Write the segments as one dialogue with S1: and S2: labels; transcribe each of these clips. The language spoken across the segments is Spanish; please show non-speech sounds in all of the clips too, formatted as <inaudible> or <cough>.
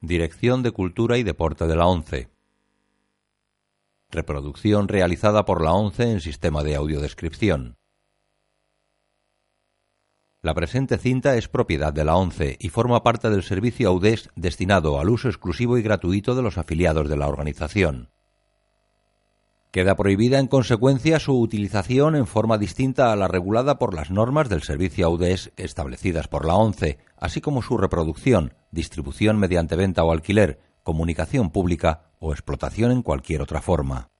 S1: Dirección de Cultura y Deporte de la ONCE. Reproducción realizada por la ONCE en sistema de audiodescripción. La presente cinta es propiedad de la ONCE y forma parte del servicio AUDES destinado al uso exclusivo y gratuito de los afiliados de la organización. Queda prohibida en consecuencia su utilización en forma distinta a la regulada por las normas del servicio AUDES E establecidas por la ONCE, así como su reproducción, distribución mediante venta o alquiler, comunicación pública o explotación en cualquier otra forma.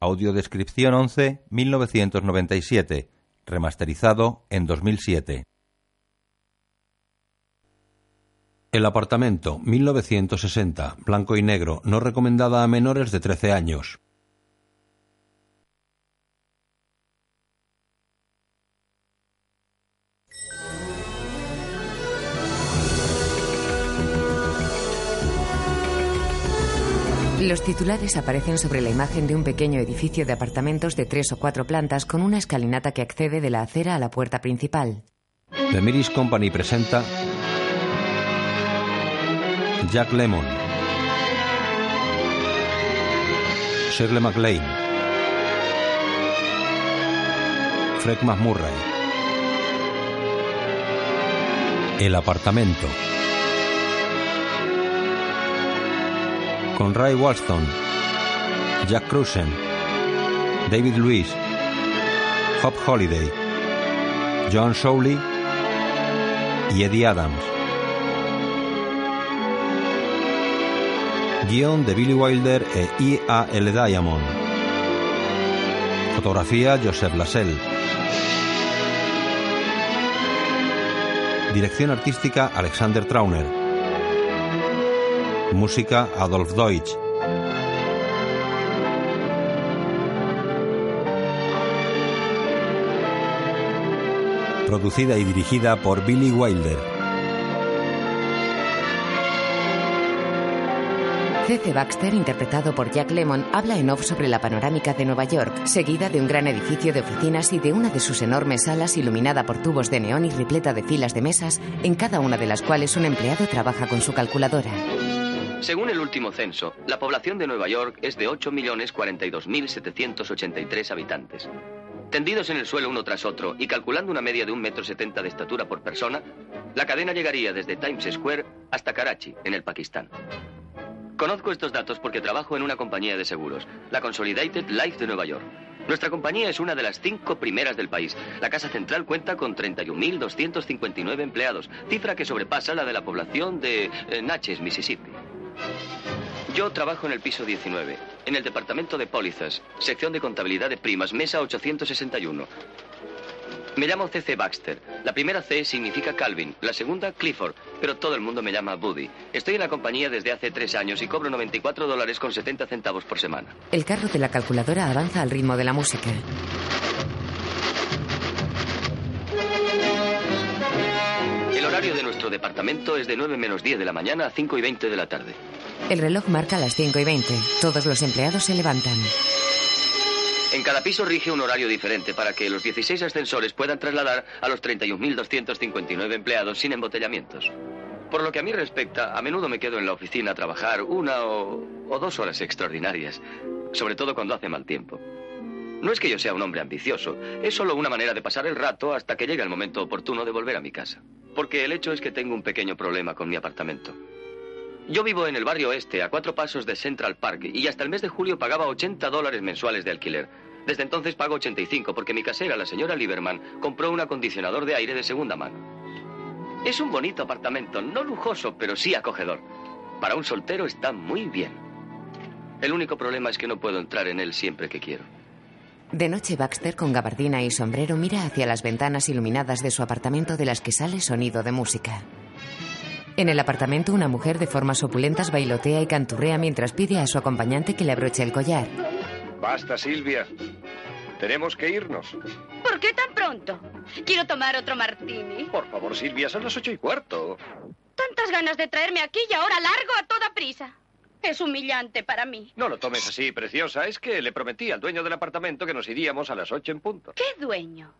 S1: Audiodescripción 11 1997, remasterizado en 2007.
S2: El apartamento, 1960, blanco y negro, no recomendada a menores de 13 años.
S3: Los titulares aparecen sobre la imagen de un pequeño edificio de apartamentos de tres o cuatro plantas con una escalinata que accede de la acera a la puerta principal.
S2: The Miris Company presenta Jack Lemon, Shirley MacLaine, Fred McMurray, El apartamento, con Ray Walston, Jack Cruzen, David Lewis, Hop Holiday, John Showley y Eddie Adams. Guión de Billy Wilder e I.A. L. Diamond. Fotografía Joseph Lassell. Dirección artística Alexander Trauner. Música Adolf Deutsch. Producida y dirigida por Billy Wilder.
S3: C.C. Baxter, interpretado por Jack Lemmon, habla en off sobre la panorámica de Nueva York, seguida de un gran edificio de oficinas y de una de sus enormes salas iluminada por tubos de neón y repleta de filas de mesas, en cada una de las cuales un empleado trabaja con su calculadora.
S4: Según el último censo, la población de Nueva York es de 8.042.783 habitantes. Tendidos en el suelo uno tras otro y calculando una media de 1,70 m de estatura por persona, la cadena llegaría desde Times Square hasta Karachi, en el Pakistán. Conozco estos datos porque trabajo en una compañía de seguros, la Consolidated Life de Nueva York. Nuestra compañía es una de las cinco primeras del país. La Casa Central cuenta con 31.259 empleados, cifra que sobrepasa la de la población de eh, Natchez, Mississippi. Yo trabajo en el piso 19, en el departamento de pólizas, sección de contabilidad de primas, mesa 861. Me llamo C.C. Baxter. La primera C significa Calvin, la segunda Clifford, pero todo el mundo me llama Buddy. Estoy en la compañía desde hace tres años y cobro 94 dólares con 70 centavos por semana.
S3: El carro de la calculadora avanza al ritmo de la música.
S4: El horario de nuestro departamento es de 9 menos 10 de la mañana a 5 y 20 de la tarde.
S3: El reloj marca las 5 y 20. Todos los empleados se levantan.
S4: En cada piso rige un horario diferente para que los 16 ascensores puedan trasladar a los 31.259 empleados sin embotellamientos. Por lo que a mí respecta, a menudo me quedo en la oficina a trabajar una o, o dos horas extraordinarias, sobre todo cuando hace mal tiempo. No es que yo sea un hombre ambicioso, es solo una manera de pasar el rato hasta que llegue el momento oportuno de volver a mi casa. Porque el hecho es que tengo un pequeño problema con mi apartamento. Yo vivo en el barrio este, a cuatro pasos de Central Park, y hasta el mes de julio pagaba 80 dólares mensuales de alquiler. Desde entonces pago 85 porque mi casera, la señora Lieberman, compró un acondicionador de aire de segunda mano. Es un bonito apartamento, no lujoso, pero sí acogedor. Para un soltero está muy bien. El único problema es que no puedo entrar en él siempre que quiero.
S3: De noche, Baxter, con gabardina y sombrero, mira hacia las ventanas iluminadas de su apartamento de las que sale sonido de música. En el apartamento, una mujer de formas opulentas bailotea y canturrea mientras pide a su acompañante que le abroche el collar.
S5: Basta, Silvia. Tenemos que irnos.
S6: ¿Por qué tan pronto? Quiero tomar otro martini.
S5: Por favor, Silvia, son las ocho y cuarto.
S6: Tantas ganas de traerme aquí y ahora largo a toda prisa. Es humillante para mí.
S5: No lo tomes así, preciosa. Es que le prometí al dueño del apartamento que nos iríamos a las ocho en punto.
S6: ¿Qué dueño?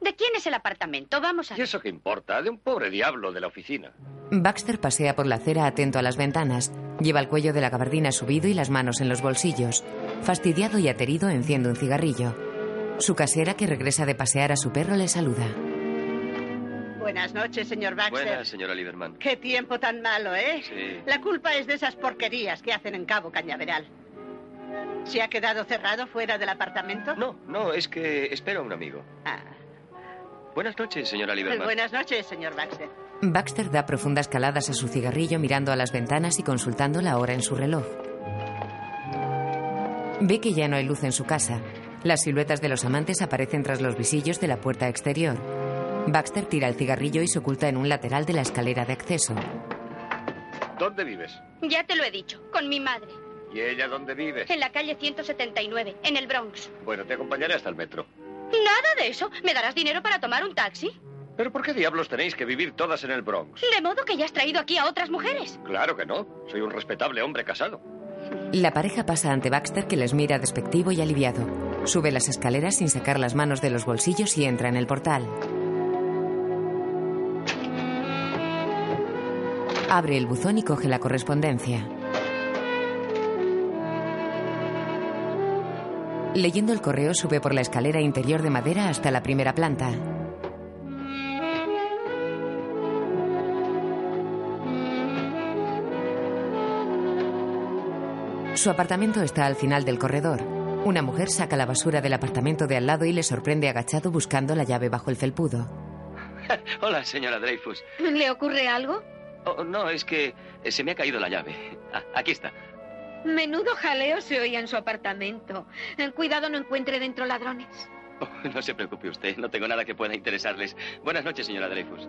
S6: ¿De quién es el apartamento? Vamos a
S5: ¿Y
S6: ver.
S5: eso qué importa? De un pobre diablo de la oficina.
S3: Baxter pasea por la acera atento a las ventanas. Lleva el cuello de la gabardina subido y las manos en los bolsillos. Fastidiado y aterido, enciende un cigarrillo. Su casera, que regresa de pasear a su perro, le saluda.
S7: Buenas noches, señor Baxter.
S4: Buenas, señora Lieberman.
S7: Qué tiempo tan malo, ¿eh?
S4: Sí.
S7: La culpa es de esas porquerías que hacen en Cabo Cañaveral. ¿Se ha quedado cerrado fuera del apartamento? Pues
S4: No, no, es que espero a un amigo.
S7: Ah.
S4: Buenas noches, señora
S7: Pues
S4: Lieberman.
S7: buenas noches, señor Baxter.
S3: Baxter da profundas caladas a su cigarrillo mirando a las ventanas y consultando la hora en su reloj. Ve que ya no hay luz en su casa. Las siluetas de los amantes aparecen tras los visillos de la puerta exterior. Baxter tira el cigarrillo y se oculta en un lateral de la escalera de acceso.
S5: ¿Dónde vives?
S6: Ya te lo he dicho, con mi madre.
S5: ¿Y ella dónde vive?
S6: En la calle 179, en el Bronx.
S5: Bueno, te acompañaré hasta el metro.
S6: Nada de eso. ¿Me darás dinero para tomar un taxi?
S5: ¿Pero por qué diablos tenéis que vivir todas en el Bronx?
S6: De modo que ya has traído aquí a otras mujeres.
S5: Claro que no. Soy un respetable hombre casado.
S3: La pareja pasa ante Baxter que les mira despectivo y aliviado. Sube las escaleras sin sacar las manos de los bolsillos y entra en el portal. Abre el buzón y coge la correspondencia. Leyendo el correo sube por la escalera interior de madera hasta la primera planta. Su apartamento está al final del corredor. Una mujer saca la basura del apartamento de al lado y le sorprende agachado buscando la llave bajo el felpudo.
S4: <laughs> Hola, señora Dreyfus.
S6: ¿Le ocurre algo?
S4: Oh, no, es que eh, se me ha caído la llave. <laughs> Ah, aquí está.
S6: Menudo jaleo se oía en su apartamento. Cuidado no encuentre dentro ladrones.
S4: Oh, <laughs> no se preocupe usted, no tengo nada que pueda interesarles. Buenas noches, señora Dreyfus.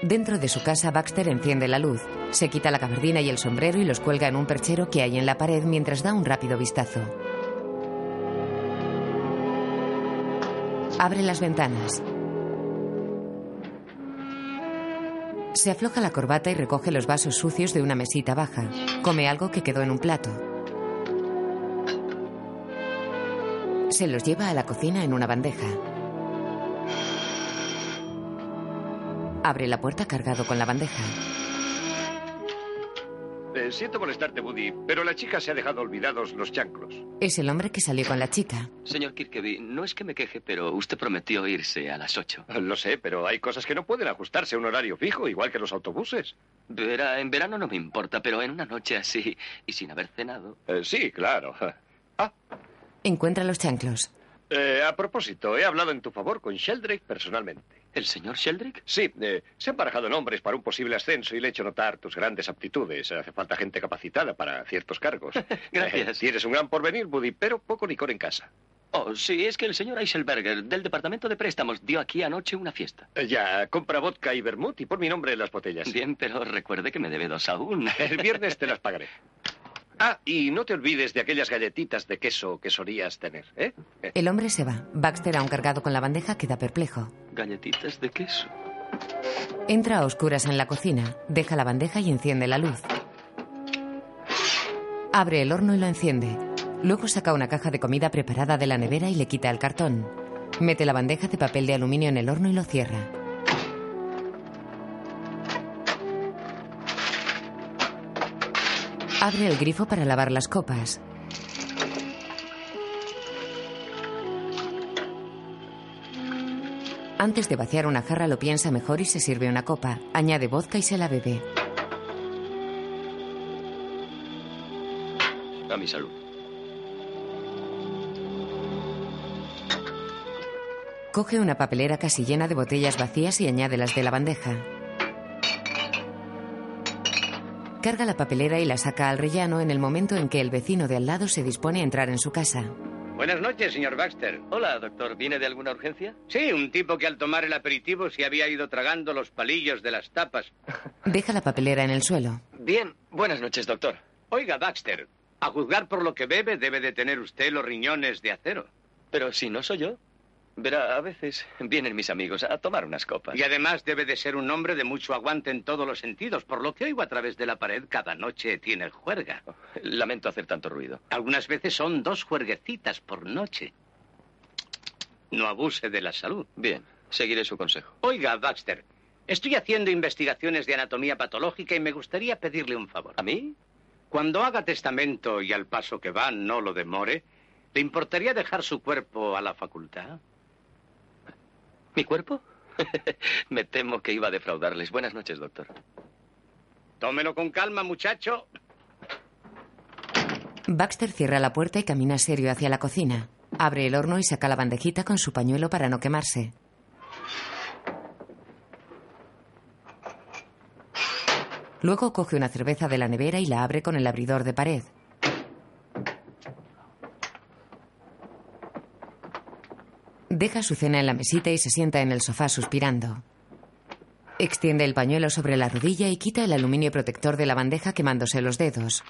S3: Dentro de su casa, Baxter enciende la luz, se quita la gabardina y el sombrero y los cuelga en un perchero que hay en la pared mientras da un rápido vistazo. Abre las ventanas. Se afloja la corbata y recoge los vasos sucios de una mesita baja. Come algo que quedó en un plato. Se los lleva a la cocina en una bandeja. Abre la puerta cargado con la bandeja.
S5: Eh, siento molestarte, Woody, pero la chica se ha dejado olvidados los chanclos.
S3: Es el hombre que salió con la chica.
S4: Señor Kirkeby, no es que me queje, pero usted prometió irse a las ocho.
S5: Lo sé, pero hay cosas que no pueden ajustarse a un horario fijo, igual que los autobuses.
S4: Verá, en verano no me importa, pero en una noche así y sin haber cenado.
S5: Eh, sí, claro. <laughs> Ah,
S3: Encuentra los chanclos.
S5: eh, a propósito, he hablado en tu favor con Sheldrake personalmente.
S4: ¿El señor Sheldrick?
S5: Sí, eh, se han barajado nombres para un posible ascenso y le he hecho notar tus grandes aptitudes. Hace falta gente capacitada para ciertos cargos.
S4: <laughs>
S5: Eh,
S4: Gracias.
S5: Tienes un gran porvenir, Woody, pero poco licor en casa.
S4: Oh, sí, es que el señor Eiselberger del Departamento de Préstamos dio aquí anoche una fiesta.
S5: Eh, ya, compra vodka y vermut y pon mi nombre en las botellas.
S4: Bien, pero recuerde que me debe dos aún.
S5: <laughs> El viernes te las pagaré. Ah, y no te olvides de aquellas galletitas de queso que solías tener, ¿eh?
S3: El hombre se va. Baxter, aún cargado con la bandeja, queda perplejo.
S4: Galletitas de queso.
S3: Entra a oscuras en la cocina, deja la bandeja y enciende la luz. Abre el horno y lo enciende. Luego saca una caja de comida preparada de la nevera y le quita el cartón. Mete la bandeja de papel de aluminio en el horno y lo cierra. Abre el grifo para lavar las copas. Antes de vaciar una jarra lo piensa mejor y se sirve una copa. Añade vodka y se la bebe.
S4: A mi salud.
S3: Coge una papelera casi llena de botellas vacías y añade las de la bandeja. Carga la papelera y la saca al rellano en el momento en que el vecino de al lado se dispone a entrar en su casa.
S8: Buenas noches, señor Baxter.
S4: Hola, doctor. ¿Viene de alguna urgencia?
S8: Sí, un tipo que al tomar el aperitivo se había ido tragando los palillos de las tapas.
S3: Deja la papelera en el suelo.
S4: Bien. Buenas noches, doctor.
S8: Oiga, Baxter, a juzgar por lo que bebe, debe de tener usted los riñones de acero.
S4: Pero si no soy yo. Verá, a veces vienen mis amigos a tomar unas copas.
S8: Y además debe de ser un hombre de mucho aguante en todos los sentidos. Por lo que oigo a través de la pared, cada noche tiene juerga.
S4: Lamento hacer Oh, tanto ruido.
S8: Algunas veces son dos juerguecitas por noche. No abuse de la salud.
S4: Bien, seguiré su consejo.
S8: Oiga, Baxter, estoy haciendo investigaciones de anatomía patológica y me gustaría pedirle un favor.
S4: ¿A mí?
S8: Cuando haga testamento y al paso que va no lo demore, ¿le importaría dejar su cuerpo a la facultad?
S4: ¿Mi cuerpo?
S8: <laughs>
S4: Me temo que iba a defraudarles. Buenas noches, doctor.
S8: Tómelo con calma, muchacho.
S3: Baxter cierra la puerta y camina serio hacia la cocina. Abre el horno y saca la bandejita con su pañuelo para no quemarse. Luego coge una cerveza de la nevera y la abre con el abridor de pared. Deja su cena en la mesita y se sienta en el sofá suspirando. Extiende el pañuelo sobre la rodilla y quita el aluminio protector de la bandeja quemándose los dedos.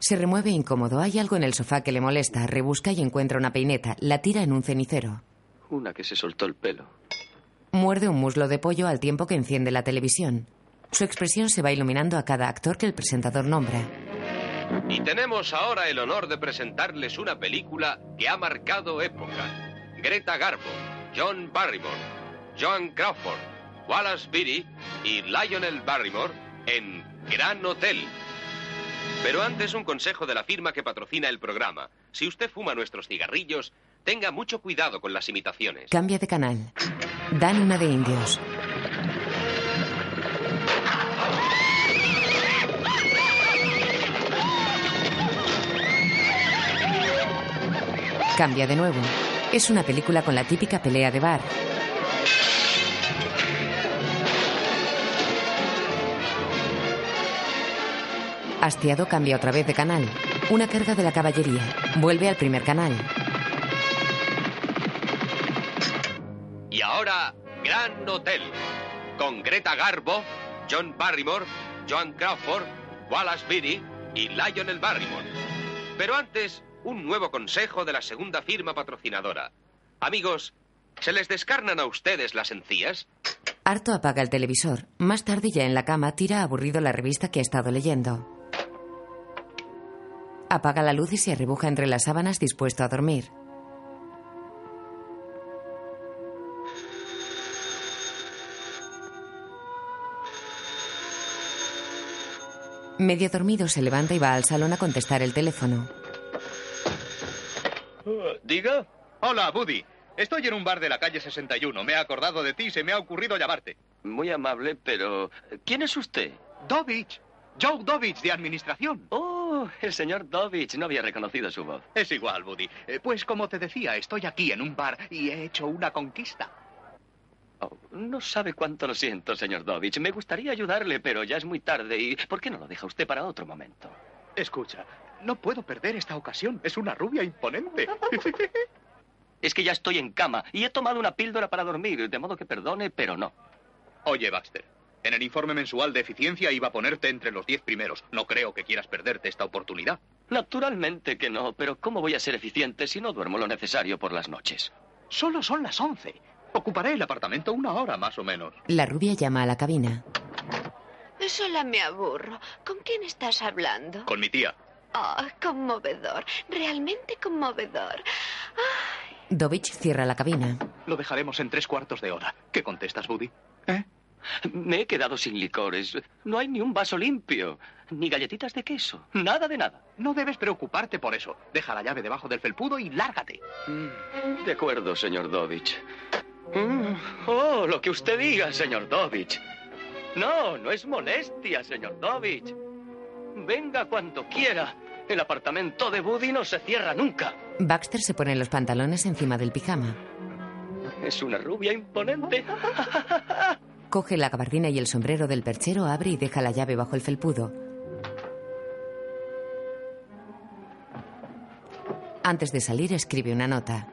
S3: Se remueve incómodo. Hay algo en el sofá que le molesta. Rebusca y encuentra una peineta. La tira en un cenicero.
S4: Una que se soltó el pelo.
S3: Muerde un muslo de pollo al tiempo que enciende la televisión. Su expresión se va iluminando a cada actor que el presentador nombra.
S5: Y tenemos ahora el honor de presentarles una película que ha marcado época. Greta Garbo, John Barrymore, Joan Crawford, Wallace Beery y Lionel Barrymore en Gran Hotel. Pero antes un consejo de la firma que patrocina el programa. Si usted fuma nuestros cigarrillos, tenga mucho cuidado con las imitaciones.
S3: Cambia de canal. Dan una de indios. Cambia de nuevo. Es una película con la típica pelea de bar. Hastiado cambia otra vez de canal. Una carga de la caballería. Vuelve al primer canal.
S5: Y ahora, Gran Hotel. Con Greta Garbo, John Barrymore, Joan Crawford, Wallace Beery y Lionel Barrymore. Pero antes, un nuevo consejo de la segunda firma patrocinadora. Amigos, ¿se les descarnan a ustedes las encías?
S3: Harto apaga el televisor. Más tarde, ya en la cama, tira aburrido la revista que ha estado leyendo. Apaga la luz y se arrebuja entre las sábanas dispuesto a dormir. Medio dormido se levanta y va al salón a contestar el teléfono.
S9: ¿Diga? Hola, Buddy. Estoy en un bar de la calle 61. Me he acordado de ti y se me ha ocurrido llamarte.
S4: Muy amable, pero ¿quién es usted?
S9: Dovich. Joe Dovich, de administración.
S4: Oh, el señor Dovich. No había reconocido su voz.
S9: Es igual, Buddy. Eh, Pues como te decía, estoy aquí en un bar y he hecho una conquista.
S4: Oh, no sabe cuánto lo siento, señor Dovich. Me gustaría ayudarle, pero ya es muy tarde y ¿por qué no lo deja usted para otro momento?
S9: Escucha, no puedo perder esta ocasión. Es una rubia imponente.
S4: <laughs> Es que ya estoy en cama y he tomado una píldora para dormir, de modo que perdone, pero no.
S9: Oye, Baxter, en el informe mensual de eficiencia iba a ponerte entre los diez primeros. No creo que quieras perderte esta oportunidad.
S4: Naturalmente que no, pero ¿cómo voy a ser eficiente si no duermo lo necesario por las noches?
S9: Solo son las once. Ocuparé el apartamento una hora más o menos.
S3: La rubia llama a la cabina.
S1: Sola me aburro. ¿Con quién estás hablando?
S9: Con mi tía.
S1: Ah, conmovedor. Realmente conmovedor.
S3: Dovich cierra la cabina.
S9: Lo dejaremos en tres cuartos de hora. ¿Qué contestas, Buddy? ¿Eh?
S4: Me he quedado sin licores. No hay ni un vaso limpio, ni galletitas de queso, nada de nada.
S9: No debes preocuparte por eso. Deja la llave debajo del felpudo y lárgate.
S4: De acuerdo, señor Dovich. Mm, Oh, lo que usted diga, señor Dovich. No, no es molestia, señor Dovich. Venga cuando quiera. El apartamento de Buddy no se cierra nunca.
S3: Baxter se pone los pantalones encima del pijama.
S4: Es una rubia imponente.
S3: Coge la gabardina y el sombrero del perchero, abre y deja la llave bajo el felpudo. Antes de salir, escribe una nota.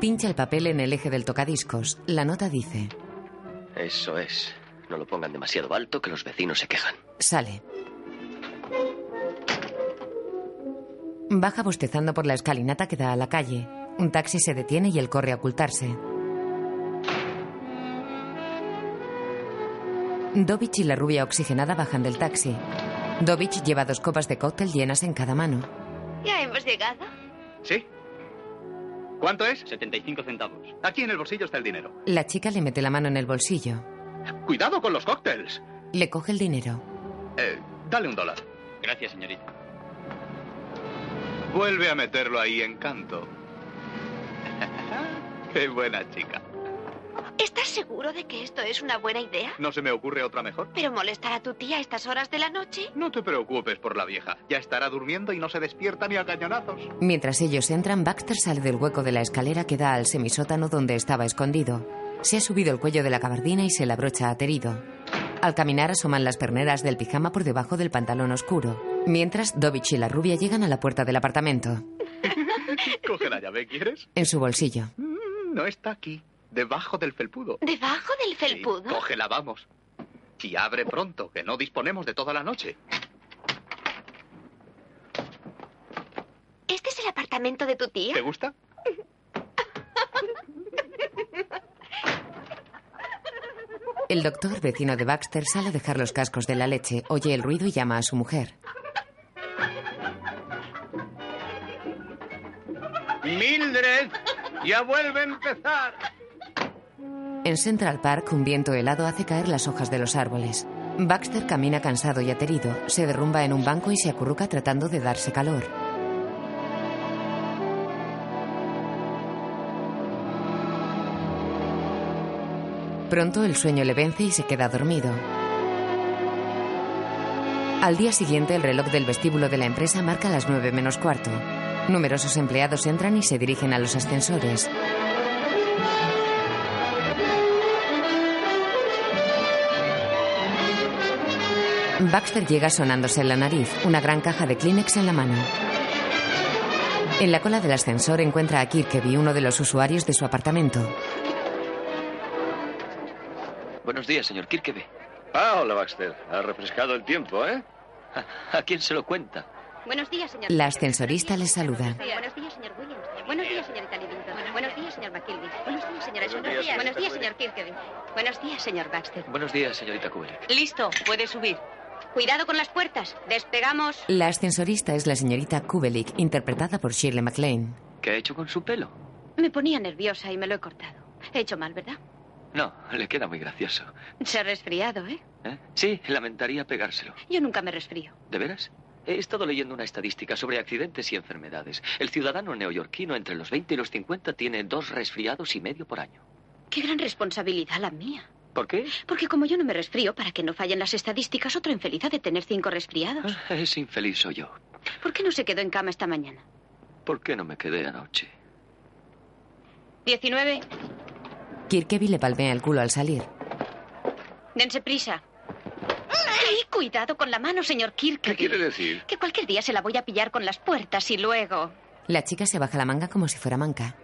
S3: Pincha el papel en el eje del tocadiscos. La nota dice:
S4: Eso es. No lo pongan demasiado alto que los vecinos se quejan.
S3: Sale. Baja bostezando por la escalinata que da a la calle. Un taxi se detiene y él corre a ocultarse. Dovich y la rubia oxigenada bajan del taxi. Dovich lleva dos copas de cóctel llenas en cada mano.
S10: ¿Ya hemos llegado?
S9: ¿Sí? ¿Cuánto es? 75 centavos. Aquí en el bolsillo está el dinero.
S3: La chica le mete la mano en el bolsillo.
S9: Cuidado con los cócteles.
S3: Le coge el dinero.
S9: Eh, dale un dólar.
S11: Gracias, señorita.
S9: Vuelve a meterlo ahí, encanto. <laughs> Qué buena chica.
S10: ¿Estás seguro de que esto es una buena idea?
S9: ¿No se me ocurre otra mejor?
S10: ¿Pero molestar a tu tía a estas horas de la noche?
S9: No te preocupes por la vieja. Ya estará durmiendo y no se despierta ni a cañonazos.
S10: <laughs>
S3: Mientras ellos entran, Baxter sale del hueco de la escalera que da al semisótano donde estaba escondido. Se ha subido el cuello de la gabardina y se la brocha aterido. Al caminar asoman las perneras del pijama por debajo del pantalón oscuro. Mientras, Dovich y la rubia llegan a la puerta del apartamento.
S9: Coge la llave, ¿quieres?
S3: En su bolsillo.
S9: Mm, No está aquí. Debajo del felpudo.
S10: ¿Debajo del
S9: Sí,
S10: felpudo?
S9: cógela, vamos. Y abre pronto, que no disponemos de toda la noche.
S10: ¿Este es el apartamento de tu tía?
S9: ¿Te gusta?
S3: El doctor, vecino de Baxter, sale a dejar los cascos de la leche, oye el ruido y llama a su mujer.
S5: Mildred, ya vuelve a empezar.
S3: En Central Park, un viento helado hace caer las hojas de los árboles. Baxter camina cansado y aterido, se derrumba en un banco y se acurruca tratando de darse calor. Pronto el sueño le vence y se queda dormido. Al día siguiente, el reloj del vestíbulo de la empresa marca las 9 menos cuarto. Numerosos empleados entran y se dirigen a los ascensores. Baxter llega sonándose en la nariz, una gran caja de Kleenex en la mano. En la cola del ascensor encuentra a Kirkeby, uno de los usuarios de su apartamento.
S4: Buenos días, señor Kirkeby.
S5: Ah, hola, Baxter. Ha refrescado el tiempo, ¿eh?
S4: ¿A quién se lo cuenta?
S12: Buenos días, señor.
S3: La ascensorista les saluda.
S12: Buenos días, señor Williams. Buenos días, señorita Livington. Buenos días, señor McKilby. Buenos días, señora
S4: Buenos días,
S12: Buenos
S4: señorita
S12: días, señor Kirkeby. Buenos días, señor Baxter.
S4: Buenos días, señorita Kubelik.
S12: Listo, puede subir. Cuidado con las puertas. Despegamos.
S3: La ascensorista es la señorita Kubelik, interpretada por Shirley MacLaine.
S4: ¿Qué ha hecho con su pelo?
S12: Me ponía nerviosa y me lo he cortado. He hecho mal, ¿verdad?
S4: No, le queda muy gracioso.
S12: Se ha resfriado, ¿eh?
S4: ¿eh? Sí, lamentaría pegárselo.
S12: Yo nunca me resfrío.
S4: ¿De veras? He estado leyendo una estadística sobre accidentes y enfermedades. El ciudadano neoyorquino entre los 20 y los 50 tiene dos resfriados y medio por año.
S12: Qué gran responsabilidad la mía.
S4: ¿Por qué?
S12: Porque como yo no me resfrío, para que no fallen las estadísticas, otro infeliz ha de tener cinco resfriados.
S9: Ah,
S4: Ese infeliz soy yo.
S12: ¿Por qué no se quedó en cama esta mañana?
S4: ¿Por qué no me quedé anoche?
S12: 19.
S3: Kirkeby le palmea el culo al salir.
S12: Dense prisa. Ay, cuidado con la mano, señor Kirk.
S5: ¿Qué quiere decir?
S12: Que cualquier día se la voy a pillar con las puertas y luego.
S3: La chica se baja la manga como si fuera manca.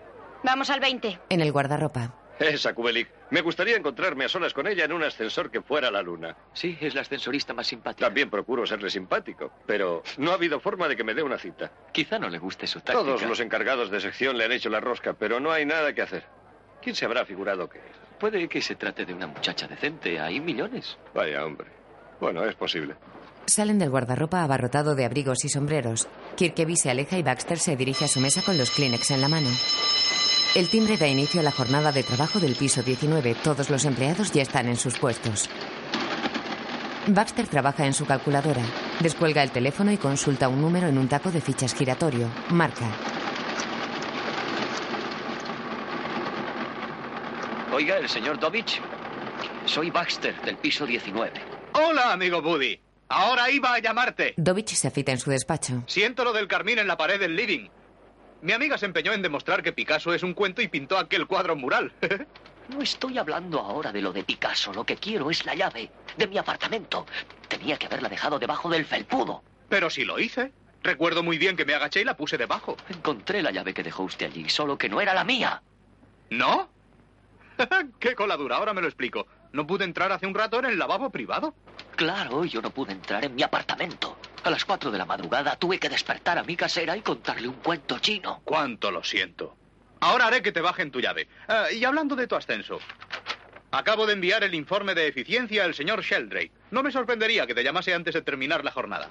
S12: Vamos al 20.
S3: En el guardarropa.
S5: Esa Kubelik. Me gustaría encontrarme a solas con ella en un ascensor que fuera la luna.
S4: Sí, es la ascensorista más simpática.
S5: También procuro serle simpático, pero no ha habido forma de que me dé una cita.
S4: Quizá no le guste su táctica.
S5: Todos los encargados de sección le han hecho la rosca, pero no hay nada que hacer. ¿Quién se habrá figurado que es?
S4: Puede que se trate de una muchacha decente. Hay millones.
S5: Vaya hombre. Bueno, es posible.
S3: Salen del guardarropa abarrotado de abrigos y sombreros. Kirkeby se aleja y Baxter se dirige a su mesa con los Kleenex en la mano. El timbre da inicio a la jornada de trabajo del piso 19. Todos los empleados ya están en sus puestos. Baxter trabaja en su calculadora. Descuelga el teléfono y consulta un número en un taco de fichas giratorio. Marca.
S4: Oiga, el señor Dovich. Soy Baxter, del piso 19.
S9: Hola, amigo Buddy. Ahora iba a llamarte.
S3: Dovich se afita en su despacho.
S9: Siento lo del carmín en la pared del living. Mi amiga se empeñó en demostrar que Picasso es un cuento y pintó aquel cuadro mural. <laughs>
S4: No estoy hablando ahora de lo de Picasso. Lo que quiero es la llave de mi apartamento. Tenía que haberla dejado debajo del felpudo.
S9: Pero si lo hice. Recuerdo muy bien que me agaché y la puse debajo.
S4: Encontré la llave que dejó usted allí, solo que no era la mía.
S9: ¿No? <laughs> Qué coladura, ahora me lo explico. No pude entrar hace un rato en el lavabo privado.
S4: Claro, yo no pude entrar en mi apartamento. A las 4 de la madrugada tuve que despertar a mi casera y contarle un cuento chino.
S9: Cuánto lo siento. Ahora haré que te bajen tu llave. Ah, y hablando de tu ascenso. Acabo de enviar el informe de eficiencia al señor Sheldrake. No me sorprendería que te llamase antes de terminar la jornada.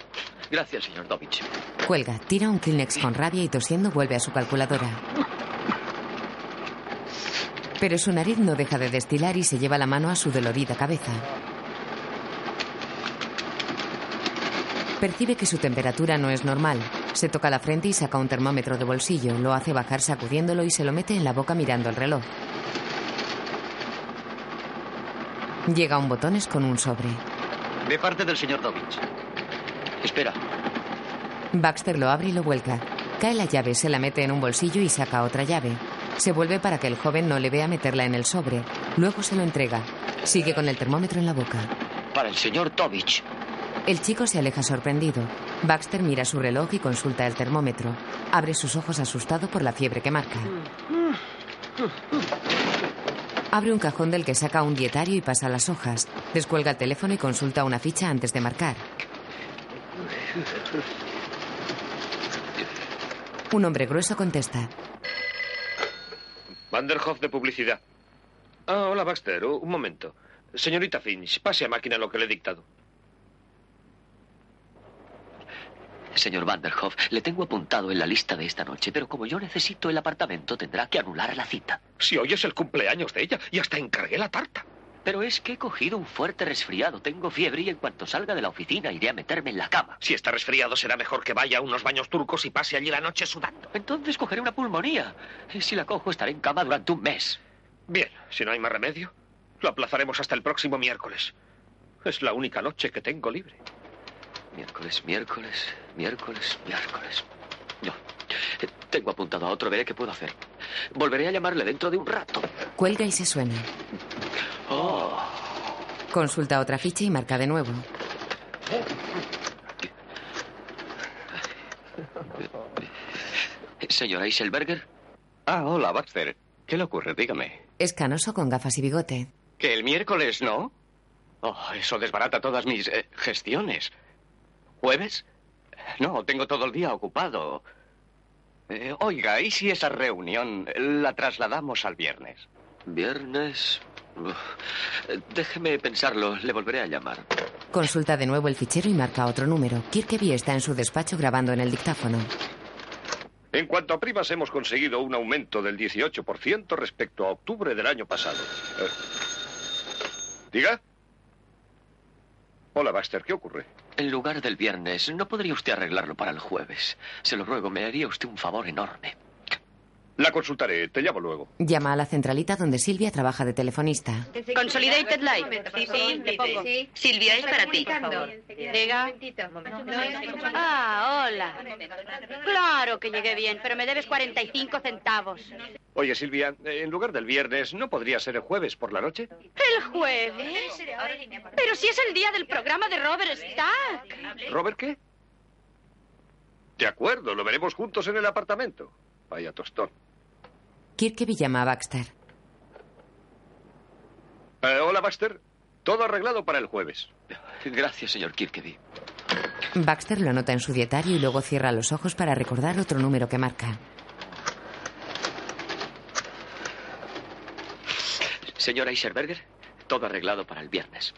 S4: Gracias, señor Dovich.
S3: Cuelga, tira un Kleenex con rabia y tosiendo vuelve a su calculadora. Pero su nariz no deja de destilar y se lleva la mano a su dolorida cabeza. Percibe que su temperatura no es normal. Se toca la frente y saca un termómetro de bolsillo, lo hace bajar sacudiéndolo y se lo mete en la boca mirando el reloj. Llega un botones con un sobre.
S4: De parte del señor Dovich. Espera.
S3: Baxter lo abre y lo vuelca. Cae la llave, se la mete en un bolsillo y saca otra llave. Se vuelve para que el joven no le vea meterla en el sobre. Luego se lo entrega. Sigue con el termómetro en la boca.
S4: Para el señor Dovich.
S3: El chico se aleja sorprendido. Baxter mira su reloj y consulta el termómetro. Abre sus ojos asustado por la fiebre que marca. Abre un cajón del que saca un dietario y pasa las hojas. Descuelga el teléfono y consulta una ficha antes de marcar. Un hombre grueso contesta.
S5: Vanderhoff de publicidad. Ah, hola, Baxter. Un momento. Señorita Finch, pase a máquina lo que le he dictado.
S4: Señor Vanderhoff, le tengo apuntado en la lista de esta noche, pero como yo necesito el apartamento, tendrá que anular la cita.
S5: Si hoy es el cumpleaños de ella y hasta encargué la tarta.
S4: Pero es que he cogido un fuerte resfriado, tengo fiebre y en cuanto salga de la oficina iré a meterme en la cama.
S5: Si está resfriado, será mejor que vaya a unos baños turcos y pase allí la noche sudando.
S4: Entonces cogeré una pulmonía. Y si la cojo, estaré en cama durante un mes.
S5: Bien, si no hay más remedio, lo aplazaremos hasta el próximo miércoles. Es la única noche que tengo libre.
S4: Miércoles, miércoles, miércoles, miércoles. Yo eh, tengo apuntado a otro, veré qué puedo hacer. Volveré a llamarle dentro de un rato.
S3: Cuelga y se suena.
S4: Oh,
S3: Consulta otra ficha y marca de nuevo.
S4: señora Iselberger,
S8: Ah, hola, Baxter. ¿Qué le ocurre? Dígame.
S3: Es canoso con gafas y bigote.
S8: ¿Que el miércoles no? Oh, eso desbarata todas mis eh, gestiones. ¿Jueves? No, tengo todo el día ocupado. Eh, oiga, ¿y si esa reunión la trasladamos al viernes?
S4: viernes. Uf, eh, Déjeme pensarlo, le volveré a llamar.
S3: Consulta de nuevo el fichero y marca otro número. Kirkeby está en su despacho grabando en el dictáfono.
S5: En cuanto a primas, hemos conseguido un aumento del 18% respecto a octubre del año pasado. Eh, ¿Diga? Hola, Baxter, ¿qué ocurre?
S4: En lugar del viernes, ¿no podría usted arreglarlo para el jueves? Se lo ruego, me haría usted un favor enorme.
S5: La consultaré, te llamo luego.
S3: Llama a la centralita donde Silvia trabaja de telefonista.
S6: Consolidated Life. Sí, sí, le pongo. Silvia, es para ti. Diga. Ah, hola. Claro que llegué bien, pero me debes 45 centavos.
S5: Oye, Silvia, eh, en lugar del viernes, ¿no podría ser el jueves por la noche?
S6: ¿El jueves? Pero si es el día del programa de Robert Stack.
S5: ¿Robert qué? De acuerdo, lo veremos juntos en el apartamento. Vaya tostón.
S3: Kirkeby llama a Baxter.
S5: Eh, hola, Baxter. Todo arreglado para el jueves.
S4: Gracias, señor Kirkeby.
S3: Baxter lo anota en su dietario y luego cierra los ojos para recordar otro número que marca.
S4: Señora Iserberger, todo arreglado para el viernes.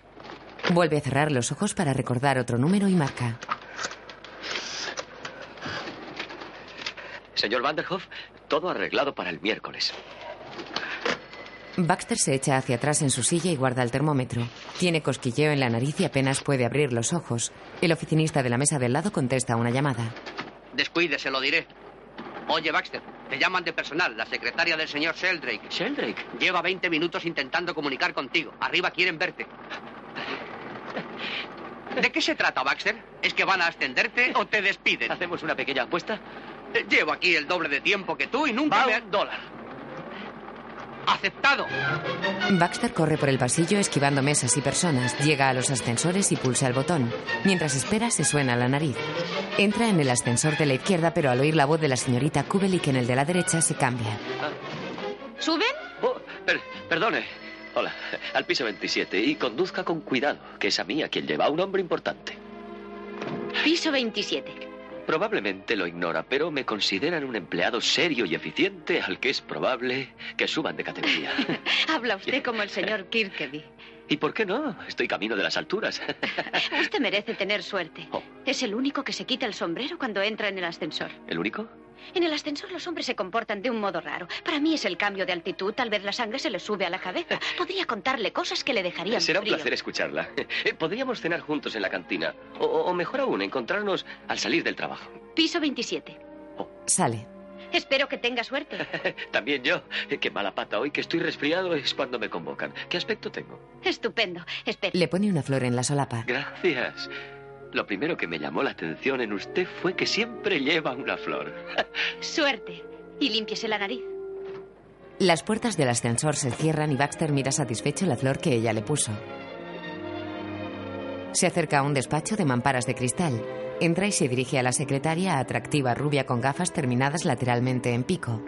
S3: Vuelve a cerrar los ojos para recordar otro número y marca.
S4: Señor Vanderhoff, todo arreglado para el miércoles.
S3: Baxter se echa hacia atrás en su silla y guarda el termómetro. Tiene cosquilleo en la nariz y apenas puede abrir los ojos. El oficinista de la mesa del lado contesta una llamada.
S13: Descuide, se lo diré. Oye, Baxter, te llaman de personal, la secretaria del señor Sheldrake.
S4: ¿Sheldrake?
S13: Lleva 20 minutos intentando comunicar contigo. Arriba quieren verte. ¿De qué se trata, Baxter? ¿Es que van a ascenderte o te despiden?
S4: ¿Hacemos una pequeña apuesta?
S13: Eh, Llevo aquí el doble de tiempo que tú y nunca
S4: Va
S13: me
S4: un
S13: han...
S4: dólar.
S13: ¡Aceptado!
S3: Baxter corre por el pasillo esquivando mesas y personas, llega a los ascensores y pulsa el botón. Mientras espera, se suena la nariz. Entra en el ascensor de la izquierda, pero al oír la voz de la señorita Kubelik en el de la derecha, se cambia.
S6: ¿Suben?
S4: Oh, per- perdone. Hola, al piso 27 y conduzca con cuidado, que es a mí a quien lleva un hombre importante.
S12: Piso 27.
S4: Probablemente lo ignora, pero me consideran un empleado serio y eficiente al que es probable que suban de categoría.
S12: Habla usted como el señor Kirkeby.
S4: ¿Y por qué no? Estoy camino de las alturas. Oh,
S12: Usted merece tener suerte. Es el único que se quita el sombrero cuando entra en el ascensor.
S4: ¿El único?
S12: En el ascensor los hombres se comportan de un modo raro. Para mí es el cambio de altitud. Tal vez la sangre se le sube a la cabeza. Podría contarle cosas que le dejarían
S4: Será un
S12: frío.
S4: placer escucharla. Eh, Podríamos cenar juntos en la cantina. O, o mejor aún, encontrarnos al salir del trabajo.
S12: Piso 27.
S3: Sale.
S12: Espero que tenga suerte.
S4: También yo. Eh, Qué mala pata hoy que estoy resfriado es cuando me convocan. ¿Qué aspecto tengo?
S12: Estupendo. Espera.
S3: Le pone una flor en la solapa.
S4: Gracias. Lo primero que me llamó la atención en usted fue que siempre lleva una flor.
S12: Suerte. Y límpiese la nariz.
S3: Las puertas del ascensor se cierran y Baxter mira satisfecho la flor que ella le puso. Se acerca a un despacho de mamparas de cristal. Entra y se dirige a la secretaria, atractiva rubia con gafas terminadas lateralmente en pico.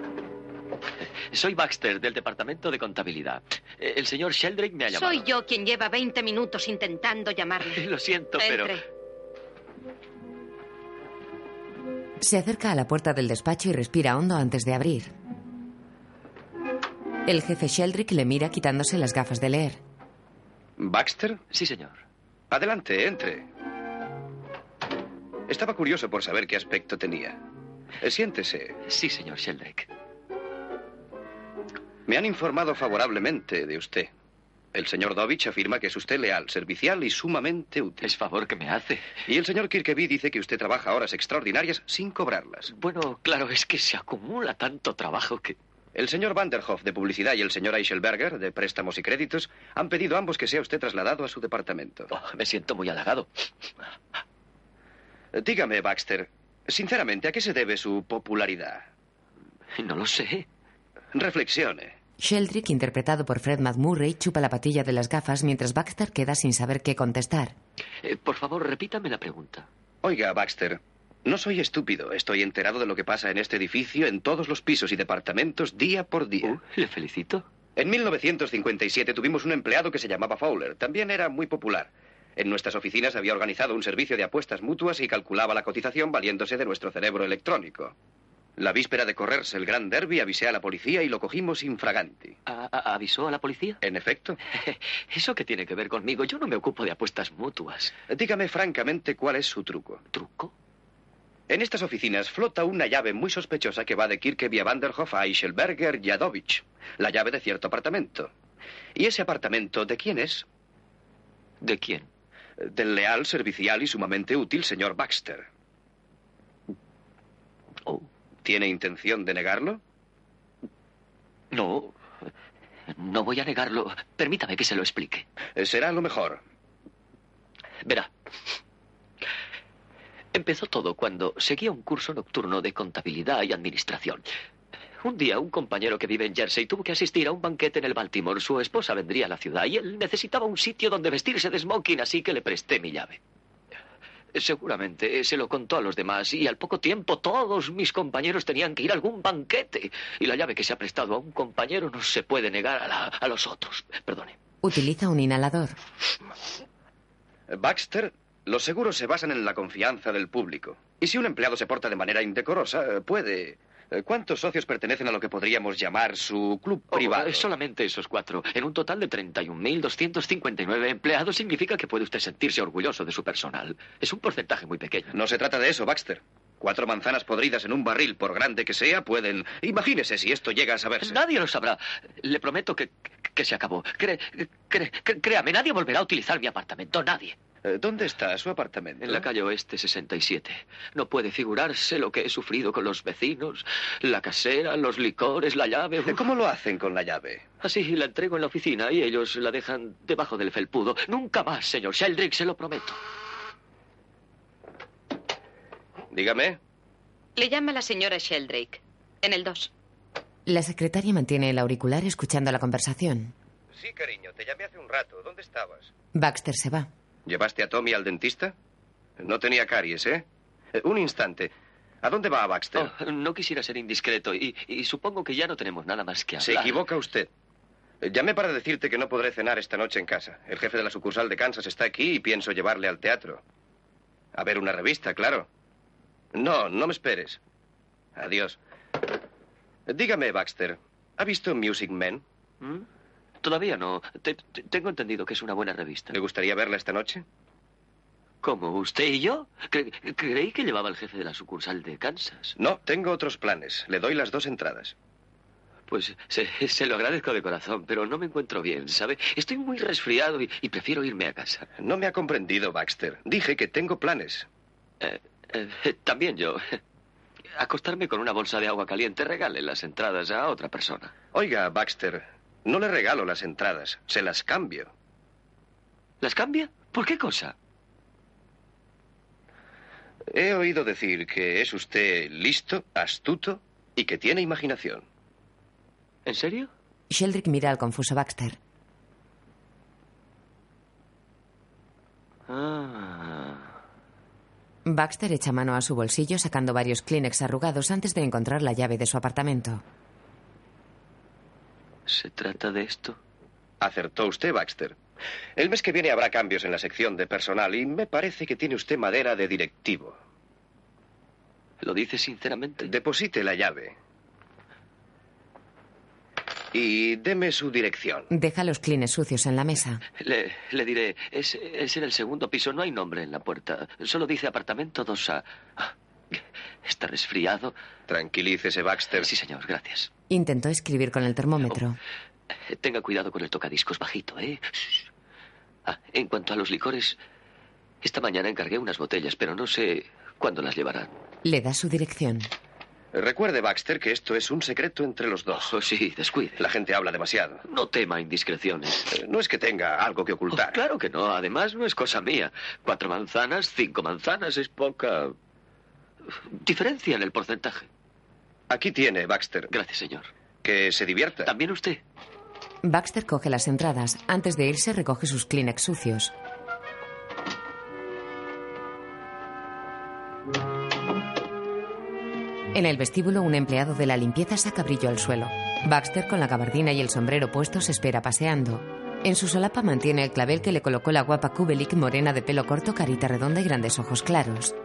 S4: Soy Baxter, del Departamento de Contabilidad. Eh, El señor Sheldrake me ha llamado.
S12: Soy yo quien lleva 20 minutos intentando llamarle.
S4: Lo siento, pero...
S12: Entre.
S3: Se acerca a la puerta del despacho y respira hondo antes de abrir. El jefe Sheldrick le mira quitándose las gafas de leer.
S14: ¿Baxter?
S4: Sí, señor.
S14: Adelante, entre. Estaba curioso por saber qué aspecto tenía. Eh, Siéntese.
S4: Sí, señor Sheldrake.
S14: Me han informado favorablemente de usted. El señor Dovich afirma que es usted leal, servicial y sumamente útil.
S4: Es favor que me hace.
S14: Y el señor Kirkeby dice que usted trabaja horas extraordinarias sin cobrarlas.
S4: Bueno, claro, es que se acumula tanto trabajo que...
S14: El señor Vanderhoff de Publicidad y el señor Eichelberger de Préstamos y Créditos han pedido ambos que sea usted trasladado a su departamento.
S4: Oh, me siento muy halagado.
S14: Dígame, Baxter, sinceramente, ¿a qué se debe su popularidad?
S4: No lo sé.
S14: Reflexione.
S3: Sheldrick, interpretado por Fred McMurray, chupa la patilla de las gafas mientras Baxter queda sin saber qué contestar.
S4: Eh, por favor, repítame la pregunta.
S14: Oiga, Baxter, no soy estúpido. Estoy enterado de lo que pasa en este edificio, en todos los pisos y departamentos, día por día.
S4: Uh, le felicito.
S14: En 1957 tuvimos un empleado que se llamaba Fowler. También era muy popular. En nuestras oficinas había organizado un servicio de apuestas mutuas y calculaba la cotización valiéndose de nuestro cerebro electrónico. La víspera de correrse el gran derby avisé a la policía y lo cogimos infraganti.
S4: ¿A- a- ¿Avisó a la policía?
S14: En efecto.
S4: <laughs> ¿Eso qué tiene que ver conmigo? Yo no me ocupo de apuestas mutuas.
S14: Dígame francamente cuál es su truco.
S4: ¿Truco?
S14: En estas oficinas flota una llave muy sospechosa que va de Kirkeby a Vanderhoff a Eichelberger y a Dovich. La llave de cierto apartamento. ¿Y ese apartamento de quién es?
S4: ¿De quién?
S14: Del leal, servicial y sumamente útil señor Baxter. ¿Tiene intención de negarlo?
S4: No. No voy a negarlo. Permítame que se lo explique.
S14: Eh, Será lo mejor.
S4: Verá. Empezó todo cuando seguía un curso nocturno de contabilidad y administración. Un día un compañero que vive en Jersey tuvo que asistir a un banquete en el Baltimore. Su esposa vendría a la ciudad y él necesitaba un sitio donde vestirse de smoking, así que le presté mi llave. Seguramente eh, se lo contó a los demás y al poco tiempo todos mis compañeros tenían que ir a algún banquete. Y la llave que se ha prestado a un compañero no se puede negar a, la- a los otros. Perdone.
S3: Utiliza un inhalador.
S14: Baxter, los seguros se basan en la confianza del público. Y si un empleado se porta de manera indecorosa, eh, puede... eh, ¿Cuántos socios pertenecen a lo que podríamos llamar su club
S4: Oh,
S14: privado?
S4: eh, solamente esos cuatro. En un total de 31.259 empleados significa que puede usted sentirse orgulloso de su personal. Es un porcentaje muy pequeño.
S14: No se trata de eso, Baxter. Cuatro manzanas podridas en un barril, por grande que sea, pueden... Imagínese si esto llega a saberse.
S4: Nadie lo sabrá. Le prometo que, que se acabó. Cre- cre- cre- créame, nadie volverá a utilizar mi apartamento. Nadie.
S14: Eh, ¿Dónde está su apartamento?
S4: En la calle Oeste 67. No puede figurarse lo que he sufrido con los vecinos, la casera, los licores, la llave.
S14: Eh, ¿Cómo lo hacen con la llave?
S4: Así la entrego en la oficina y ellos la dejan debajo del felpudo. Nunca más, señor Sheldrick, se lo prometo.
S14: Dígame.
S12: Le llama la señora Sheldrake. En el 2.
S3: La secretaria mantiene el auricular escuchando la conversación.
S14: Sí, cariño, te llamé hace un rato. ¿Dónde estabas?
S3: Baxter se va.
S14: ¿Llevaste a Tommy al dentista? No tenía caries, ¿eh? Eh, Un instante. ¿A dónde va Baxter?
S4: Oh, no quisiera ser indiscreto y, y supongo que ya no tenemos nada más que hablar.
S14: Se equivoca usted. Eh, Llamé para decirte que no podré cenar esta noche en casa. El jefe de la sucursal de Kansas está aquí y pienso llevarle al teatro. A ver una revista, claro. No, no me esperes. Adiós. Dígame, Baxter, ¿ha visto Music Man?
S4: ¿Mm? Todavía no. Te- te- tengo entendido que es una buena revista.
S14: ¿Le gustaría verla esta noche?
S4: ¿Cómo? ¿Usted y yo? Cre- creí que llevaba el jefe de la sucursal de Kansas.
S14: No, tengo otros planes. Le doy las dos entradas.
S4: Pues se, se lo agradezco de corazón, pero no me encuentro bien, ¿sabe? Estoy muy resfriado y, y prefiero irme a casa.
S14: No me ha comprendido, Baxter. Dije que tengo planes.
S4: Eh, eh, también yo. Acostarme con una bolsa de agua caliente, regale las entradas a otra persona.
S14: Oiga, Baxter, no le regalo las entradas, se las cambio.
S4: ¿Las cambia? ¿Por qué cosa?
S14: He oído decir que es usted listo, astuto y que tiene imaginación.
S4: ¿En serio?
S3: Sheldrick mira al confuso Baxter.
S4: Ah.
S3: Baxter echa mano a su bolsillo sacando varios Kleenex arrugados antes de encontrar la llave de su apartamento.
S4: ¿Se trata de esto?
S14: Acertó usted, Baxter. El mes que viene habrá cambios en la sección de personal y me parece que tiene usted madera de directivo.
S4: ¿Lo dice sinceramente?
S14: Deposite la llave. Y deme su dirección.
S3: Deja los Kleenex sucios en la mesa.
S4: Le, le diré, es, es en el segundo piso, no hay nombre en la puerta. Solo dice apartamento 2A. Ah, ¿Está resfriado?
S14: Tranquilícese, Baxter.
S4: Sí, señor, gracias.
S3: Intentó escribir con el termómetro.
S4: Eh, Tenga cuidado con el tocadiscos bajito, ¿eh? Shh. Ah, en cuanto a los licores, esta mañana encargué unas botellas, pero no sé cuándo las llevarán.
S3: Le da su dirección.
S14: Recuerde, Baxter, que esto es un secreto entre los dos.
S4: Oh, sí, descuide.
S14: La gente habla demasiado. Eh,
S4: No tema indiscreciones. Oh,
S14: no es que tenga algo que ocultar.
S4: claro que no, además no es cosa mía. Cuatro manzanas, cinco manzanas es poca diferencia en el porcentaje.
S14: Aquí tiene, Baxter.
S4: Gracias, señor.
S14: Que se divierta.
S4: También usted.
S3: Baxter coge las entradas. Antes de irse recoge sus Kleenex sucios. En el vestíbulo, un empleado de la limpieza saca brillo al suelo. Baxter, con la gabardina y el sombrero puestos, espera paseando. En su solapa mantiene el clavel que le colocó la guapa Kubelik, morena de pelo corto, carita redonda y grandes ojos claros.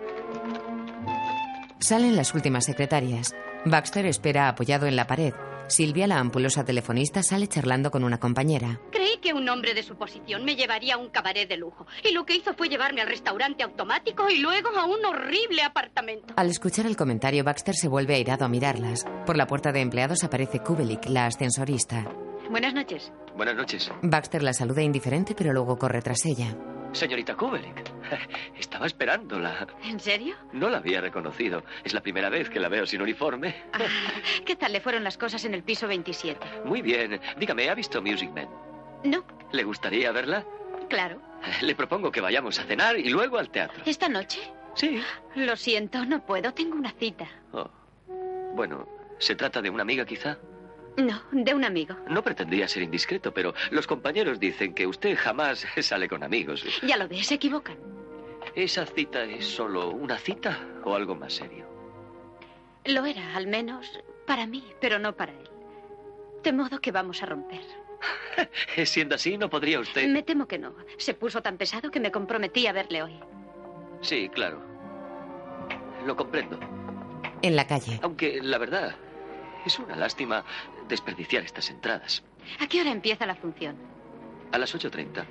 S3: Salen las últimas secretarias. Baxter espera apoyado en la pared. Silvia, la ampulosa telefonista, sale charlando con una compañera.
S6: Creí que un hombre de su posición me llevaría a un cabaret de lujo. Y lo que hizo fue llevarme al restaurante automático y luego a un horrible apartamento.
S3: Al escuchar el comentario, Baxter se vuelve airado a mirarlas. Por la puerta de empleados aparece Kubelik, la ascensorista.
S12: Buenas noches.
S4: Buenas noches.
S3: Baxter la saluda indiferente, pero luego corre tras ella.
S4: Señorita Kubelik, estaba esperándola.
S12: ¿En serio?
S4: No la había reconocido. Es la primera vez que la veo sin uniforme.
S12: <laughs> ¿Qué tal le fueron las cosas en el piso 27?
S4: Muy bien. Dígame, ¿ha visto Music Man?
S12: No,
S4: ¿Le gustaría verla?
S12: claro.
S4: <laughs> Le propongo que vayamos a cenar y luego al teatro.
S12: ¿Esta noche?
S4: Sí.
S12: Lo siento, no puedo. Tengo una cita.
S4: Oh. Bueno, ¿se trata de una amiga quizá?
S12: No, de un amigo.
S4: No pretendía ser indiscreto, pero los compañeros dicen que usted jamás <laughs> sale con amigos.
S12: Ya lo ves, se equivocan.
S4: ¿Esa cita es solo una cita o algo más serio? <laughs>
S12: Lo era, al menos para mí, pero no para él. De modo que vamos a romper.
S4: Siendo así, no podría usted...
S12: Me temo que no. Se puso tan pesado que me comprometí a verle hoy.
S4: Sí, claro. Lo comprendo.
S3: En la calle.
S4: Aunque, la verdad, es una lástima desperdiciar estas entradas.
S12: ¿A qué hora empieza la función?
S4: A las 8.30.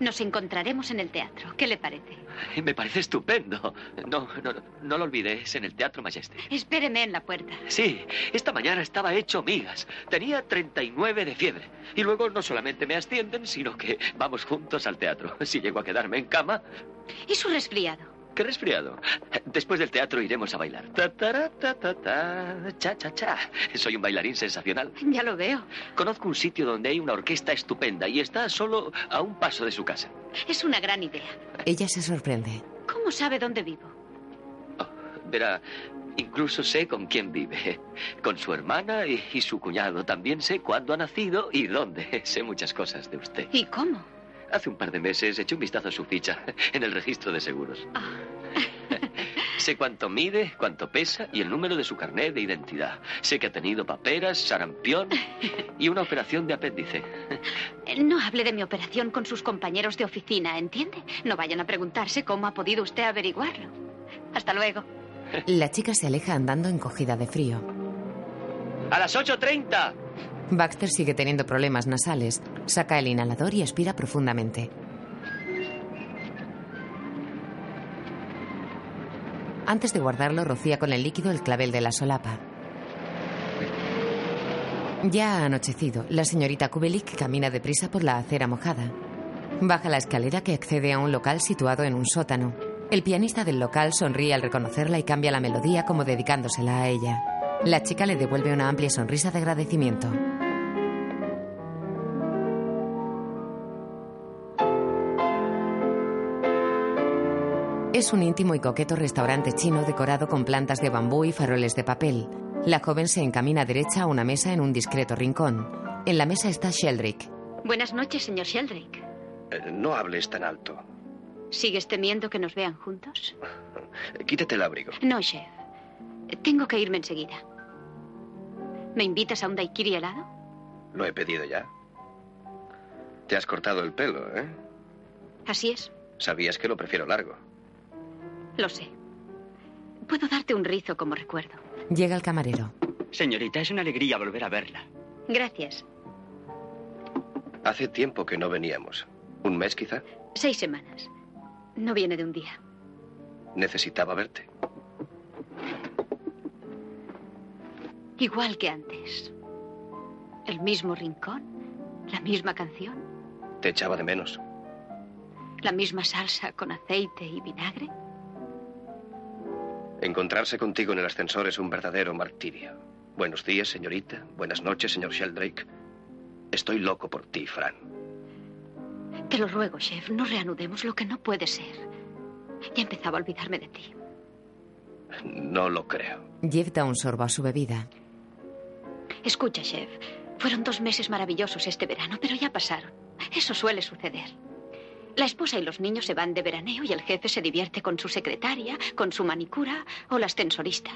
S12: Nos encontraremos en el teatro. ¿Qué le parece?
S4: Me parece estupendo. No, no, no lo olvides, en el Teatro Majestic.
S12: Espéreme en la puerta.
S4: Sí, esta mañana estaba hecho migas. Tenía 39 de fiebre. Y luego no solamente me ascienden, sino que vamos juntos al teatro. <laughs> Si llego a quedarme en cama,
S12: ¿Y su resfriado?
S4: qué resfriado. Después del teatro iremos a bailar. Ta, ta, ta, ta, ta, cha, cha, cha. Soy un bailarín sensacional.
S12: Ya lo veo.
S4: Conozco un sitio donde hay una orquesta estupenda y está solo a un paso de su casa.
S12: Es una gran idea.
S3: Ella se sorprende.
S12: ¿Cómo sabe dónde vivo?
S4: Verá, incluso sé con quién vive. <laughs> Con su hermana y, y su cuñado. También sé cuándo ha nacido y dónde. <laughs> Sé muchas cosas de usted.
S12: ¿Y cómo?
S4: Hace un par de meses eché un vistazo a su ficha <laughs> en el registro de seguros.
S12: Ah.
S4: <laughs> Sé cuánto mide, cuánto pesa y el número de su carnet de identidad. Sé que ha tenido paperas,
S12: <laughs>
S4: sarampión y una operación de apéndice.
S12: Eh, No hable de mi operación con sus compañeros de oficina, ¿entiende? No vayan a preguntarse cómo ha podido usted averiguarlo. Hasta luego.
S3: La chica se aleja andando encogida de frío.
S4: ¡A las 8.30!
S3: Baxter sigue teniendo problemas nasales. Saca el inhalador y aspira profundamente. Antes de guardarlo, rocía con el líquido el clavel de la solapa. Ya ha anochecido, la señorita Kubelik camina deprisa por la acera mojada. Baja la escalera que accede a un local situado en un sótano. El pianista del local sonríe al reconocerla y cambia la melodía como dedicándosela a ella. La chica le devuelve una amplia sonrisa de agradecimiento. Es un íntimo y coqueto restaurante chino decorado con plantas de bambú y faroles de papel. La joven se encamina derecha a una mesa en un discreto rincón. En la mesa está Sheldrick.
S12: Buenas noches, señor Sheldrake.
S14: Eh, No hables tan alto.
S12: ¿Sigues temiendo que nos vean juntos?
S14: Eh, Quítate el abrigo.
S12: No, chef. Tengo que irme enseguida. ¿Me invitas a un daiquiri helado?
S14: Lo he pedido ya. Te has cortado el pelo, ¿eh?
S12: Así es,
S14: Sabías que lo prefiero largo.
S12: lo sé. Puedo darte un rizo como recuerdo.
S3: Llega el camarero.
S15: Señorita, es una alegría volver a verla.
S12: Gracias.
S14: Hace tiempo que no veníamos. ¿Un mes quizá?
S12: Seis semanas. No viene de un día.
S14: Necesitaba verte.
S12: Igual que antes. El mismo rincón, la misma canción,
S14: Te echaba de menos.
S12: la misma salsa con aceite y vinagre.
S14: Encontrarse contigo en el ascensor es un verdadero martirio. Buenos días, señorita. Buenas noches, señor Sheldrake. Estoy loco por ti, Fran.
S12: Te lo ruego, chef, no reanudemos lo que no puede ser. Ya empezaba a olvidarme de ti.
S14: No lo creo.
S3: Jeff da un sorbo a su bebida.
S12: Escucha, chef, fueron dos meses maravillosos este verano, pero ya pasaron. Eso suele suceder. La esposa y los niños se van de veraneo y el jefe se divierte con su secretaria, con su manicura o la ascensorista.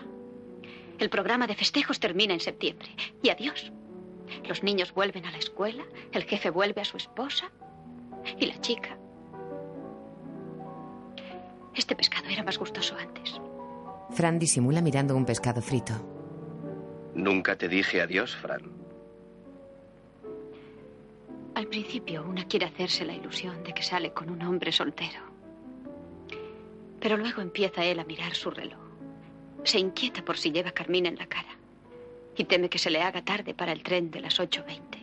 S12: El programa de festejos termina en septiembre. Y adiós. Los niños vuelven a la escuela, el jefe vuelve a su esposa y la chica. Este pescado era más gustoso antes.
S3: Fran disimula mirando un pescado frito.
S14: Nunca te dije adiós, Fran.
S12: Al principio una quiere hacerse la ilusión de que sale con un hombre soltero. Pero luego empieza él a mirar su reloj. Se inquieta por si lleva carmín en la cara y teme que se le haga tarde para el tren de las 8.20.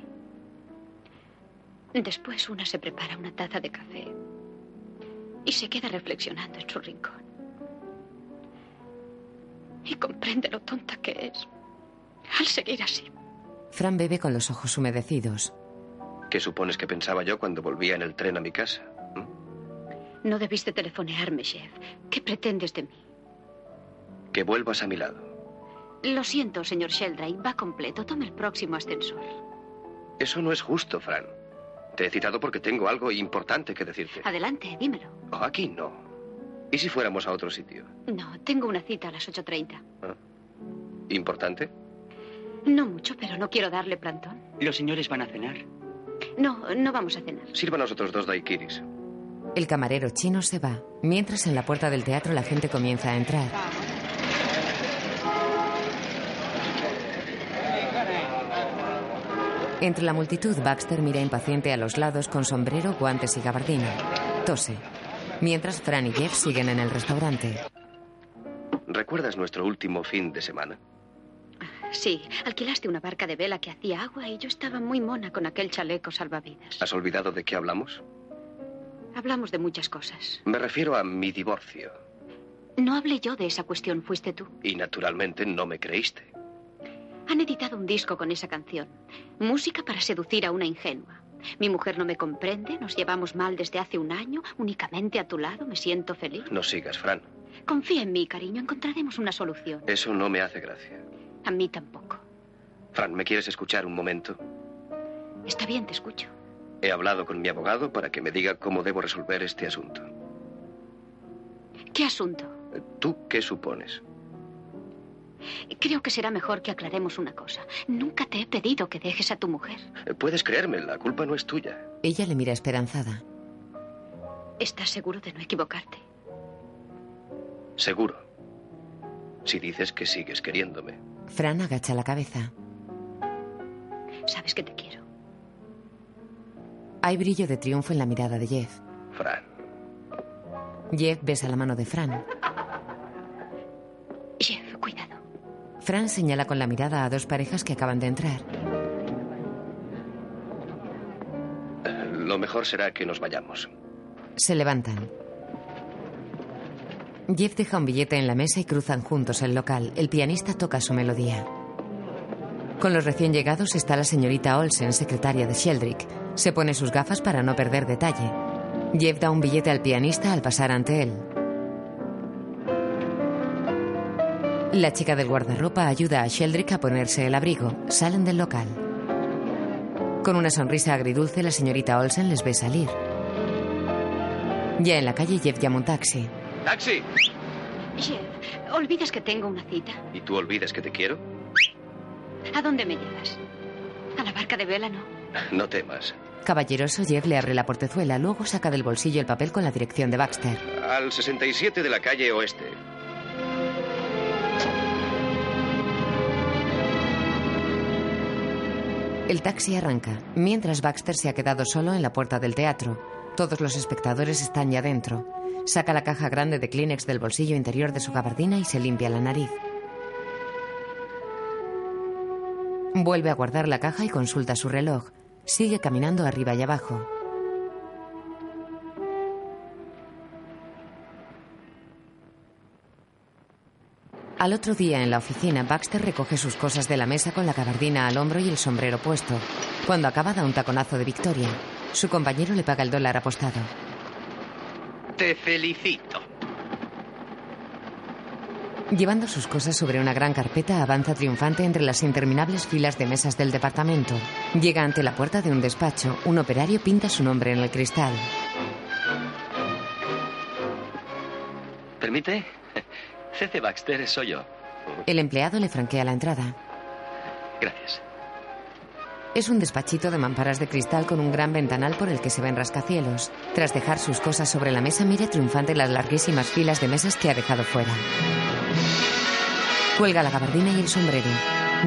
S12: Después una se prepara una taza de café y se queda reflexionando en su rincón. Y comprende lo tonta que es al seguir así.
S3: Fran bebe con los ojos humedecidos.
S14: ¿Qué supones que pensaba yo cuando volvía en el tren a mi casa?
S12: No debiste telefonearme, chef. ¿Qué pretendes de mí?
S14: Que vuelvas a mi lado.
S12: Lo siento, señor Sheldrake. Va completo. Tome el próximo ascensor.
S14: Eso no es justo, Fran. Te he citado porque tengo algo importante que decirte.
S12: Adelante, dímelo.
S14: Oh, aquí no. ¿Y si fuéramos a otro sitio?
S12: No, tengo una cita a las 8.30.
S14: ¿Importante?
S12: No mucho, pero no quiero darle plantón.
S15: Los señores van a cenar.
S12: No, no vamos a cenar.
S14: Sirvan a otros dos daiquiris.
S3: El camarero chino se va, mientras en la puerta del teatro la gente comienza a entrar. Entre la multitud, Baxter mira impaciente a los lados con sombrero, guantes y gabardina. Tose. Mientras Fran y Jeff siguen en el restaurante.
S14: ¿Recuerdas nuestro último fin de semana?
S12: Sí, alquilaste una barca de vela que hacía agua y yo estaba muy mona con aquel chaleco salvavidas.
S14: ¿Has olvidado de qué hablamos?
S12: Hablamos de muchas cosas.
S14: Me refiero a mi divorcio.
S12: No hablé yo de esa cuestión, fuiste tú.
S14: Y naturalmente no me creíste.
S12: Han editado un disco con esa canción. Música para seducir a una ingenua. Mi mujer no me comprende, nos llevamos mal desde hace un año, únicamente a tu lado me siento feliz.
S14: No sigas, Fran.
S12: Confía en mí, cariño, encontraremos una solución.
S14: Eso no me hace gracia.
S12: A mí tampoco.
S14: Fran, ¿me quieres escuchar un momento?
S12: Está bien, te escucho.
S14: He hablado con mi abogado para que me diga cómo debo resolver este asunto.
S12: ¿Qué asunto?
S14: ¿Tú qué supones?
S12: Creo que será mejor que aclaremos una cosa. Nunca te he pedido que dejes a tu mujer.
S14: Eh, Puedes creerme, la culpa no es tuya.
S3: Ella le mira esperanzada.
S12: ¿Estás seguro de no equivocarte?
S14: Seguro. Si dices que sigues queriéndome.
S3: Fran agacha la cabeza.
S12: Sabes que te quiero.
S3: Hay brillo de triunfo en la mirada de Jeff.
S14: Fran.
S3: Jeff besa la mano de Fran.
S12: Jeff, cuidado.
S3: Fran señala con la mirada a dos parejas que acaban de entrar.
S14: eh, Lo mejor será que nos vayamos.
S3: Se levantan. Jeff deja un billete en la mesa y cruzan juntos el local. El pianista toca su melodía. Con los recién llegados está la señorita Olsen, secretaria de Sheldrick. Se pone sus gafas para no perder detalle. Jeff da un billete al pianista al pasar ante él. La chica del guardarropa ayuda a Sheldrick a ponerse el abrigo. Salen del local. Con una sonrisa agridulce, la señorita Olsen les ve salir. Ya en la calle, Jeff llama un taxi.
S14: ¡Taxi!
S12: Jeff, olvidas que tengo una cita.
S14: ¿Y tú olvides que te quiero?
S12: ¿A dónde me llevas? A la barca de vela, no.
S14: No temas.
S3: Caballeroso, Jeff le abre la portezuela, luego saca del bolsillo el papel con la dirección de Baxter.
S14: Al 67 de la calle Oeste.
S3: El taxi arranca, mientras Baxter se ha quedado solo en la puerta del teatro. Todos los espectadores están ya dentro. Saca la caja grande de Kleenex del bolsillo interior de su gabardina y se limpia la nariz. Vuelve a guardar la caja y consulta su reloj. Sigue caminando arriba y abajo. Al otro día en la oficina, Baxter recoge sus cosas de la mesa con la gabardina al hombro y el sombrero puesto. Cuando acaba da un taconazo de victoria. Su compañero le paga el dólar apostado.
S13: Te felicito.
S3: Llevando sus cosas sobre una gran carpeta, avanza triunfante entre las interminables filas de mesas del departamento. Llega ante la puerta de un despacho. Un operario pinta su nombre en el cristal.
S4: <laughs>
S14: ¿Permite? C.C. Baxter, soy yo.
S3: El empleado le franquea la entrada.
S14: Gracias.
S3: Es un despachito de mamparas de cristal con un gran ventanal por el que se ven rascacielos. Tras dejar sus cosas sobre la mesa, mira triunfante las larguísimas filas de mesas que ha dejado fuera. Cuelga la gabardina y el sombrero.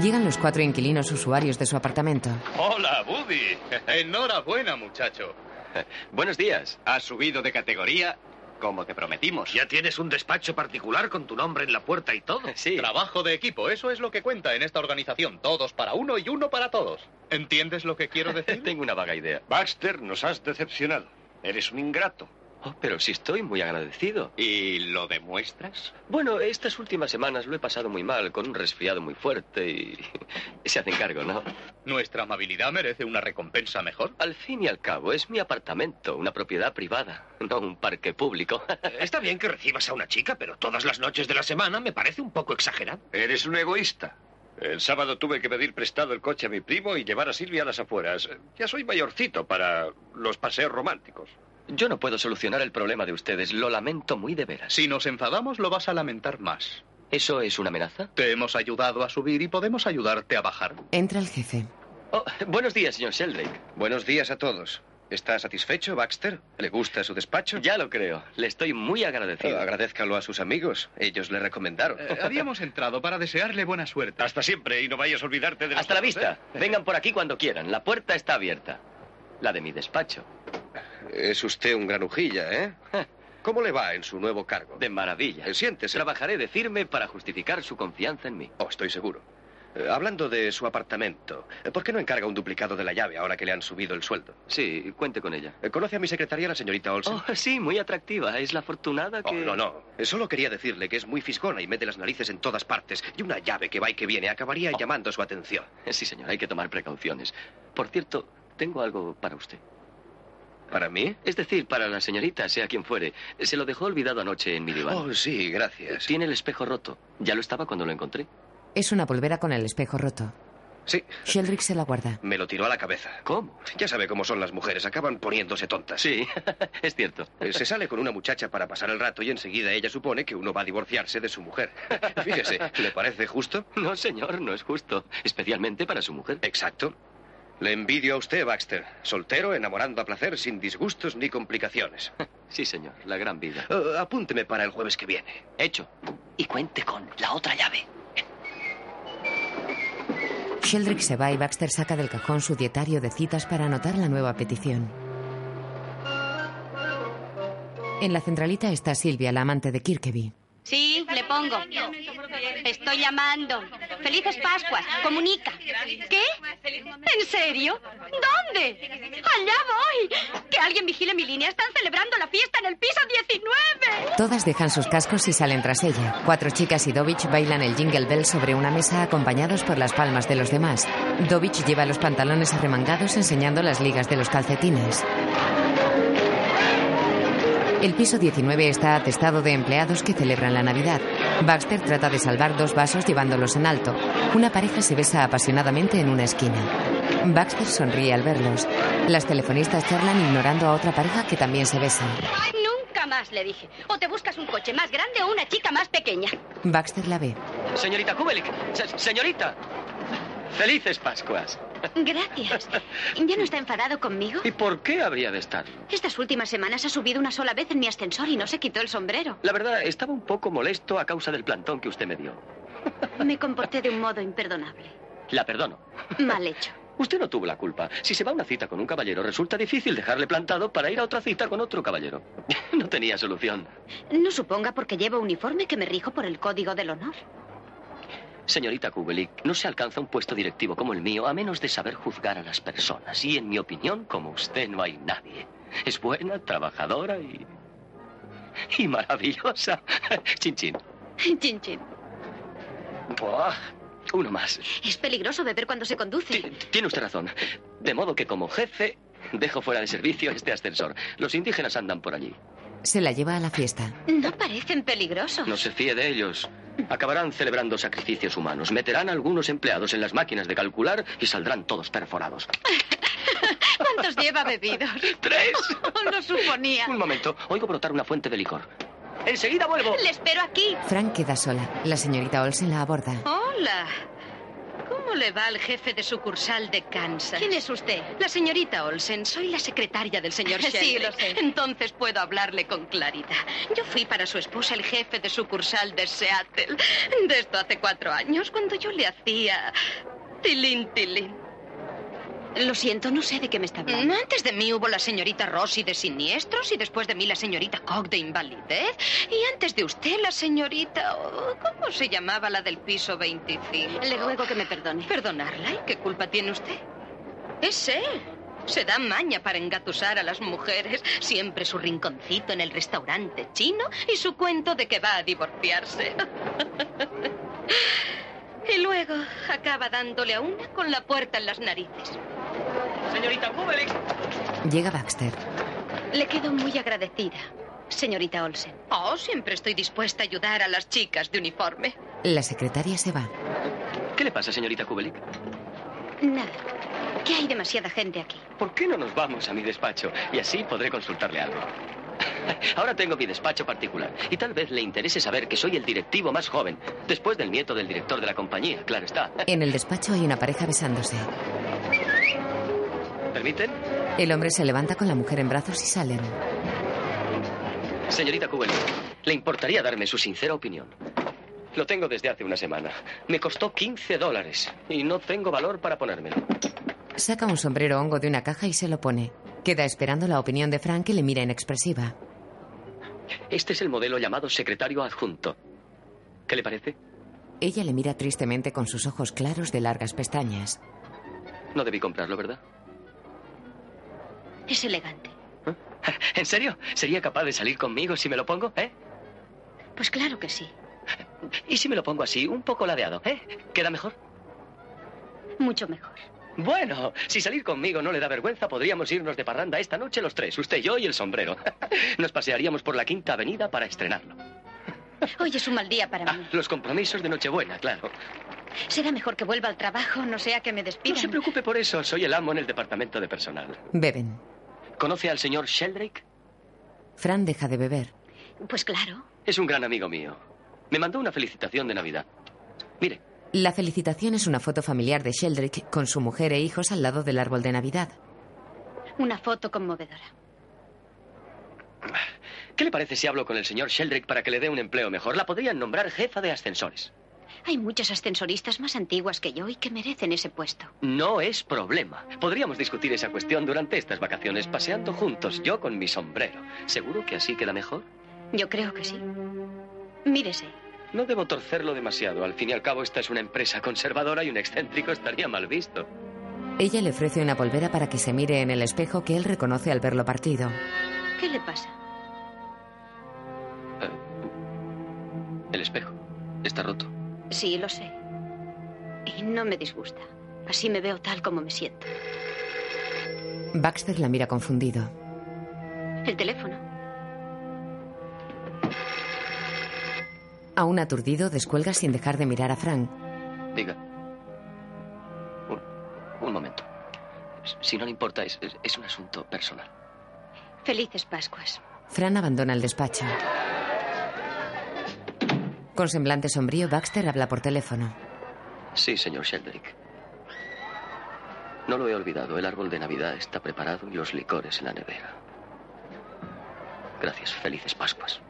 S3: Llegan los cuatro inquilinos usuarios de su apartamento.
S9: Hola, Buddy. Enhorabuena, muchacho.
S8: <laughs> Buenos días. ¿Has subido de categoría? Como te prometimos.
S5: Ya tienes un despacho particular con tu nombre en la puerta y todo.
S8: Sí.
S9: Trabajo de equipo, eso es lo que cuenta en esta organización. Todos para uno y uno para todos. ¿Entiendes lo que quiero decir?
S8: Tengo una vaga idea.
S5: Baxter, nos has decepcionado. Eres un ingrato.
S8: Oh, pero sí estoy muy agradecido.
S5: ¿Y lo demuestras?
S8: Bueno, estas últimas semanas lo he pasado muy mal, con un resfriado muy fuerte y... <laughs> Se hacen cargo, ¿no?
S9: Nuestra amabilidad merece una recompensa mejor.
S8: Al fin y al cabo, es mi apartamento, una propiedad privada, no un parque público. <laughs>
S5: Está bien que recibas a una chica, pero todas las noches de la semana me parece un poco exagerado. Eres un egoísta. El sábado tuve que pedir prestado el coche a mi primo y llevar a Silvia a las afueras. Ya soy mayorcito para los paseos románticos.
S8: Yo no puedo solucionar el problema de ustedes, lo lamento muy de veras.
S9: Si nos enfadamos, lo vas a lamentar más.
S8: ¿Eso es una amenaza?
S9: Te hemos ayudado a subir y podemos ayudarte a bajar.
S3: Entra el jefe.
S8: Oh, buenos días, señor Sheldrake.
S14: Buenos días a todos. ¿Está satisfecho, Baxter? ¿Le gusta su despacho?
S8: Ya lo creo. Le estoy muy agradecido.
S14: Oh, agradézcalo a sus amigos. Ellos le recomendaron.
S9: Eh,
S14: <laughs>
S9: habíamos entrado para desearle buena suerte.
S5: Hasta siempre y no vayas a olvidarte de
S8: Hasta la vista. ¿eh? Vengan por aquí cuando quieran. La puerta está abierta. La de mi despacho.
S14: Es usted un
S8: <laughs>
S14: granujilla, ¿eh? ¿Cómo le va en su nuevo cargo? Eh,
S8: De maravilla.
S14: Siéntese.
S8: Trabajaré de firme para justificar su confianza en mí.
S14: Oh, estoy seguro. Eh, hablando de su apartamento, eh, ¿por qué no encarga un duplicado de la llave ahora que le han subido el sueldo?
S8: Sí, cuente con ella.
S14: Eh, ¿Conoce a mi secretaria, la señorita Olsen?
S8: Oh, sí, muy atractiva. Es la afortunada que...
S14: Oh, no, no. Solo quería decirle que es muy fisgona y mete las narices en todas partes. Y una llave que va y que viene acabaría
S8: Oh.
S14: llamando su atención.
S8: Sí, señor, hay que tomar precauciones. Por cierto, tengo algo para usted.
S14: ¿Para mí?
S8: Es decir, para la señorita, sea quien fuere. Se lo dejó olvidado anoche en mi diván.
S14: Oh, sí, gracias.
S8: Tiene el espejo roto. Ya lo estaba cuando lo encontré.
S3: Es una polvera con el espejo roto.
S14: Sí,
S3: Sheldrick se la guarda.
S14: me lo tiró a la cabeza.
S8: ¿Cómo?
S14: Ya sabe cómo son las mujeres, acaban poniéndose tontas.
S8: Sí, <laughs> es cierto.
S14: Eh, Se sale con una muchacha para pasar el rato y enseguida ella supone que uno va a divorciarse de
S8: <laughs>
S14: su mujer. Fíjese, ¿le parece justo?
S8: No, señor, no es justo. Especialmente para su mujer.
S14: Exacto. Le envidio a usted, Baxter. Soltero, enamorando a placer, sin disgustos ni complicaciones.
S8: <laughs> Sí, señor, la gran vida.
S14: Eh, apúnteme para el jueves que viene.
S8: Hecho. Y cuente con la otra llave.
S3: Sheldrick se va y Baxter saca del cajón su dietario de citas para anotar la nueva petición. En la centralita está Silvia, la amante de Kirkeby.
S6: Sí, le pongo. Estoy llamando. Felices Pascuas. Comunica. ¿Qué? ¿En serio? ¿Dónde? Allá voy. Que alguien vigile mi línea. Están celebrando la fiesta en el piso 19.
S3: Todas dejan sus cascos y salen tras ella. Cuatro chicas y Dovich bailan el jingle bell sobre una mesa acompañados por las palmas de los demás. Dovich lleva los pantalones arremangados enseñando las ligas de los calcetines. El piso 19 está atestado de empleados que celebran la Navidad. Baxter trata de salvar dos vasos llevándolos en alto. Una pareja se besa apasionadamente en una esquina. Baxter sonríe al verlos. Las telefonistas charlan ignorando a otra pareja que también se besa.
S6: Nunca más, le dije. O te buscas un coche más grande o una chica más pequeña.
S3: Baxter la ve.
S13: Señorita Kubelik. señorita.
S5: Felices Pascuas.
S12: Gracias. ¿Ya no está enfadado conmigo?
S5: ¿Y por qué habría de estar?
S12: Estas últimas semanas ha subido una sola vez en mi ascensor y no se quitó el sombrero.
S4: La verdad, estaba un poco molesto a causa del plantón que usted me dio.
S12: Me comporté de un modo imperdonable.
S4: La perdono.
S12: Mal hecho.
S4: Usted no tuvo la culpa. Si se va a una cita con un caballero, resulta difícil dejarle plantado para ir a otra cita con otro caballero. <laughs> No tenía solución.
S12: No suponga porque llevo uniforme que me rijo por el código del honor.
S4: Señorita Kubelik, no se alcanza un puesto directivo como el mío a menos de saber juzgar a las personas. Y en mi opinión, como usted, no hay nadie. Es buena, trabajadora y. y maravillosa. <laughs> Chin, chin.
S12: Chin, chin.
S4: Buah, uno más.
S12: Es peligroso beber cuando se conduce.
S4: Tiene usted razón. De modo que, como jefe, dejo fuera de servicio este ascensor. Los indígenas andan por allí.
S3: Se la lleva a la fiesta.
S12: No parecen peligrosos. <laughs>
S4: No se fíe de ellos. Acabarán celebrando sacrificios humanos. Meterán a algunos empleados en las máquinas de calcular y saldrán todos perforados.
S16: ¿Cuántos lleva bebidos?
S4: <laughs> ¡Tres!
S16: <laughs> Lo suponía.
S4: Un momento, oigo brotar una fuente de licor. Enseguida vuelvo.
S16: Le espero aquí.
S3: Frank queda sola. La señorita Olsen la aborda.
S17: Hola. ¿Cómo le va al jefe de sucursal de Kansas?
S16: ¿Quién es usted?
S17: La señorita Olsen. Soy la secretaria del
S16: <laughs>
S17: señor
S16: Sí,
S17: Sheldon.
S16: lo sé.
S17: Entonces puedo hablarle con claridad. Yo fui para su esposa el jefe de sucursal de Seattle. De esto hace cuatro años, cuando yo le hacía... Tilín, tilín.
S12: Lo siento, no sé de qué me está hablando.
S17: Mm, Antes de mí hubo la señorita Rossi de siniestros y después de mí la señorita Cock de invalidez y antes de usted la señorita... oh, ¿Cómo se llamaba la del piso 25?
S12: Le ruego que me perdone.
S17: ¿Perdonarla? ¿Y qué culpa tiene usted? Es él. Se da maña para engatusar a las mujeres. Siempre su rinconcito en el restaurante chino y su cuento de que va a divorciarse. <laughs> y luego acaba dándole a una con la puerta en las narices.
S13: Señorita Kubelik.
S3: Llega Baxter.
S12: Le quedo muy agradecida, señorita Olsen.
S17: Oh, siempre estoy dispuesta a ayudar a las chicas de uniforme.
S3: La secretaria se va.
S4: ¿Qué le pasa, señorita Kubelik?
S12: Nada. Que hay demasiada gente aquí.
S4: ¿Por qué no nos vamos a mi despacho? Y así podré consultarle algo. <laughs> Ahora tengo mi despacho particular y tal vez le interese saber que soy el directivo más joven, después del nieto del director de la compañía, claro está.
S3: En el despacho hay una pareja besándose.
S4: ¿Permiten?
S3: El hombre se levanta con la mujer en brazos y salen.
S4: Señorita Kubelik, le importaría darme su sincera opinión. Lo tengo desde hace una semana. Me costó 15 dólares y no tengo valor para ponérmelo.
S3: Saca un sombrero hongo de una caja y se lo pone. Queda esperando la opinión de Frank que le mira inexpresiva.
S4: Este es el modelo llamado secretario adjunto. ¿Qué le parece?
S3: Ella le mira tristemente con sus ojos claros de largas pestañas.
S4: No debí comprarlo, ¿verdad?
S12: Es elegante.
S4: ¿Eh? <laughs> ¿En serio? ¿Sería capaz de salir conmigo si me lo pongo, eh?
S12: Pues claro que sí.
S4: ¿Y si me lo pongo así, un poco ladeado, eh? ¿Queda mejor?
S12: Mucho mejor.
S4: Bueno, si salir conmigo no le da vergüenza, podríamos irnos de parranda esta noche los tres, usted, yo y el sombrero. <laughs> Nos pasearíamos por la Quinta Avenida para estrenarlo.
S12: Hoy es un mal día para mí.
S4: Los compromisos de Nochebuena, claro.
S12: Será mejor que vuelva al trabajo, no sea que me despidan.
S4: No se preocupe por eso, soy el amo en el departamento de personal.
S3: Beben.
S4: ¿Conoce al señor Sheldrake?
S3: Fran deja de beber.
S12: Pues claro.
S4: Es un gran amigo mío. Me mandó una felicitación de Navidad. Mire,
S3: La felicitación es una foto familiar de Sheldrick con su mujer e hijos al lado del árbol de Navidad.
S12: Una foto conmovedora.
S4: ¿qué le parece si hablo con el señor Sheldrake para que le dé un empleo mejor? La podrían nombrar jefa de ascensores.
S12: Hay muchas ascensoristas más antiguas que yo y que merecen ese puesto.
S4: No es problema. Podríamos discutir esa cuestión durante estas vacaciones, paseando juntos, yo con mi sombrero. ¿Seguro que así queda mejor?
S12: Yo creo que sí. Mírese.
S4: No debo torcerlo demasiado. Al fin y al cabo, esta es una empresa conservadora y un excéntrico estaría mal visto.
S3: Ella le ofrece una polvera para que se mire en el espejo que él reconoce al verlo partido.
S12: ¿Qué le pasa?
S4: El espejo. Está roto.
S12: Sí, lo sé. Y no me disgusta. Así me veo tal como me siento.
S3: Baxter la mira confundido.
S12: El teléfono.
S3: Aún aturdido, descuelga sin dejar de mirar a Frank.
S4: Diga. Un, un momento. S- Si no le importa, es, es- es un asunto personal.
S12: Felices Pascuas.
S3: Fran abandona el despacho. Con semblante sombrío, Baxter habla por teléfono.
S4: Sí, señor Sheldrake. No lo he olvidado. El árbol de Navidad está preparado y los licores en la nevera. Gracias. Felices Pascuas.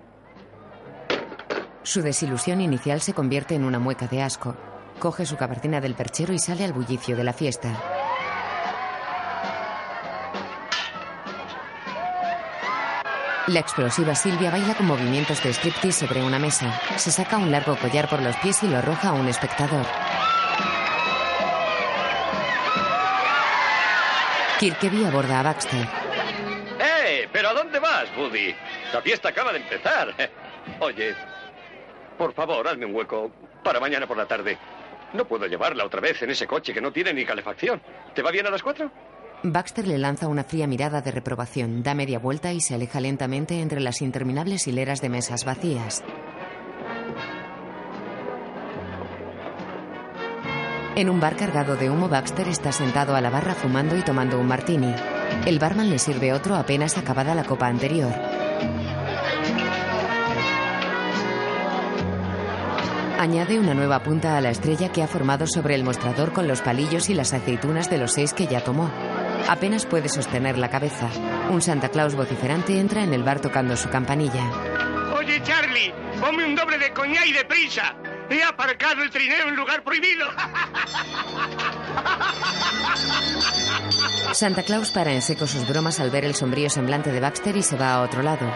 S3: Su desilusión inicial se convierte en una mueca de asco. Coge su gabardina del perchero y sale al bullicio de la fiesta. La explosiva Silvia baila con movimientos de striptease sobre una mesa. Se saca un largo collar por los pies y lo arroja a un espectador. Kirkeby aborda a Baxter.
S5: ¡Eh! ¿Pero a dónde vas, Woody? La fiesta acaba de empezar. <laughs> Oye, por favor, hazme un hueco para mañana por la tarde. No puedo llevarla otra vez en ese coche que no tiene ni calefacción. ¿Te va bien a las cuatro?
S3: Baxter le lanza una fría mirada de reprobación, da media vuelta y se aleja lentamente entre las interminables hileras de mesas vacías. En un bar cargado de humo, Baxter está sentado a la barra fumando y tomando un martini. El barman le sirve otro apenas acabada la copa anterior. Añade una nueva punta a la estrella que ha formado sobre el mostrador con los palillos y las aceitunas de los seis que ya tomó. Apenas puede sostener la cabeza. Un Santa Claus vociferante entra en el bar tocando su campanilla.
S18: Oye, Charlie, ponme un doble de coñá y deprisa. He aparcado el trineo en lugar
S13: <laughs>
S18: prohibido.
S3: Santa Claus para en seco sus bromas al ver el sombrío semblante de Baxter y se va a otro lado.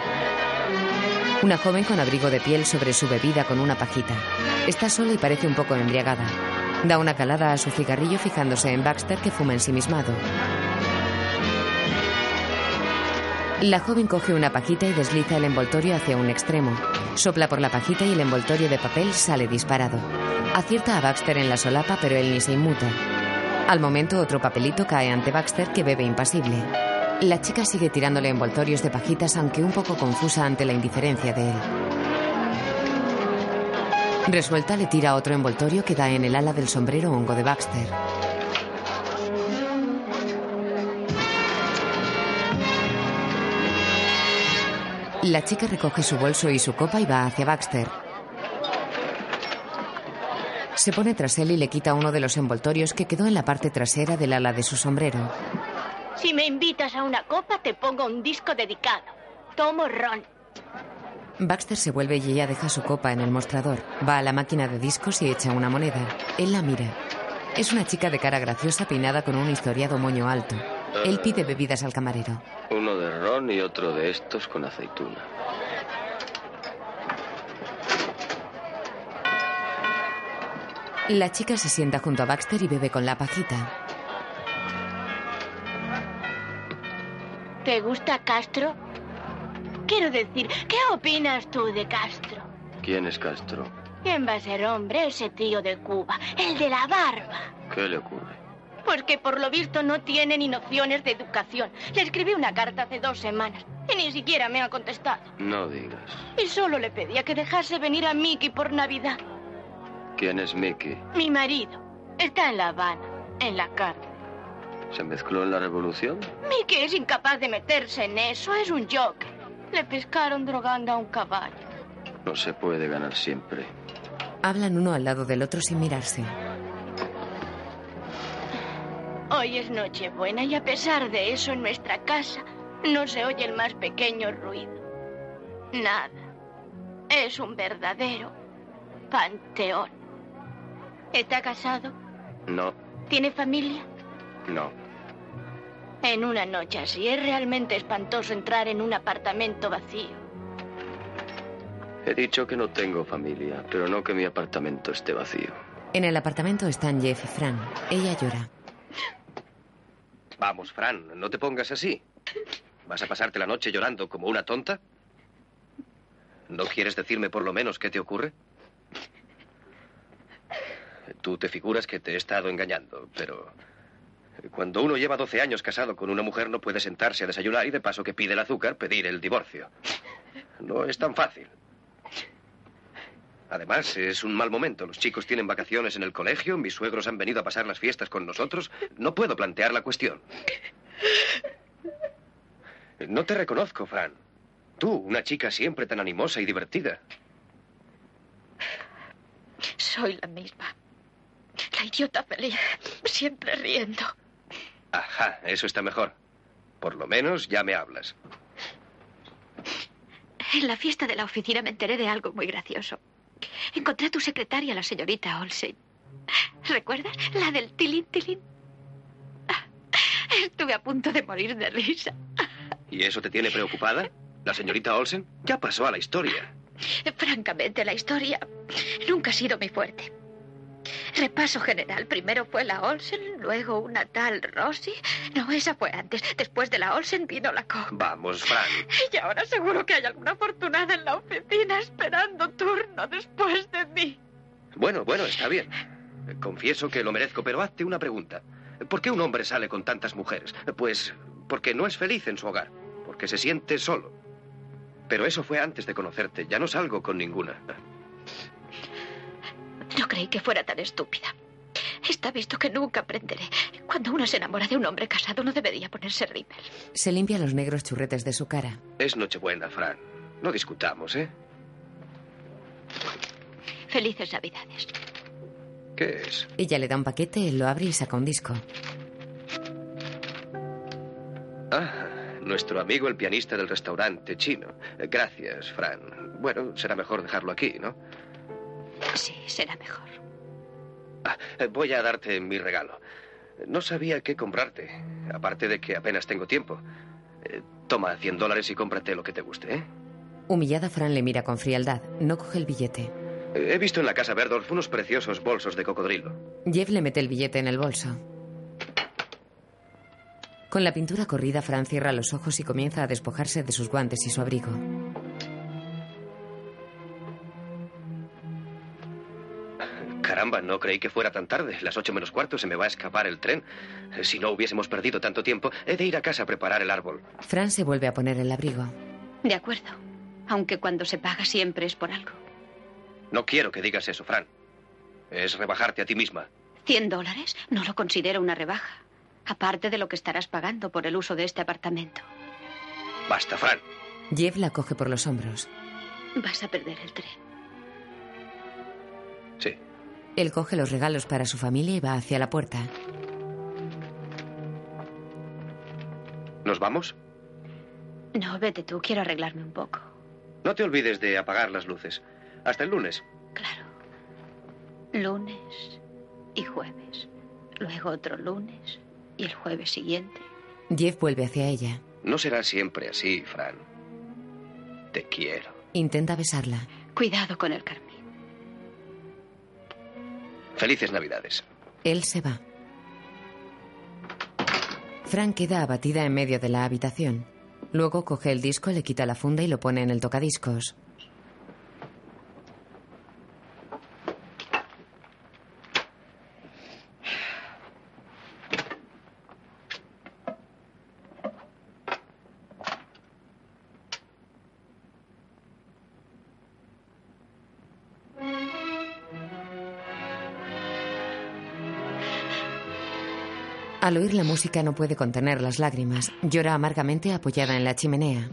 S3: Una joven con abrigo de piel sobre su bebida con una pajita. Está sola y parece un poco embriagada. Da una calada a su cigarrillo fijándose en Baxter que fuma ensimismado. La joven coge una pajita y desliza el envoltorio hacia un extremo. Sopla por la pajita y el envoltorio de papel sale disparado. Acierta a Baxter en la solapa, pero él ni se inmuta. Al momento, otro papelito cae ante Baxter que bebe impasible. La chica sigue tirándole envoltorios de pajitas, aunque un poco confusa ante la indiferencia de él. Resuelta le tira otro envoltorio que da en el ala del sombrero hongo de Baxter. La chica recoge su bolso y su copa y va hacia Baxter. Se pone tras él y le quita uno de los envoltorios que quedó en la parte trasera del ala de su sombrero.
S19: Si me invitas a una copa, te pongo un disco dedicado. Tomo ron.
S3: Baxter se vuelve y ella deja su copa en el mostrador. Va a la máquina de discos y echa una moneda. Él la mira. Es una chica de cara graciosa peinada con un historiado moño alto. Él pide bebidas al camarero.
S4: Uno de ron y otro de estos con aceituna.
S3: La chica se sienta junto a Baxter y bebe con la pajita.
S19: ¿Te gusta Castro? Quiero decir, ¿qué opinas tú de Castro?
S4: ¿Quién es Castro?
S19: ¿Quién va a ser hombre ese tío de Cuba? El de la barba.
S4: ¿Qué le ocurre?
S19: Porque por lo visto no tiene ni nociones de educación. Le escribí una carta hace dos semanas y ni siquiera me ha contestado.
S4: No digas.
S19: Y solo le pedía que dejase venir a Mickey por Navidad.
S4: ¿Quién es Mickey?
S19: Mi marido está en La Habana, en la cárcel.
S4: ¿Se mezcló en la revolución?
S19: Mickey es incapaz de meterse en eso, es un joker. Le pescaron drogando a un caballo.
S4: No se puede ganar siempre.
S3: Hablan uno al lado del otro sin mirarse.
S19: Hoy es Nochebuena y a pesar de eso en nuestra casa no se oye el más pequeño ruido. Nada. Es un verdadero panteón. ¿Está casado?
S14: No,
S19: ¿Tiene familia?
S14: no.
S19: En una noche así es realmente espantoso entrar en un apartamento vacío.
S4: He dicho que no tengo familia, pero no que mi apartamento esté vacío.
S3: En el apartamento están Jeff y Fran. Ella llora.
S14: Vamos, Fran, no te pongas así. ¿Vas a pasarte la noche llorando como una tonta? ¿No quieres decirme por lo menos qué te ocurre? Tú te figuras que te he estado engañando, pero... Cuando uno lleva 12 años casado con una mujer no puede sentarse a desayunar y de paso que pide el azúcar pedir el divorcio. No es tan fácil. Además, es un mal momento. Los chicos tienen vacaciones en el colegio, mis suegros han venido a pasar las fiestas con nosotros. No puedo plantear la cuestión. No te reconozco, Fran. Tú, una chica siempre tan animosa y divertida.
S16: Soy la misma. La idiota feliz. Siempre riendo.
S14: Ajá, eso está mejor. Por lo menos ya me hablas.
S12: En la fiesta de la oficina me enteré de algo muy gracioso. Encontré a tu secretaria, la señorita Olsen. ¿Recuerdas? La del tilín tilín. Ah, Estuve a punto de morir de risa.
S14: ¿Y eso te tiene preocupada? ¿La señorita Olsen? Ya pasó a la historia.
S16: Francamente, la historia nunca ha sido muy fuerte. Repaso general. Primero fue la Olsen, luego una tal Rosy. No, esa fue antes. Después de la Olsen vino la Koch.
S14: Vamos, Fran.
S16: Y ahora seguro que hay alguna afortunada en la oficina esperando turno después de mí.
S14: Bueno, bueno, está bien. Confieso que lo merezco, pero hazte una pregunta. ¿Por qué un hombre sale con tantas mujeres? Pues porque no es feliz en su hogar, porque se siente solo. Pero eso fue antes de conocerte, ya no salgo con ninguna.
S16: No creí que fuera tan estúpida. Está visto que nunca aprenderé. Cuando uno se enamora de un hombre casado no debería ponerse rímel.
S3: Se limpia los negros churretes de su cara.
S14: Es Nochebuena, Fran. No discutamos, ¿eh?
S12: Felices Navidades.
S14: ¿Qué es?
S3: Ella le da un paquete, él lo abre y saca un disco.
S14: Ah, nuestro amigo el pianista del restaurante chino. Gracias, Fran. Bueno, será mejor dejarlo aquí, ¿no?
S12: Sí, será mejor.
S14: Ah, eh, voy a darte mi regalo. No sabía qué comprarte, aparte de que apenas tengo tiempo. Eh, Toma 100 dólares y cómprate lo que te guste, ¿eh?
S3: Humillada, Fran le mira con frialdad. No coge el billete.
S14: Eh, He visto en la casa Verdorf unos preciosos bolsos de cocodrilo.
S3: Jeff le mete el billete en el bolso. Con la pintura corrida, Fran cierra los ojos y comienza a despojarse de sus guantes y su abrigo.
S14: Caramba, no creí que fuera tan tarde. Las ocho menos cuarto se me va a escapar el tren. Eh, Si no hubiésemos perdido tanto tiempo, he de ir a casa a preparar el árbol.
S3: Fran se vuelve a poner el abrigo.
S12: De acuerdo. Aunque cuando se paga siempre es por algo.
S14: No quiero que digas eso, Fran. Es rebajarte a ti misma.
S12: ¿Cien dólares? No lo considero una rebaja. Aparte de lo que estarás pagando por el uso de este apartamento.
S14: Basta, Fran.
S3: Jeff la coge por los hombros.
S12: Vas a perder el tren.
S3: Él coge los regalos para su familia y va hacia la puerta.
S14: ¿Nos vamos?
S12: No, vete tú. Quiero arreglarme un poco.
S14: No te olvides de apagar las luces. Hasta el lunes.
S12: Lunes y jueves. Luego otro lunes y el jueves siguiente.
S3: Jeff vuelve hacia ella.
S14: No será siempre así, Fran. Te quiero.
S3: Intenta besarla.
S12: Cuidado con el carmín.
S14: Felices Navidades.
S3: Él se va. Fran queda abatida en medio de la habitación. Luego coge el disco, le quita la funda y lo pone en el tocadiscos. Al oír la música no puede contener las lágrimas. Llora amargamente apoyada en la chimenea.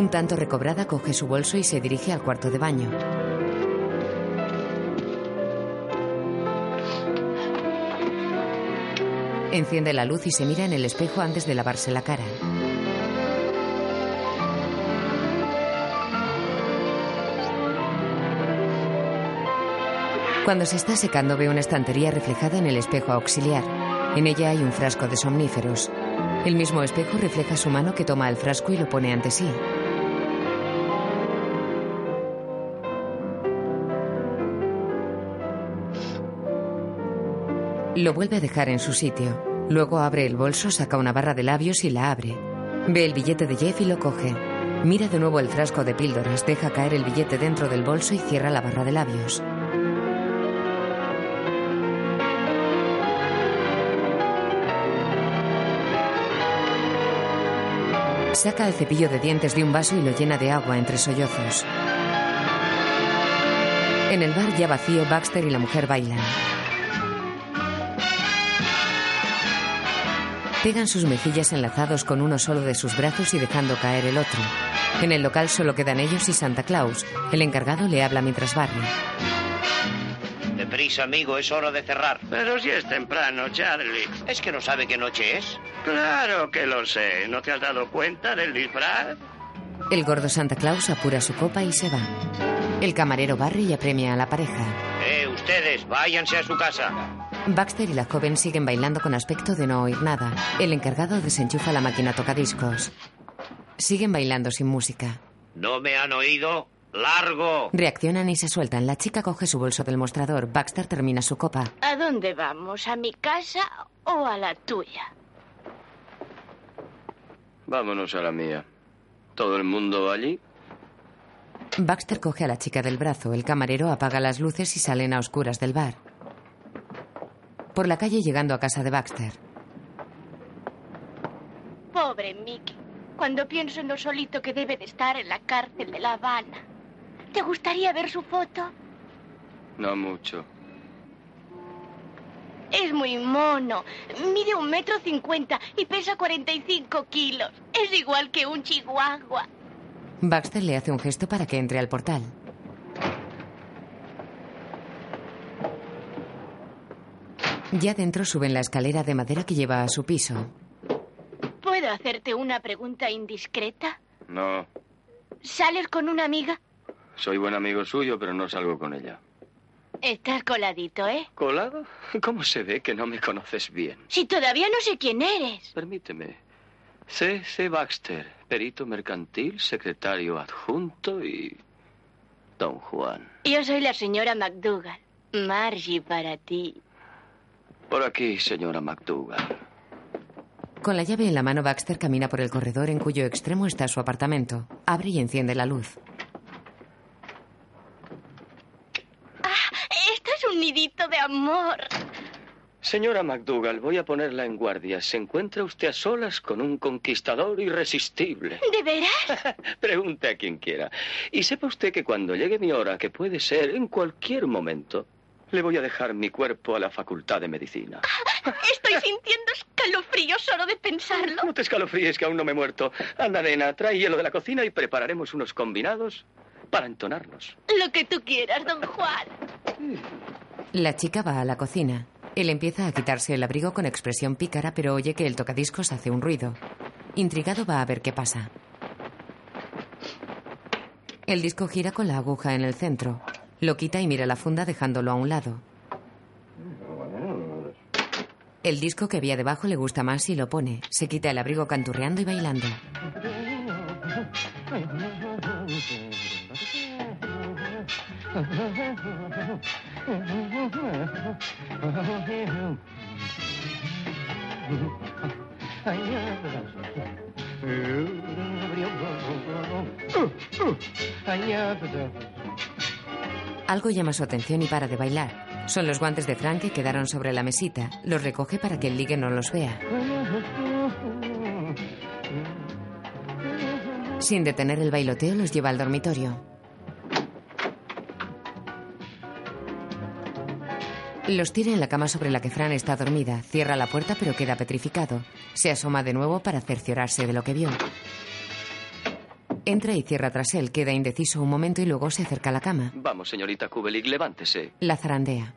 S3: Un tanto recobrada coge su bolso y se dirige al cuarto de baño. Enciende la luz y se mira en el espejo antes de lavarse la cara. Cuando se está secando ve una estantería reflejada en el espejo auxiliar. En ella hay un frasco de somníferos. El mismo espejo refleja su mano que toma el frasco y lo pone ante sí. Lo vuelve a dejar en su sitio. Luego abre el bolso, saca una barra de labios y la abre. Ve el billete de Jeff y lo coge. Mira de nuevo el frasco de píldoras, deja caer el billete dentro del bolso y cierra la barra de labios. Saca el cepillo de dientes de un vaso y lo llena de agua entre sollozos. En el bar ya vacío, Baxter y la mujer bailan. Pegan sus mejillas enlazados con uno solo de sus brazos y dejando caer el otro. En el local solo quedan ellos y Santa Claus. El encargado le habla mientras barre.
S20: Deprisa, amigo, es hora de cerrar. Pero si es temprano, Charlie. ¿Es que no sabe qué noche es? Claro que lo sé. ¿No te has dado cuenta del disfraz?
S3: El gordo Santa Claus apura su copa y se va. El camarero barre y apremia a la pareja.
S20: Eh, ustedes, váyanse a su casa.
S3: Baxter y la joven siguen bailando con aspecto de no oír nada. El encargado desenchufa la máquina tocadiscos. Siguen bailando sin música.
S20: ¿No me han oído? ¡Largo!
S3: Reaccionan y se sueltan. La chica coge su bolso del mostrador. Baxter termina su copa.
S19: ¿A dónde vamos? ¿A mi casa o a la tuya?
S4: Vámonos a la mía. ¿Todo el mundo allí?
S3: Baxter coge a la chica del brazo. El camarero apaga las luces y salen a oscuras del bar. Por la calle llegando a casa de Baxter.
S19: Pobre Mickey. Cuando pienso en lo solito que debe de estar en la cárcel de La Habana. ¿Te gustaría ver su foto?
S4: No mucho.
S19: Es muy mono. Mide un metro cincuenta y pesa 45 kilos. Es igual que un chihuahua.
S3: Baxter le hace un gesto para que entre al portal. Ya dentro suben la escalera de madera que lleva a su piso.
S19: ¿Puedo hacerte una pregunta indiscreta?
S4: No,
S19: ¿Sales con una amiga?
S4: soy buen amigo suyo, pero no salgo con ella.
S19: Estás coladito, ¿eh?
S4: ¿Colado? <laughs> ¿Cómo se ve que no me conoces bien?
S19: Si todavía no sé quién eres.
S4: Permíteme. C. C. Baxter, perito mercantil, secretario adjunto y. Don Juan.
S19: Yo soy la señora McDougall. Margie para ti.
S4: Por aquí, señora McDougall.
S3: Con la llave en la mano, Baxter camina por el corredor en cuyo extremo está su apartamento. Abre y enciende la luz.
S19: Esto es un nidito de amor.
S4: Señora McDougall, voy a ponerla en guardia. Se encuentra usted a solas con un conquistador irresistible. <laughs>
S19: ¿De veras?
S4: Pregunte a quien quiera. Y sepa usted que cuando llegue mi hora, que puede ser en cualquier momento, le voy a dejar mi cuerpo a la Facultad de Medicina.
S19: Estoy sintiendo escalofríos solo de pensarlo.
S4: No te escalofríes, que aún no me he muerto. Anda, nena, trae hielo de la cocina y prepararemos unos combinados para entonarnos.
S19: Lo que tú quieras, don Juan.
S3: La chica va a la cocina. Él empieza a quitarse el abrigo con expresión pícara, pero oye que el tocadiscos hace un ruido. Intrigado va a ver qué pasa. El disco gira con la aguja en el centro. Lo quita y mira la funda dejándolo a un lado. El disco que había debajo le gusta más y lo pone. Se quita el abrigo canturreando y bailando. Algo llama su atención y para de bailar. Son los guantes de Frank que quedaron sobre la mesita. Los recoge para que el ligue no los vea. Sin detener el bailoteo, los lleva al dormitorio. Los tira en la cama sobre la que Fran está dormida. Cierra la puerta, pero queda petrificado. Se asoma de nuevo para cerciorarse de lo que vio. Entra y cierra tras él, queda indeciso un momento y luego se acerca a la cama.
S21: Vamos, señorita Kubelik, levántese.
S3: La zarandea.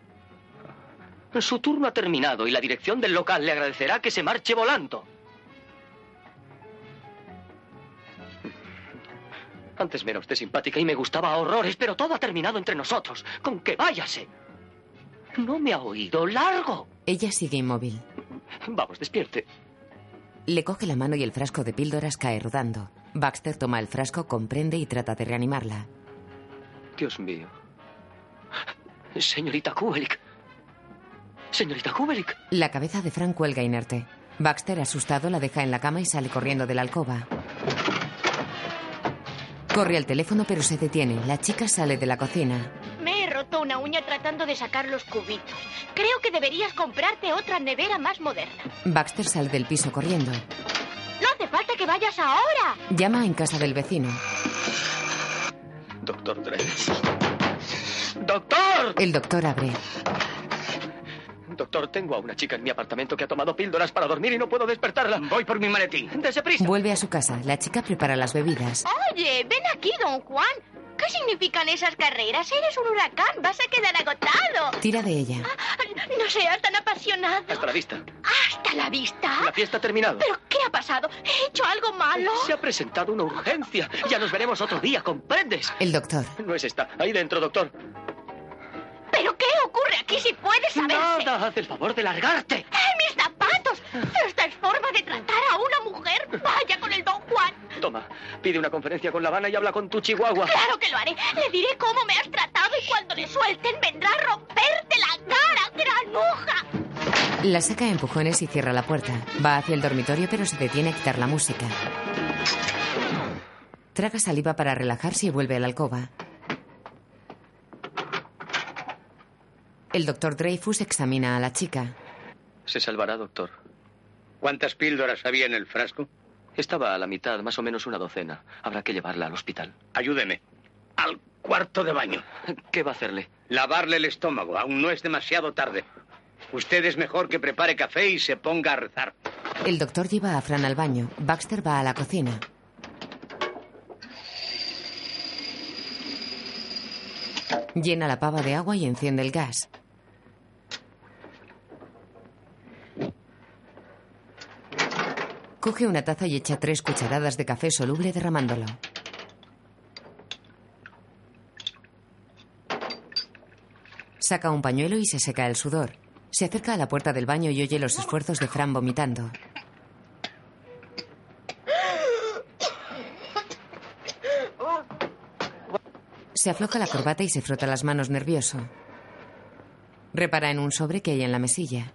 S4: Su turno ha terminado y la dirección del local le agradecerá que se marche volando. Antes me era usted simpática y me gustaba a horrores, pero todo ha terminado entre nosotros. Con que váyase. No me ha oído. Largo.
S3: Ella sigue inmóvil.
S4: Vamos, despierte.
S3: Le coge la mano y el frasco de píldoras cae rodando. Baxter toma el frasco, comprende y trata de reanimarla.
S4: Dios mío. Señorita Kubelik. Señorita Kubelik.
S3: La cabeza de Frank cuelga inerte. Baxter, asustado, la deja en la cama y sale corriendo de la alcoba. Corre al teléfono pero se detiene. La chica sale de la cocina.
S19: Me he roto una uña tratando de sacar los cubitos. Creo que deberías comprarte otra nevera más moderna.
S3: Baxter sale del piso corriendo.
S19: No hace falta que vayas ahora.
S3: Llama en casa del vecino.
S4: Doctor Dre. ¡Doctor!
S3: El doctor abre.
S4: Doctor, tengo a una chica en mi apartamento que ha tomado píldoras para dormir y no puedo despertarla. Voy por mi maletín. Dese prisa.
S3: Vuelve a su casa. La chica prepara las bebidas.
S19: Oye, ven aquí, don Juan. ¿Qué significan esas carreras? Eres un huracán. Vas a quedar agotado. Ah,
S3: Tira de ella.
S19: No seas tan apasionado.
S4: Hasta la vista.
S19: Hasta la vista.
S4: La fiesta ha terminado.
S19: ¿Pero qué ha pasado? ¿He hecho algo malo?
S4: Se ha presentado una urgencia. Ya nos veremos otro día, ¿comprendes?
S3: El doctor.
S4: No es esta. Ahí dentro, doctor.
S19: ¿Pero qué ocurre aquí si puedes saberse?
S4: Nada, haz el favor de largarte.
S19: ¡Ay, mis zapatos! Esta es forma de tratar a una mujer. Vaya con el don Juan.
S4: Toma, pide una conferencia con La Habana y habla con tu chihuahua.
S19: Claro que lo haré. Le diré cómo me has tratado y cuando le suelten vendrá a romperte la cara, granuja.
S3: La saca a empujones y cierra la puerta. Va hacia el dormitorio pero se detiene a quitar la música. Traga saliva para relajarse y vuelve a la alcoba. El doctor Dreyfus examina a la chica.
S21: Se salvará, doctor.
S8: ¿Cuántas píldoras había en el frasco?
S21: Estaba a la mitad, más o menos una docena. Habrá que llevarla al hospital.
S8: Ayúdeme. Al cuarto de <laughs> baño.
S21: ¿Qué va a hacerle?
S8: Lavarle el estómago. Aún no es demasiado tarde. Usted es mejor que prepare café y se ponga a rezar.
S3: El doctor lleva a Fran al baño. Baxter va a la cocina. Llena la pava de agua y enciende el gas. Coge una taza y echa tres cucharadas de café soluble derramándolo. Saca un pañuelo y se seca el sudor. Se acerca a la puerta del baño y oye los esfuerzos de Fran vomitando. Se afloja la corbata y se frota las manos nervioso. Repara en un sobre que hay en la mesilla.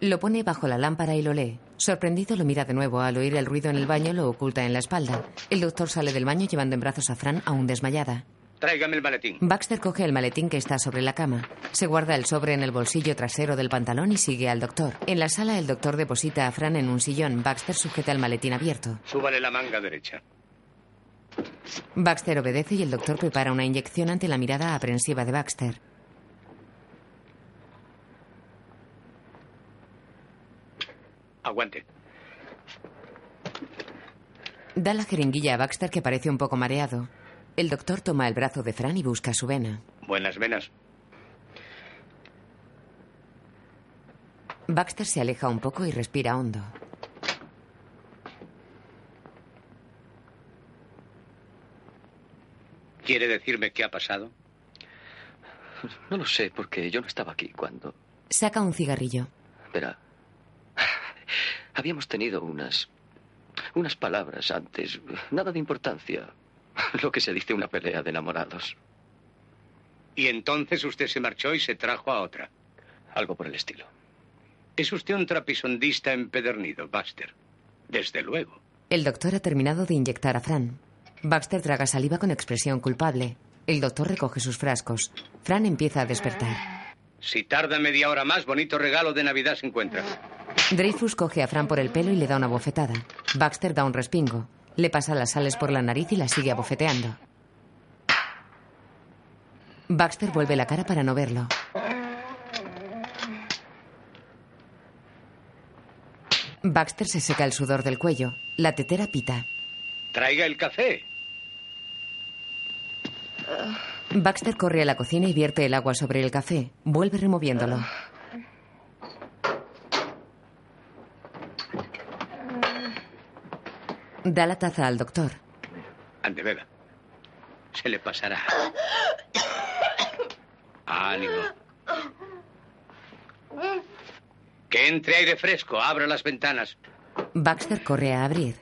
S3: Lo pone bajo la lámpara y lo lee. Sorprendido lo mira de nuevo. Al oír el ruido en el baño lo oculta en la espalda. El doctor sale del baño llevando en brazos a Fran aún desmayada.
S8: Tráigame el maletín.
S3: Baxter coge el maletín que está sobre la cama. Se guarda el sobre en el bolsillo trasero del pantalón y sigue al doctor. En la sala el doctor deposita a Fran en un sillón. Baxter sujeta el maletín abierto.
S8: Súbale la manga derecha.
S3: Baxter obedece y el doctor prepara una inyección ante la mirada aprensiva de Baxter.
S8: Aguante.
S3: Da la jeringuilla a Baxter que parece un poco mareado. El doctor toma el brazo de Fran y busca su vena.
S8: Buenas venas.
S3: Baxter se aleja un poco y respira hondo.
S8: ¿Quiere decirme qué ha pasado?
S4: <laughs>
S21: No lo sé, porque yo no estaba aquí cuando.
S3: Saca un cigarrillo.
S4: <sighs>
S21: Verá. Habíamos tenido unas. unas palabras antes. Nada de
S4: <laughs>
S21: importancia. Lo que se dice una pelea de enamorados.
S8: Y entonces usted se marchó y se trajo a otra.
S21: Algo por el estilo.
S8: Es usted un trapisondista empedernido, Buster. Desde luego.
S3: El doctor ha terminado de inyectar a Fran. Baxter traga saliva con expresión culpable. El doctor recoge sus frascos. Fran empieza a despertar.
S8: Si tarda media hora más, bonito regalo de Navidad se encuentra.
S3: Dreyfus coge a Fran por el pelo y le da una bofetada. Baxter da un respingo. Le pasa las sales por la nariz y la sigue abofeteando. Baxter vuelve la cara para no verlo. Baxter se seca el sudor del cuello. La tetera pita.
S8: Traiga el café.
S3: Baxter corre a la cocina y vierte el agua sobre el café. Vuelve removiéndolo. Da la taza al doctor.
S8: Ande, beba. Se le pasará. Ánimo. Que entre aire fresco, abra las ventanas.
S3: Baxter corre a abrir.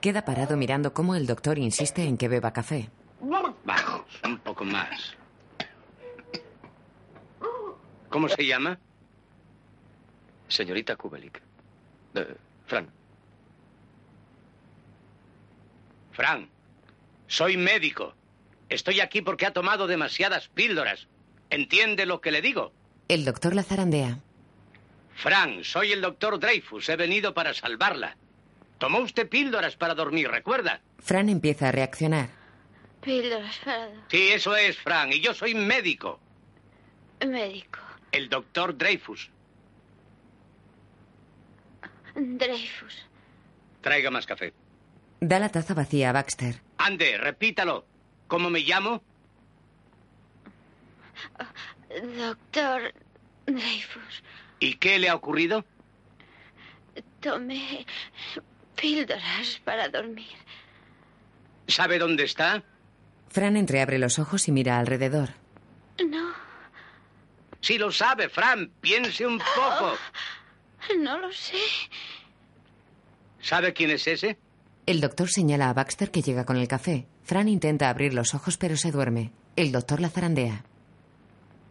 S3: Queda parado mirando cómo el doctor insiste en que beba café.
S8: Vamos, un poco más. ¿Cómo se llama?
S4: Señorita Kubelik. Eh, Fran.
S8: Fran, soy médico. Estoy aquí porque ha tomado demasiadas píldoras. ¿Entiende lo que le digo?
S3: El doctor la zarandea.
S8: Fran, soy el doctor Dreyfus. He venido para salvarla. Tomó usted píldoras para dormir, ¿recuerda?
S3: Fran empieza a reaccionar.
S12: Píldoras
S8: Sí, eso es, Fran. Y yo soy médico.
S12: médico.
S8: El doctor Dreyfus.
S12: Dreyfus.
S8: Traiga más café.
S3: Da la taza vacía a Baxter.
S8: Ande, repítalo. ¿Cómo me llamo?
S12: Doctor Dreyfus.
S8: ¿Y qué le ha ocurrido?
S12: Tomé píldoras para dormir.
S8: ¿Sabe dónde está?
S3: Fran entreabre los ojos y mira alrededor.
S12: No,
S8: Sí lo sabe, Fran. Piense un poco.
S12: Oh, no lo sé.
S8: ¿Sabe quién es ese?
S3: El doctor señala a Baxter que llega con el café. Fran intenta abrir los ojos pero se duerme. El doctor la zarandea.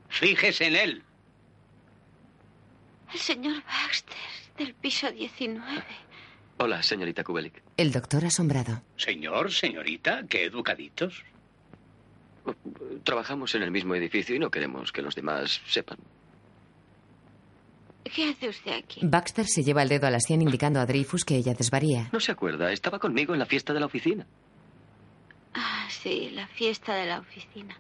S8: Fíjese en él.
S12: El señor Baxter, del piso 19.
S4: Hola, señorita Kubelik.
S3: El doctor asombrado.
S8: Señor, señorita, qué educaditos.
S4: Trabajamos en el mismo edificio y no queremos que los demás sepan.
S12: ¿Qué hace usted aquí?
S3: Baxter se lleva el dedo a la sien indicando a Dreyfus que ella desvaría.
S4: ¿No se acuerda? Estaba conmigo en la fiesta de la oficina.
S12: Ah, sí, la fiesta de la oficina.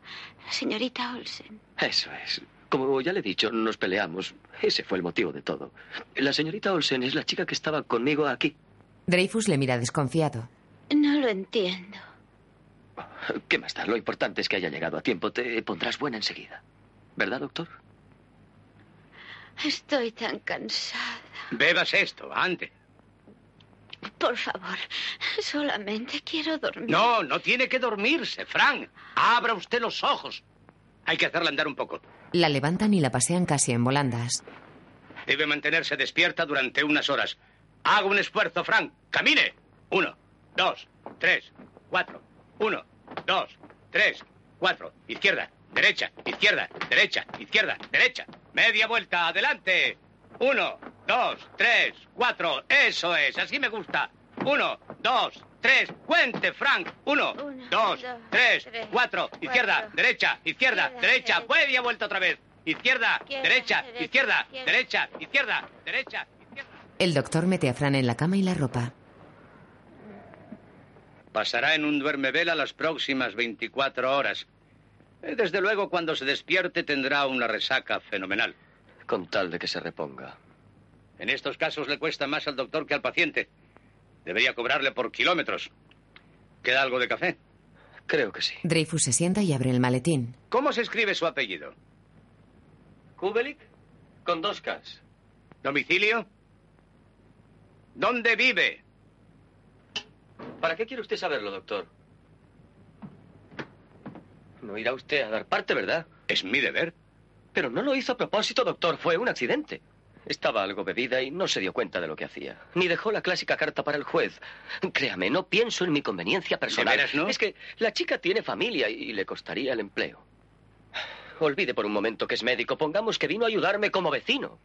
S12: La señorita Olsen.
S4: Eso es. Como ya le he dicho, nos peleamos. Ese fue el motivo de todo. La señorita Olsen es la chica que estaba conmigo aquí.
S3: Dreyfus le mira desconfiado.
S12: No lo entiendo.
S4: <laughs> ¿Qué más da? Lo importante es que haya llegado a tiempo. Te pondrás buena enseguida. ¿Verdad, doctor?
S12: Estoy tan cansada.
S8: Bebas esto, ande.
S12: Por favor, solamente quiero dormir.
S8: No, no tiene que dormirse, Fran. Abra usted los ojos. Hay que hacerla andar un poco.
S3: La levantan y la pasean casi en volandas.
S8: Debe mantenerse despierta durante unas horas. Haga un esfuerzo, Frank. Camine. Uno, dos, tres, cuatro. Uno, dos, tres, cuatro. Izquierda, derecha, izquierda, derecha, izquierda, derecha. Media vuelta, adelante. Uno, dos, tres, cuatro. Eso es, así me gusta. Uno, dos, tres. Cuente, Frank. Uno, dos, tres, cuatro. Izquierda, derecha, izquierda, derecha. Media vuelta otra vez. Izquierda, derecha, izquierda, derecha, izquierda, derecha.
S3: El doctor mete a Fran en la cama y la ropa.
S8: Pasará en un duermevela las próximas 24 horas. Eh, Desde luego, cuando se despierte tendrá una resaca fenomenal.
S4: Con tal de que se reponga.
S8: En estos casos le cuesta más al doctor que al paciente. Debería cobrarle por kilómetros. ¿Queda algo de café?
S4: Creo que sí.
S3: Dreyfus se sienta y abre el maletín.
S8: ¿Cómo se escribe su apellido?
S4: Kubelik, con dos Ks.
S8: ¿Domicilio? ¿Dónde vive?
S4: ¿Para qué quiere usted saberlo, doctor? No irá usted a dar parte, ¿verdad?
S8: Es mi deber.
S4: Pero no lo hizo a propósito, doctor. Fue un accidente. Estaba algo bebida y no se dio cuenta de lo que hacía. Ni dejó la clásica carta para el juez. Créame, no pienso en mi conveniencia personal.
S8: veras no?
S4: Es que la chica tiene familia y le costaría el empleo. Olvide por un momento que es médico. Pongamos que vino a ayudarme como vecino.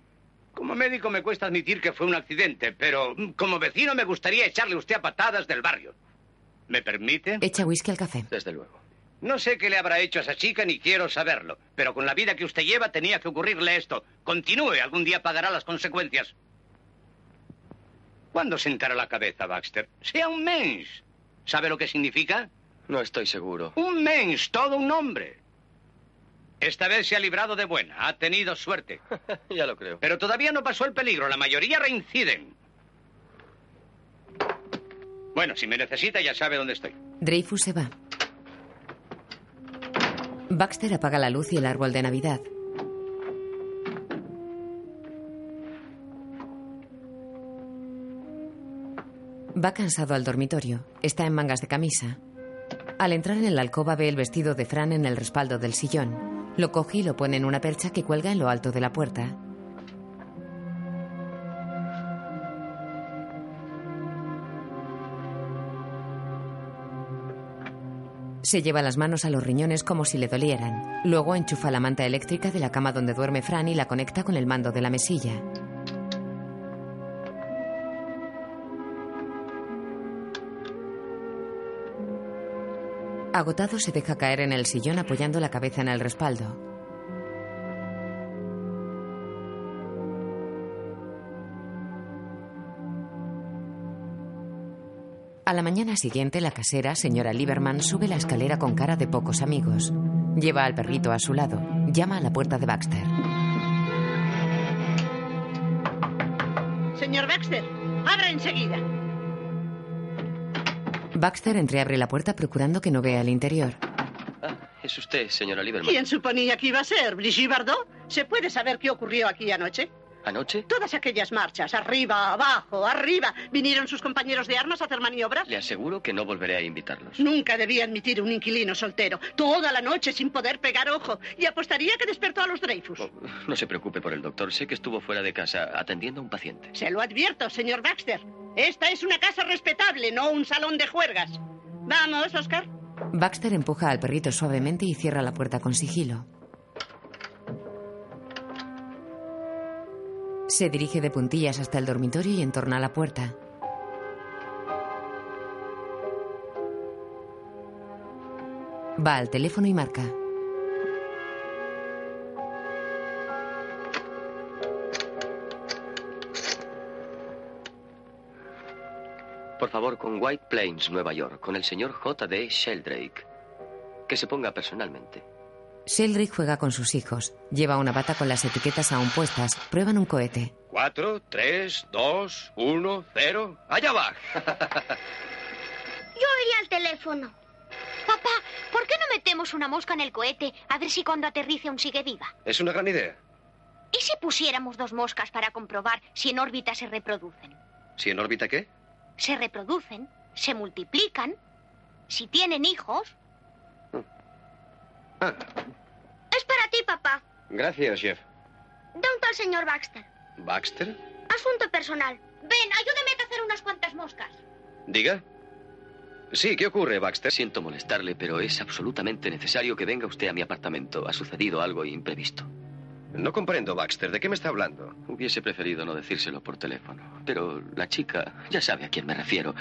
S8: Como médico me cuesta admitir que fue un accidente, pero mm, como vecino me gustaría echarle usted a patadas del barrio. ¿Me permite?
S3: Echa whisky al café.
S4: Desde luego.
S8: No sé qué le habrá hecho a esa chica ni quiero saberlo, pero con la vida que usted lleva tenía que ocurrirle esto. Continúe, algún día pagará las consecuencias. ¿Cuándo sentará la cabeza, Baxter? Sea un mens. ¿Sabe lo que significa?
S4: No estoy seguro.
S8: Un mens, todo un hombre.
S22: Esta vez se ha librado de buena. Ha tenido suerte.
S4: <laughs> Ya lo creo.
S22: Pero todavía no pasó el peligro. La mayoría reinciden. Bueno, si me necesita ya sabe dónde estoy.
S3: Dreyfus se va. Baxter apaga la luz y el árbol de Navidad. Va cansado al dormitorio. Está en mangas de camisa. Al entrar en la alcoba ve el vestido de Fran en el respaldo del sillón. Lo coge y lo pone en una percha que cuelga en lo alto de la puerta. Se lleva las manos a los riñones como si le dolieran. Luego enchufa la manta eléctrica de la cama donde duerme Fran y la conecta con el mando de la mesilla. Agotado se deja caer en el sillón apoyando la cabeza en el respaldo. A la mañana siguiente, la casera, señora Lieberman, sube la escalera con cara de pocos amigos. Lleva al perrito a su lado. Llama a la puerta de Baxter.
S7: Señor Baxter, abra enseguida.
S3: Baxter entreabre la puerta procurando que no vea el interior.
S4: Es usted, señora Lieberman.
S7: ¿Quién suponía que iba a ser? ¿Brigitte Bardot? ¿Se puede saber qué ocurrió aquí anoche?
S4: ¿Anoche?
S7: Todas aquellas marchas, arriba, abajo, arriba. ¿Vinieron sus compañeros de armas a hacer maniobras?
S4: Le aseguro que no volveré a invitarlos.
S7: Nunca debía admitir un inquilino soltero. Toda la noche sin poder pegar ojo. Y apostaría que despertó a los Dreyfus.
S4: No se preocupe por el doctor. Sé que estuvo fuera de casa atendiendo a un paciente.
S7: Se lo advierto, señor Baxter. Esta es una casa respetable, no un salón de juergas. Vamos, Oscar.
S3: Baxter empuja al perrito suavemente y cierra la puerta con sigilo. Se dirige de puntillas hasta el dormitorio y entorna la puerta. Va al teléfono y marca.
S4: Por favor, con White Plains, Nueva York, con el señor J.D. Sheldrake. Que se ponga personalmente.
S3: Sheldrick juega con sus hijos. Lleva una bata con las etiquetas aún puestas. Prueban un cohete.
S5: Cuatro, tres, dos, uno, cero. ¡Allá va!
S10: Yo iré al teléfono. Papá, ¿por qué no metemos una mosca en el cohete a ver si cuando aterrice aún sigue viva?
S5: Es una gran idea.
S10: ¿Y si pusiéramos dos moscas para comprobar si en órbita se reproducen?
S4: ¿Si en órbita qué?
S10: Se reproducen, se multiplican, si tienen hijos.
S5: Ah,
S10: Es para ti, papá.
S5: gracias, chef.
S10: Don't al señor Baxter.
S5: ¿Baxter?
S10: Asunto personal. Ven, ayúdame a hacer unas cuantas moscas.
S4: ¿Diga?
S14: Sí, ¿qué ocurre, Baxter?
S4: Siento molestarle, pero es absolutamente necesario que venga usted a mi apartamento. Ha sucedido algo imprevisto.
S14: No comprendo, Baxter. ¿De qué me está hablando?
S4: Hubiese preferido no decírselo por teléfono. Pero la chica, ya sabe a quién me refiero,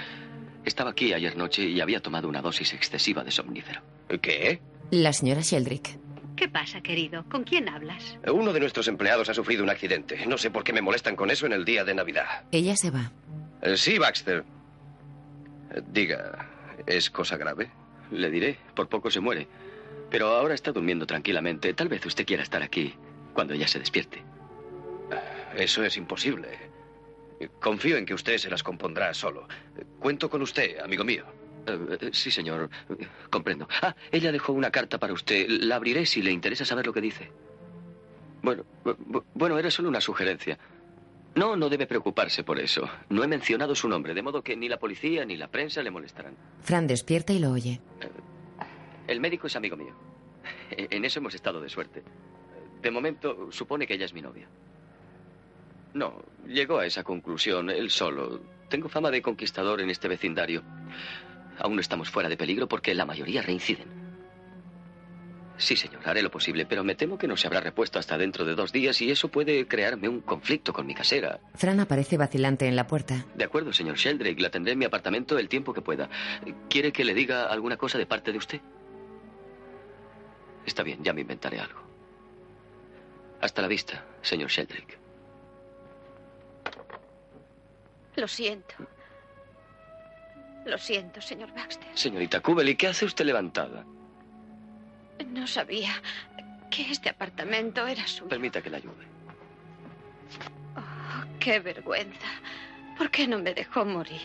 S4: estaba aquí ayer noche y había tomado una dosis excesiva de somnífero.
S14: ¿Qué?
S3: La señora Sheldrick.
S23: ¿Qué pasa, querido? ¿Con quién hablas?
S14: Uno de nuestros empleados ha sufrido un accidente. No sé por qué me molestan con eso en el día de Navidad.
S3: Ella se va.
S14: Eh, Sí, Baxter. Eh, Diga, ¿es cosa grave?
S4: Le diré, por poco se muere. Pero ahora está durmiendo tranquilamente. Tal vez usted quiera estar aquí cuando ella se despierte.
S14: Eso es imposible. Confío en que usted se las compondrá solo. Cuento con usted, amigo mío.
S4: Eh, sí, señor. Comprendo. Ah, ella dejó una carta para usted. La abriré si le interesa saber lo que dice. Bueno, bu- bu- bueno, era solo una sugerencia. No, no debe preocuparse por eso. No he mencionado su nombre, de modo que ni la policía ni la prensa le molestarán.
S3: Fran despierta y lo oye.
S4: El médico es amigo mío. <laughs> E- En eso hemos estado de suerte. De momento, supone que ella es mi novia. No, llegó a esa conclusión él solo. Tengo fama de conquistador en este vecindario. Aún no estamos fuera de peligro porque la mayoría reinciden. Sí, señor, haré lo posible, pero me temo que no se habrá repuesto hasta dentro de dos días y eso puede crearme un conflicto con mi casera.
S3: Fran aparece vacilante en la puerta.
S4: De acuerdo, señor Sheldrake, la tendré en mi apartamento el tiempo que pueda. ¿Quiere que le diga alguna cosa de parte de usted? Está bien, ya me inventaré algo. Hasta la vista, señor Sheldrake.
S16: Lo siento. Lo siento, señor Baxter.
S4: Señorita Kubel, ¿y qué hace usted levantada?
S16: No sabía que este apartamento era suyo.
S4: Permita que la ayude.
S16: Qué vergüenza. ¿Por qué no me dejó morir?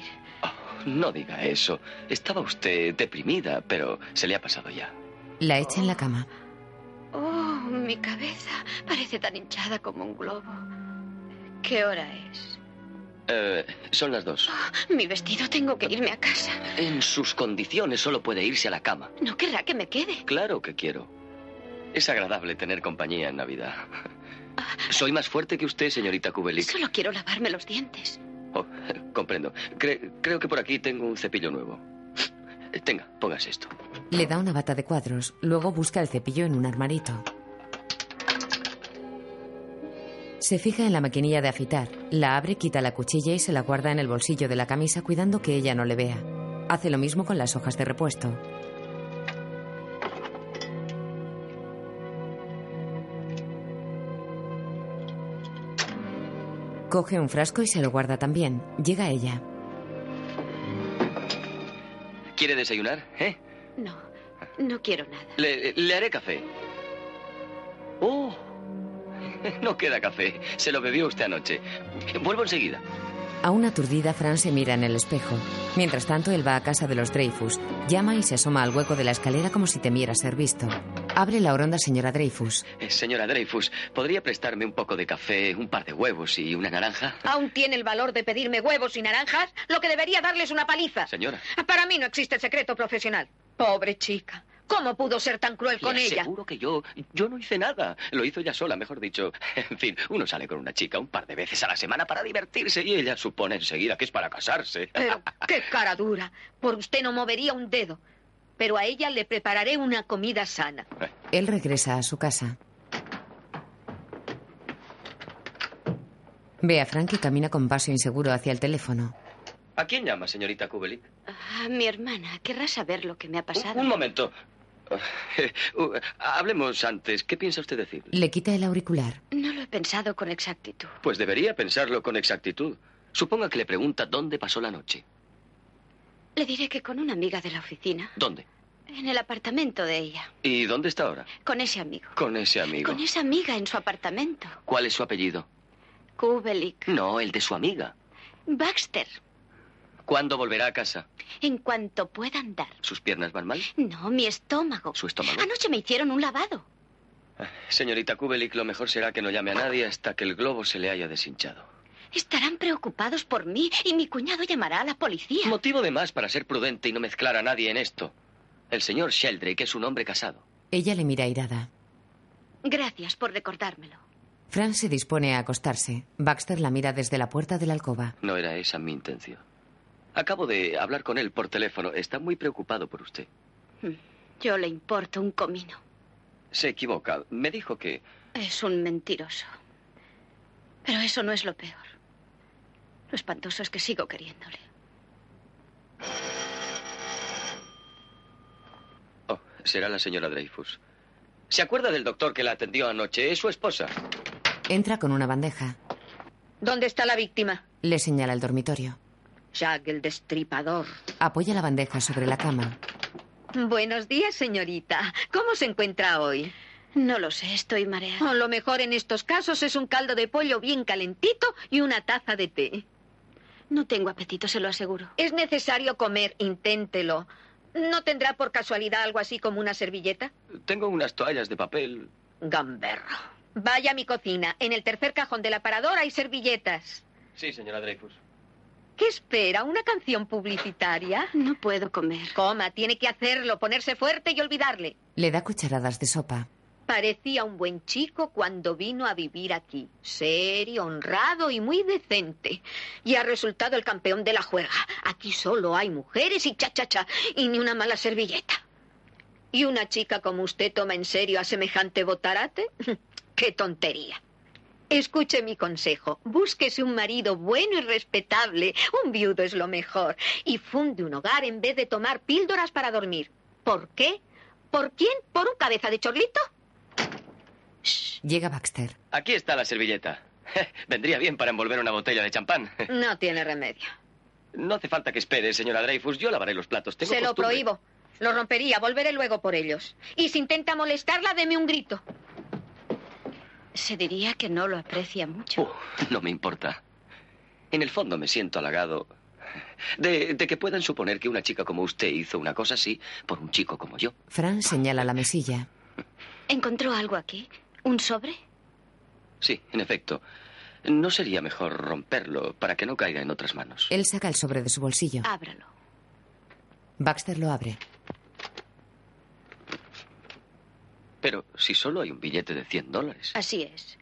S4: No diga eso. Estaba usted deprimida, pero se le ha pasado ya.
S3: La echa en la cama.
S16: Oh, mi cabeza parece tan hinchada como un globo. ¿Qué hora es? Oh,
S4: Eh, son las dos.
S16: Mi vestido tengo que irme a casa.
S4: En sus condiciones solo puede irse a la cama.
S16: No querrá que me quede.
S4: Claro que quiero. Es agradable tener compañía en Navidad. Soy más fuerte que usted, señorita Kubelik.
S16: Solo quiero lavarme los dientes.
S4: Oh, comprendo. Cre- creo que por aquí tengo un cepillo nuevo. Tenga, póngase esto.
S3: Le da una bata de cuadros, luego busca el cepillo en un armarito. Se fija en la maquinilla de afitar, la abre, quita la cuchilla y se la guarda en el bolsillo de la camisa cuidando que ella no le vea. Hace lo mismo con las hojas de repuesto. Coge un frasco y se lo guarda también. Llega ella.
S4: ¿Quiere desayunar? ¿Eh?
S16: No, no quiero nada.
S4: Le, le haré café. ¡Oh! <laughs> No queda café. Se lo bebió usted anoche. Vuelvo enseguida.
S3: Aún aturdida, Fran se mira en el espejo. Mientras tanto, él va a casa de los Dreyfus. Llama y se asoma al hueco de la escalera como si temiera ser visto. Abre la oronda, señora Dreyfus.
S4: Eh, Señora Dreyfus, ¿podría prestarme un poco de café, un par de huevos y una naranja?
S1: ¿Aún tiene el valor de pedirme huevos y naranjas? Lo que debería darles una paliza.
S4: Señora.
S1: Para mí no existe secreto profesional. Pobre chica. ¿Cómo pudo ser tan cruel con
S4: Le
S1: ella?
S4: aseguro que yo, yo no hice nada. Lo hizo ella sola, mejor dicho. <laughs> En fin, uno sale con una chica un par de veces a la semana para divertirse y ella supone enseguida que es para casarse.
S1: Pero qué cara dura. Por usted no movería un dedo. Pero a ella le prepararé una comida sana.
S3: Él regresa a su casa. Ve a Frank y camina con paso inseguro hacia el teléfono.
S4: ¿A quién llama, señorita Kubelik?
S16: Ah, mi hermana, querrá saber lo que me ha pasado.
S4: Un momento. <laughs> Uh, Hablemos antes. ¿Qué piensa usted decir?
S3: Le quita el auricular.
S16: No lo he pensado con exactitud.
S4: Pues debería pensarlo con exactitud. Suponga que le pregunta dónde pasó la noche.
S16: Le diré que con una amiga de la oficina,
S4: ¿Dónde?
S16: en el apartamento de ella,
S4: ¿Y dónde está ahora?
S16: con ese amigo.
S4: Con ese amigo.
S16: Con esa amiga en su apartamento,
S4: ¿Cuál es su apellido?
S16: Kubelik,
S4: No, el de su amiga.
S16: Baxter,
S4: ¿Cuándo volverá a casa?
S16: en cuanto pueda andar.
S4: ¿Sus piernas van mal?
S16: No, mi estómago.
S4: ¿Su estómago?
S16: Anoche me hicieron un lavado.
S4: Señorita Kubelik, lo mejor será que no llame a nadie hasta que el globo se le haya deshinchado.
S16: Estarán preocupados por mí y mi cuñado llamará a la policía.
S4: Motivo de más para ser prudente y no mezclar a nadie en esto. El señor Sheldrake es un hombre casado.
S3: Ella le mira irada.
S16: Gracias por recordármelo.
S3: Fran se dispone a acostarse. Baxter la mira desde la puerta de la alcoba.
S4: No era esa mi intención. Acabo de hablar con él por teléfono. Está muy preocupado por usted.
S1: Hmm.
S16: Yo le importo un comino.
S4: Se equivoca. Me dijo que...
S16: Es un mentiroso. Pero eso no es lo peor. Lo espantoso es que sigo queriéndole.
S4: Oh, será la señora Dreyfus. ¿Se acuerda del doctor que la atendió anoche? Es su esposa.
S3: Entra con una bandeja.
S1: ¿Dónde está la víctima?
S3: Le señala el dormitorio.
S1: Jack, el destripador.
S3: Apoya la bandeja sobre la cama.
S1: Buenos días, señorita. ¿Cómo se encuentra hoy?
S16: No lo sé, estoy mareada.
S1: lo mejor en estos casos es un caldo de pollo bien calentito y una taza de té.
S16: No tengo apetito, se lo aseguro.
S1: Es necesario comer, inténtelo. ¿No tendrá por casualidad algo así como una servilleta?
S4: Tengo unas toallas de papel.
S1: Gamberro. Vaya a mi cocina. En el tercer cajón del aparador hay servilletas.
S4: Sí, señora Dreyfus.
S1: ¿Qué espera? ¿Una canción publicitaria?
S16: No puedo comer.
S1: Coma, tiene que hacerlo, ponerse fuerte y olvidarle.
S3: Le da cucharadas de sopa.
S1: Parecía un buen chico cuando vino a vivir aquí. Serio, honrado y muy decente. Y ha resultado el campeón de la juerga. Aquí solo hay mujeres y cha, cha, cha. Y ni una mala servilleta. ¿Y una chica como usted toma en serio a semejante botarate? <laughs> ¡Qué tontería! Escuche mi consejo. Búsquese un marido bueno y respetable. Un viudo es lo mejor. Y funde un hogar en vez de tomar píldoras para dormir. ¿Por qué? ¿Por quién? ¿Por un cabeza de chorlito?
S3: Llega Baxter.
S4: Aquí está la servilleta. <laughs> Vendría bien para envolver una botella de champán.
S1: No tiene remedio.
S4: No hace falta que espere, señora Dreyfus. Yo lavaré los platos. Tengo
S1: Se lo
S4: costumbre.
S1: prohíbo. Lo rompería, volveré luego por ellos. Y si intenta molestarla, deme un grito.
S12: Se diría que no lo aprecia mucho.
S4: No me importa. En el fondo me siento halagado de, de que puedan suponer que una chica como usted hizo una cosa así por un chico como yo.
S3: Fran señala la mesilla.
S12: ¿Encontró algo aquí? ¿Un sobre?
S4: Sí, en efecto. ¿No sería mejor romperlo para que no caiga en otras manos?
S3: Él saca el sobre de su bolsillo.
S12: Ábralo.
S3: Baxter lo abre.
S4: Pero si solo hay un billete de 100 dólares,
S12: Así es.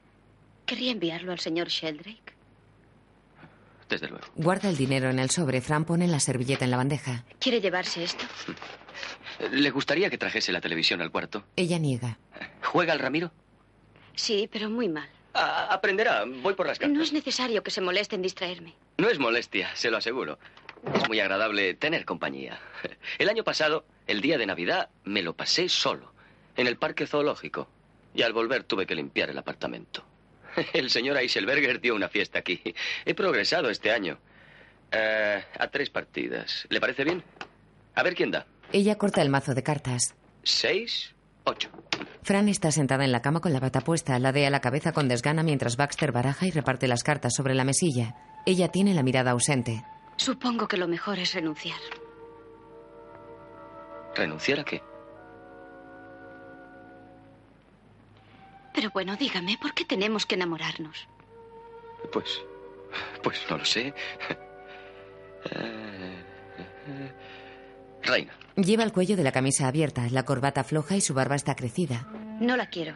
S12: Querría enviarlo al señor Sheldrake.
S4: desde luego.
S3: Guarda el dinero en el sobre. Fran pone la servilleta en la bandeja.
S12: ¿Quiere llevarse esto?
S4: ¿Le gustaría que trajese la televisión al cuarto?
S3: Ella niega.
S4: ¿Juega al Ramiro?
S12: Sí, pero muy mal.
S4: Ah, aprenderá. Voy por las cartas.
S12: No es necesario que se moleste en distraerme.
S4: No es molestia, se lo aseguro. Es muy agradable tener compañía. El año pasado, el día de Navidad, me lo pasé solo, en el parque zoológico. Y al volver tuve que limpiar el apartamento. <laughs> El señor Eiselberger dio una fiesta aquí. He progresado este año. Eh, a tres partidas. ¿Le parece bien? A ver quién da.
S3: Ella corta el mazo de cartas.
S4: Seis, ocho.
S3: Fran está sentada en la cama con la bata puesta, ladea la cabeza con desgana mientras Baxter baraja y reparte las cartas sobre la mesilla. Ella tiene la mirada ausente.
S12: Supongo que lo mejor es renunciar.
S4: ¿Renunciar a qué?
S12: Pero bueno, dígame, ¿por qué tenemos que enamorarnos?
S4: Pues. Pues no lo sé. <laughs> Eh, Reina.
S3: Lleva el cuello de la camisa abierta, la corbata floja y su barba está crecida.
S12: No la quiero.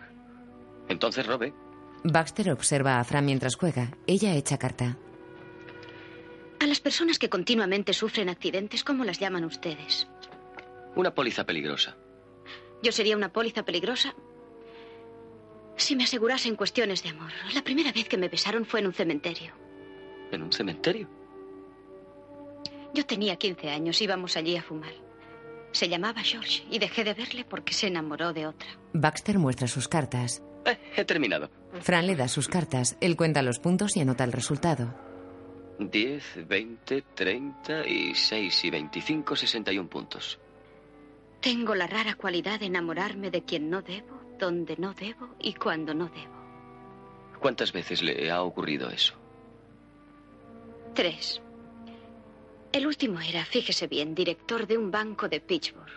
S4: Entonces robe.
S3: Baxter observa a Fran mientras juega. Ella echa carta.
S12: A las personas que continuamente sufren accidentes, ¿cómo las llaman ustedes?
S4: Una póliza peligrosa.
S12: Yo sería una póliza peligrosa si me asegurasen cuestiones de amor. La primera vez que me besaron fue en un cementerio.
S4: ¿En un cementerio?
S12: Yo tenía 15 años, íbamos allí a fumar. Se llamaba George y dejé de verle porque se enamoró de otra.
S3: Baxter muestra sus cartas.
S4: Eh, he terminado.
S3: Fran le da sus cartas. Él cuenta los puntos y anota el resultado.
S4: 10, 20, 30 y 6 y 25, 61 puntos.
S12: Tengo la rara cualidad de enamorarme de quien no debo, donde no debo y cuando no debo.
S4: ¿Cuántas veces le ha ocurrido eso?
S12: Tres. El último era, fíjese bien, director de un banco de Pittsburgh.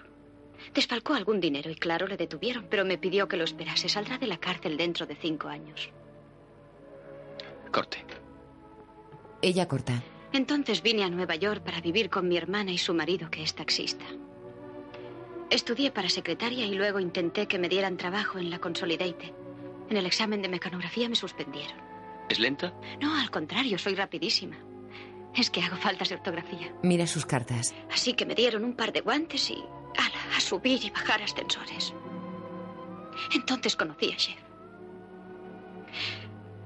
S12: Desfalcó algún dinero y claro, le detuvieron, pero me pidió que lo esperase. Saldrá de la cárcel dentro de cinco años.
S4: Corte.
S3: Ella corta.
S12: Entonces vine a Nueva York para vivir con mi hermana y su marido, que es taxista. Estudié para secretaria y luego intenté que me dieran trabajo en la Consolidated. En el examen de mecanografía me suspendieron.
S4: ¿Es lenta?
S12: No, al contrario, soy rapidísima. Es que hago faltas de ortografía.
S3: Mira sus cartas.
S12: Así que me dieron un par de guantes y ala, a subir y bajar ascensores. Entonces conocí a Chef.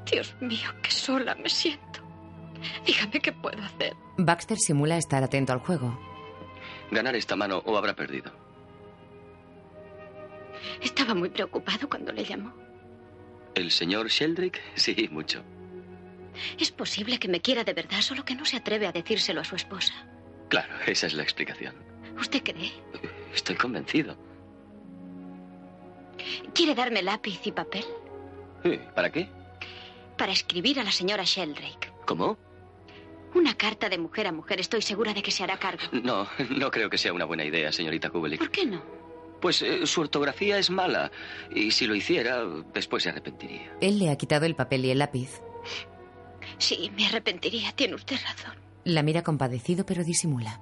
S12: Dios mío, qué sola me siento. Dígame qué puedo hacer.
S3: Baxter simula estar atento al juego.
S4: Ganar esta mano o habrá perdido.
S12: Estaba muy preocupado cuando le llamó.
S4: ¿El señor Sheldrake? <laughs> Sí, mucho.
S12: Es posible que me quiera de verdad, solo que no se atreve a decírselo a su esposa.
S4: Claro, esa es la explicación.
S12: ¿Usted cree?
S4: Estoy convencido.
S12: ¿Quiere darme lápiz y papel
S4: Sí, Eh, ¿Para qué?
S12: para escribir a la señora Sheldrake?
S4: ¿Cómo?
S12: Una carta de mujer a mujer. Estoy segura de que se hará cargo.
S4: No, no creo que sea una buena idea, señorita Kubelik.
S12: ¿Por qué no?
S4: Pues eh, su ortografía es mala y si lo hiciera, después se arrepentiría.
S3: Él le ha quitado el papel y el lápiz.
S12: Sí, me arrepentiría. Tiene usted razón.
S3: La mira compadecido pero disimula.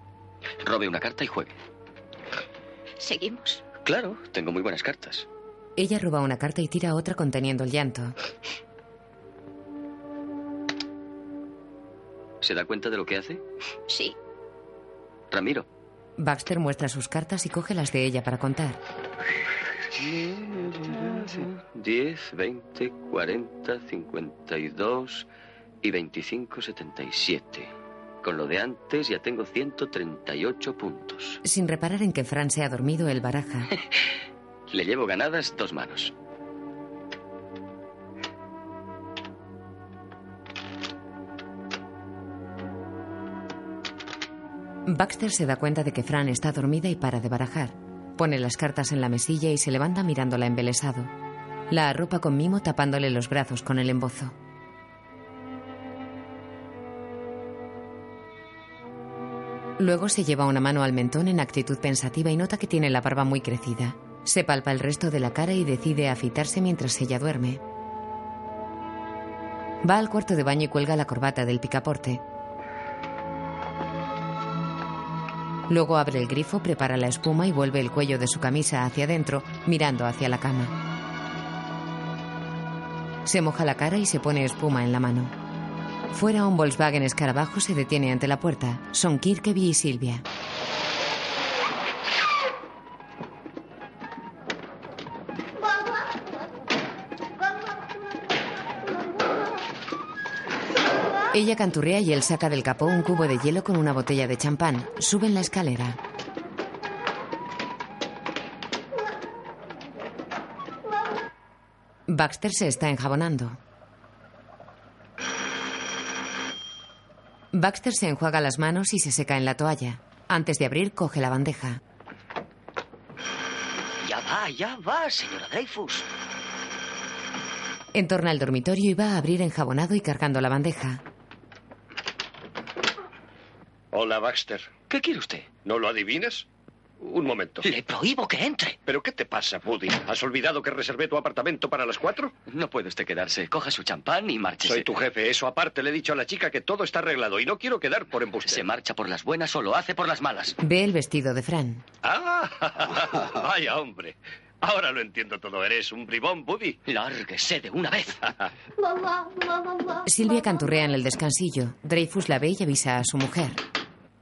S4: Robe una carta y juegue.
S12: Seguimos.
S4: Claro, tengo muy buenas cartas.
S3: Ella roba una carta y tira otra conteniendo el llanto.
S4: ¿Se da cuenta de lo que hace?
S12: Sí.
S4: Ramiro.
S3: Baxter muestra sus cartas y coge las de ella para contar.
S4: 10, 20, 40, 52 y 25, 77. Con lo de antes ya tengo 138 puntos.
S3: Sin reparar en que Fran se ha dormido, él
S4: <laughs>
S3: baraja.
S4: Le llevo ganadas dos manos.
S3: Baxter se da cuenta de que Fran está dormida y para de barajar. Pone las cartas en la mesilla y se levanta mirándola embelesado. La arropa con mimo tapándole los brazos con el embozo. Luego se lleva una mano al mentón en actitud pensativa y nota que tiene la barba muy crecida. Se palpa el resto de la cara y decide afitarse mientras ella duerme. Va al cuarto de baño y cuelga la corbata del picaporte. Luego abre el grifo, prepara la espuma y vuelve el cuello de su camisa hacia adentro, mirando hacia la cama. Se moja la cara y se pone espuma en la mano. Fuera, un Volkswagen escarabajo se detiene ante la puerta. Son Kirkeby y Silvia. Ella canturrea y él saca del capó un cubo de hielo con una botella de champán. Suben la escalera. Baxter se está enjabonando. Baxter se enjuaga las manos y se seca en la toalla. Antes de abrir, coge la bandeja.
S13: Ya va, ya va, señora Dreyfus.
S3: Entorna el dormitorio y va a abrir enjabonado y cargando la bandeja.
S5: Hola, Baxter.
S13: ¿Qué quiere usted?
S5: ¿No lo adivinas? Un momento.
S13: Le prohíbo que entre.
S5: ¿Pero qué te pasa, Woody? ¿Has olvidado que reservé tu apartamento para las cuatro?
S13: No puede usted quedarse. Coja su champán y márchese.
S5: Soy tu jefe. Eso aparte le he dicho a la chica que todo está arreglado y no quiero quedar por embuste.
S13: Se marcha por las buenas o lo hace por las malas.
S3: Ve el vestido de Fran.
S5: ¡Ah! <laughs> Vaya hombre. Ahora lo entiendo todo. Eres un bribón, Buddy.
S13: Lárguese de una
S5: <laughs>
S13: vez.
S3: Silvia canturrea en el descansillo. Dreyfus la ve y avisa a su mujer.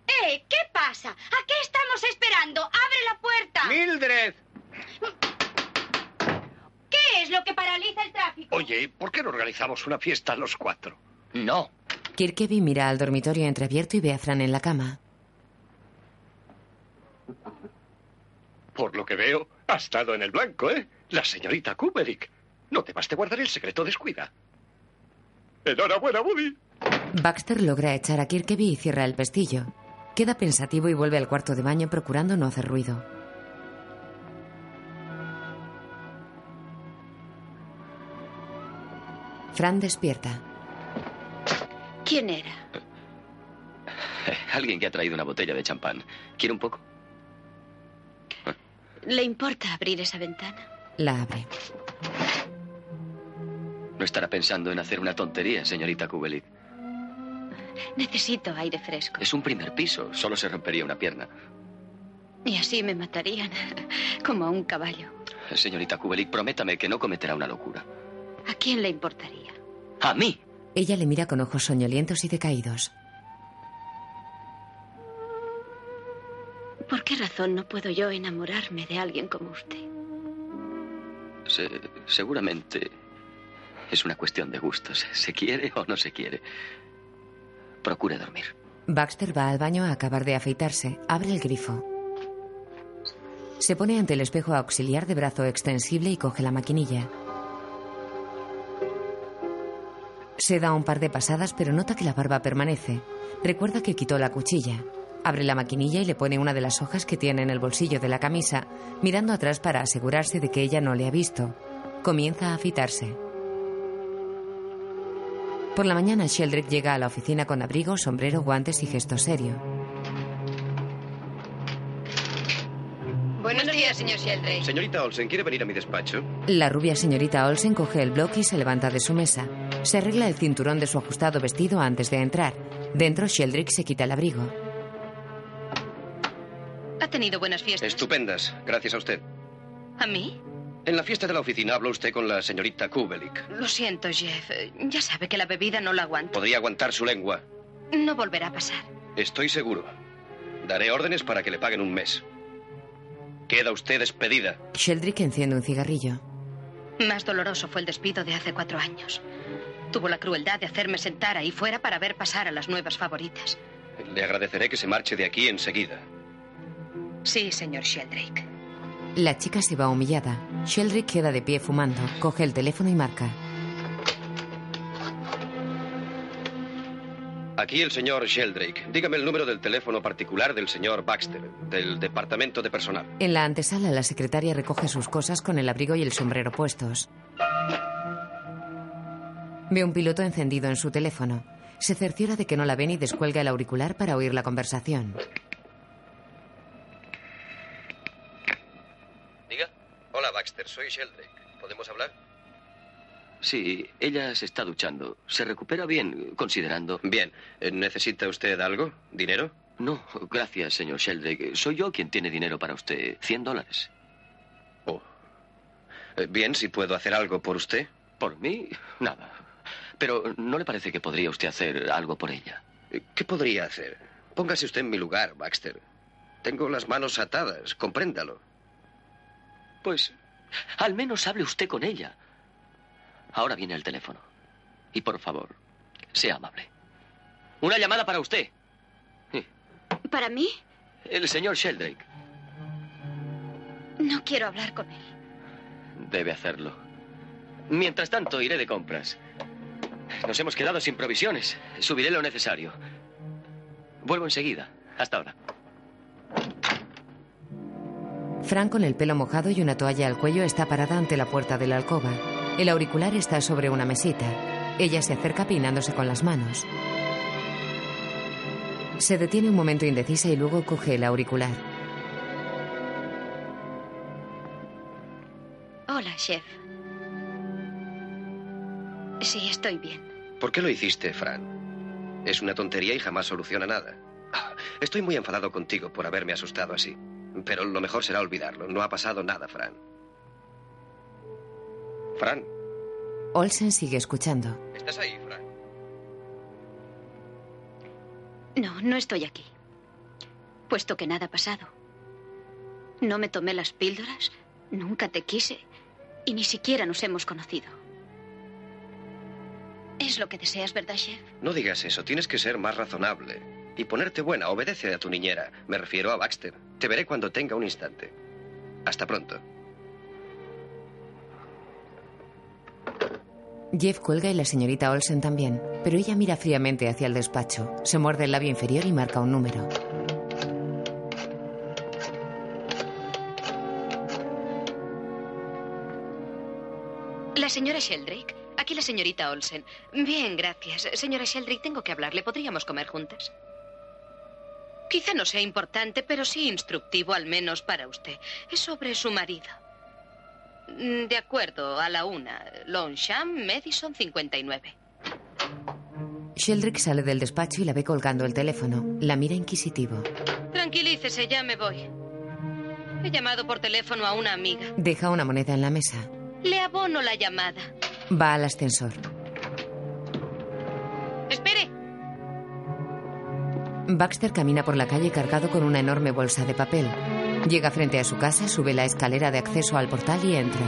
S6: ¡Eh! ¿Qué pasa? ¿A qué estamos esperando? ¡Abre la puerta!
S22: Mildred.
S6: ¿Qué es lo que paraliza el tráfico?
S5: Oye, ¿por qué no organizamos una fiesta los cuatro?
S13: No.
S3: Kirkeby mira al dormitorio entreabierto y ve a Fran en la cama.
S5: Por lo que veo, ha estado en el blanco, ¿eh? La señorita Kubelik. No te vas de guardar el secreto, descuida. Enhorabuena, Buddy.
S3: Baxter logra echar a Kirkeby y cierra el pestillo. Queda pensativo y vuelve al cuarto de baño procurando no hacer ruido. Fran despierta.
S16: ¿Quién era?
S4: Alguien que ha traído una botella de champán. ¿Quiere un poco?
S16: ¿Le importa abrir esa ventana?
S3: La abre.
S4: No estará pensando en hacer una tontería, señorita Kubelik.
S16: Necesito aire fresco.
S4: Es un primer piso. Solo se rompería una pierna.
S16: Y así me matarían, <laughs> como a un caballo.
S4: Señorita Kubelik, prométame que no cometerá una locura.
S16: ¿A quién le importaría?
S4: ¡A mí!
S3: Ella le mira con ojos soñolientos y decaídos.
S16: ¿Por qué razón no puedo yo enamorarme de alguien como usted?
S4: Se- seguramente es una cuestión de gustos. ¿Se quiere o no se quiere? Procure dormir.
S3: Baxter va al baño a acabar de afeitarse. Abre el grifo. Se pone ante el espejo auxiliar de brazo extensible y coge la maquinilla. Se da un par de pasadas, pero nota que la barba permanece. Recuerda que quitó la cuchilla. Abre la maquinilla y le pone una de las hojas que tiene en el bolsillo de la camisa, mirando atrás para asegurarse de que ella no le ha visto. Comienza a afeitarse. Por la mañana, Sheldrick llega a la oficina con abrigo, sombrero, guantes y gesto serio.
S17: Buenos días, señor Sheldray.
S14: Señorita Olsen, ¿quiere venir a mi despacho?
S3: La rubia señorita Olsen coge el bloque y se levanta de su mesa. Se arregla el cinturón de su ajustado vestido antes de entrar. Dentro, Sheldrick se quita el abrigo.
S17: ¿Ha tenido buenas fiestas?
S14: Estupendas, gracias a usted.
S17: ¿A mí?
S14: En la fiesta de la oficina habló usted con la señorita Kubelik.
S17: Lo siento, Jeff. Eh, Ya sabe que la bebida no la aguanto.
S14: Podría aguantar su lengua.
S17: No volverá a pasar.
S14: Estoy seguro. Daré órdenes para que le paguen un mes. Queda usted despedida.
S3: Sheldrick enciende un cigarrillo.
S17: Más doloroso fue el despido de hace cuatro años. Tuvo la crueldad de hacerme sentar ahí fuera para ver pasar a las nuevas favoritas.
S14: Le agradeceré que se marche de aquí enseguida.
S17: Sí, señor Sheldrake.
S3: La chica se va humillada. Sheldrick queda de pie fumando. Coge el teléfono y marca.
S14: ¿A Aquí el señor Sheldrake. Dígame el número del teléfono particular del señor Baxter, del departamento de personal.
S3: En la antesala, la secretaria recoge sus cosas con el abrigo y el sombrero puestos. Ve un piloto encendido en su teléfono. Se cerciora de que no la ven y descuelga el auricular para oír la conversación.
S14: Diga. Hola, Baxter. Soy Sheldrake. ¿Podemos hablar?
S4: Sí, ella se está duchando. Se recupera bien, considerando.
S14: Bien. Eh, ¿Necesita usted algo? ¿Dinero?
S4: No, gracias, señor Sheldrake. Soy yo quien tiene dinero para usted. 100 dólares.
S14: Oh. Eh, Bien, si puedo hacer algo por usted.
S4: ¿Por mí? Nada. Pero ¿no le parece que podría usted hacer algo por ella?
S14: ¿Qué podría hacer? Póngase usted en mi lugar, Baxter. Tengo las manos atadas, compréndalo.
S4: Pues al menos hable usted con ella. Ahora viene el teléfono. Y por favor, sea amable. Una llamada para usted.
S12: ¿Para mí?
S4: El señor Sheldrake
S12: No quiero hablar con él.
S4: debe hacerlo. Mientras tanto, iré de compras. Nos hemos quedado sin provisiones. Subiré lo necesario. Vuelvo enseguida. Hasta ahora.
S3: Fran, con el pelo mojado y una toalla al cuello, está parada ante la puerta de la alcoba. El auricular está sobre una mesita. Ella se acerca peinándose con las manos. Se detiene un momento indecisa y luego coge el auricular.
S12: Hola, chef. Sí, estoy bien.
S14: ¿Por qué lo hiciste, Fran? Es una tontería y jamás soluciona nada. Ah, Estoy muy enfadado contigo por haberme asustado así. Pero lo mejor será olvidarlo. No ha pasado nada, Fran. Fran,
S3: Olsen sigue escuchando.
S14: ¿estás ahí, Fran?
S12: No, no estoy aquí. Puesto que nada ha pasado. No me tomé las píldoras, nunca te quise y ni siquiera nos hemos conocido. Es lo que deseas, ¿verdad, chef?
S14: No digas eso. Tienes que ser más razonable. Y ponerte buena. Obedece a tu niñera. Me refiero a Baxter. Te veré cuando tenga un instante. Hasta pronto.
S3: Jeff cuelga y la señorita Olsen también, pero ella mira fríamente hacia el despacho. Se muerde el labio inferior y marca un número.
S17: La señora Sheldrake. Aquí la señorita Olsen. Bien, gracias. Señora Sheldrake, tengo que hablarle. ¿Podríamos comer juntas? Quizá no sea importante, pero sí instructivo, al menos para usted. Es sobre su marido. Mm, De acuerdo, a la una. Longchamp, Madison 59.
S3: Sheldrick sale del despacho y la ve colgando el teléfono. La mira inquisitivo.
S17: Tranquilícese, ya me voy. He llamado por teléfono a una amiga.
S3: Deja una moneda en la mesa.
S17: Le abono la llamada.
S3: Va al ascensor.
S17: Espere. <laughs>
S3: Baxter camina por la calle cargado con una enorme bolsa de papel. Llega frente a su casa, sube la escalera de acceso al portal y entra.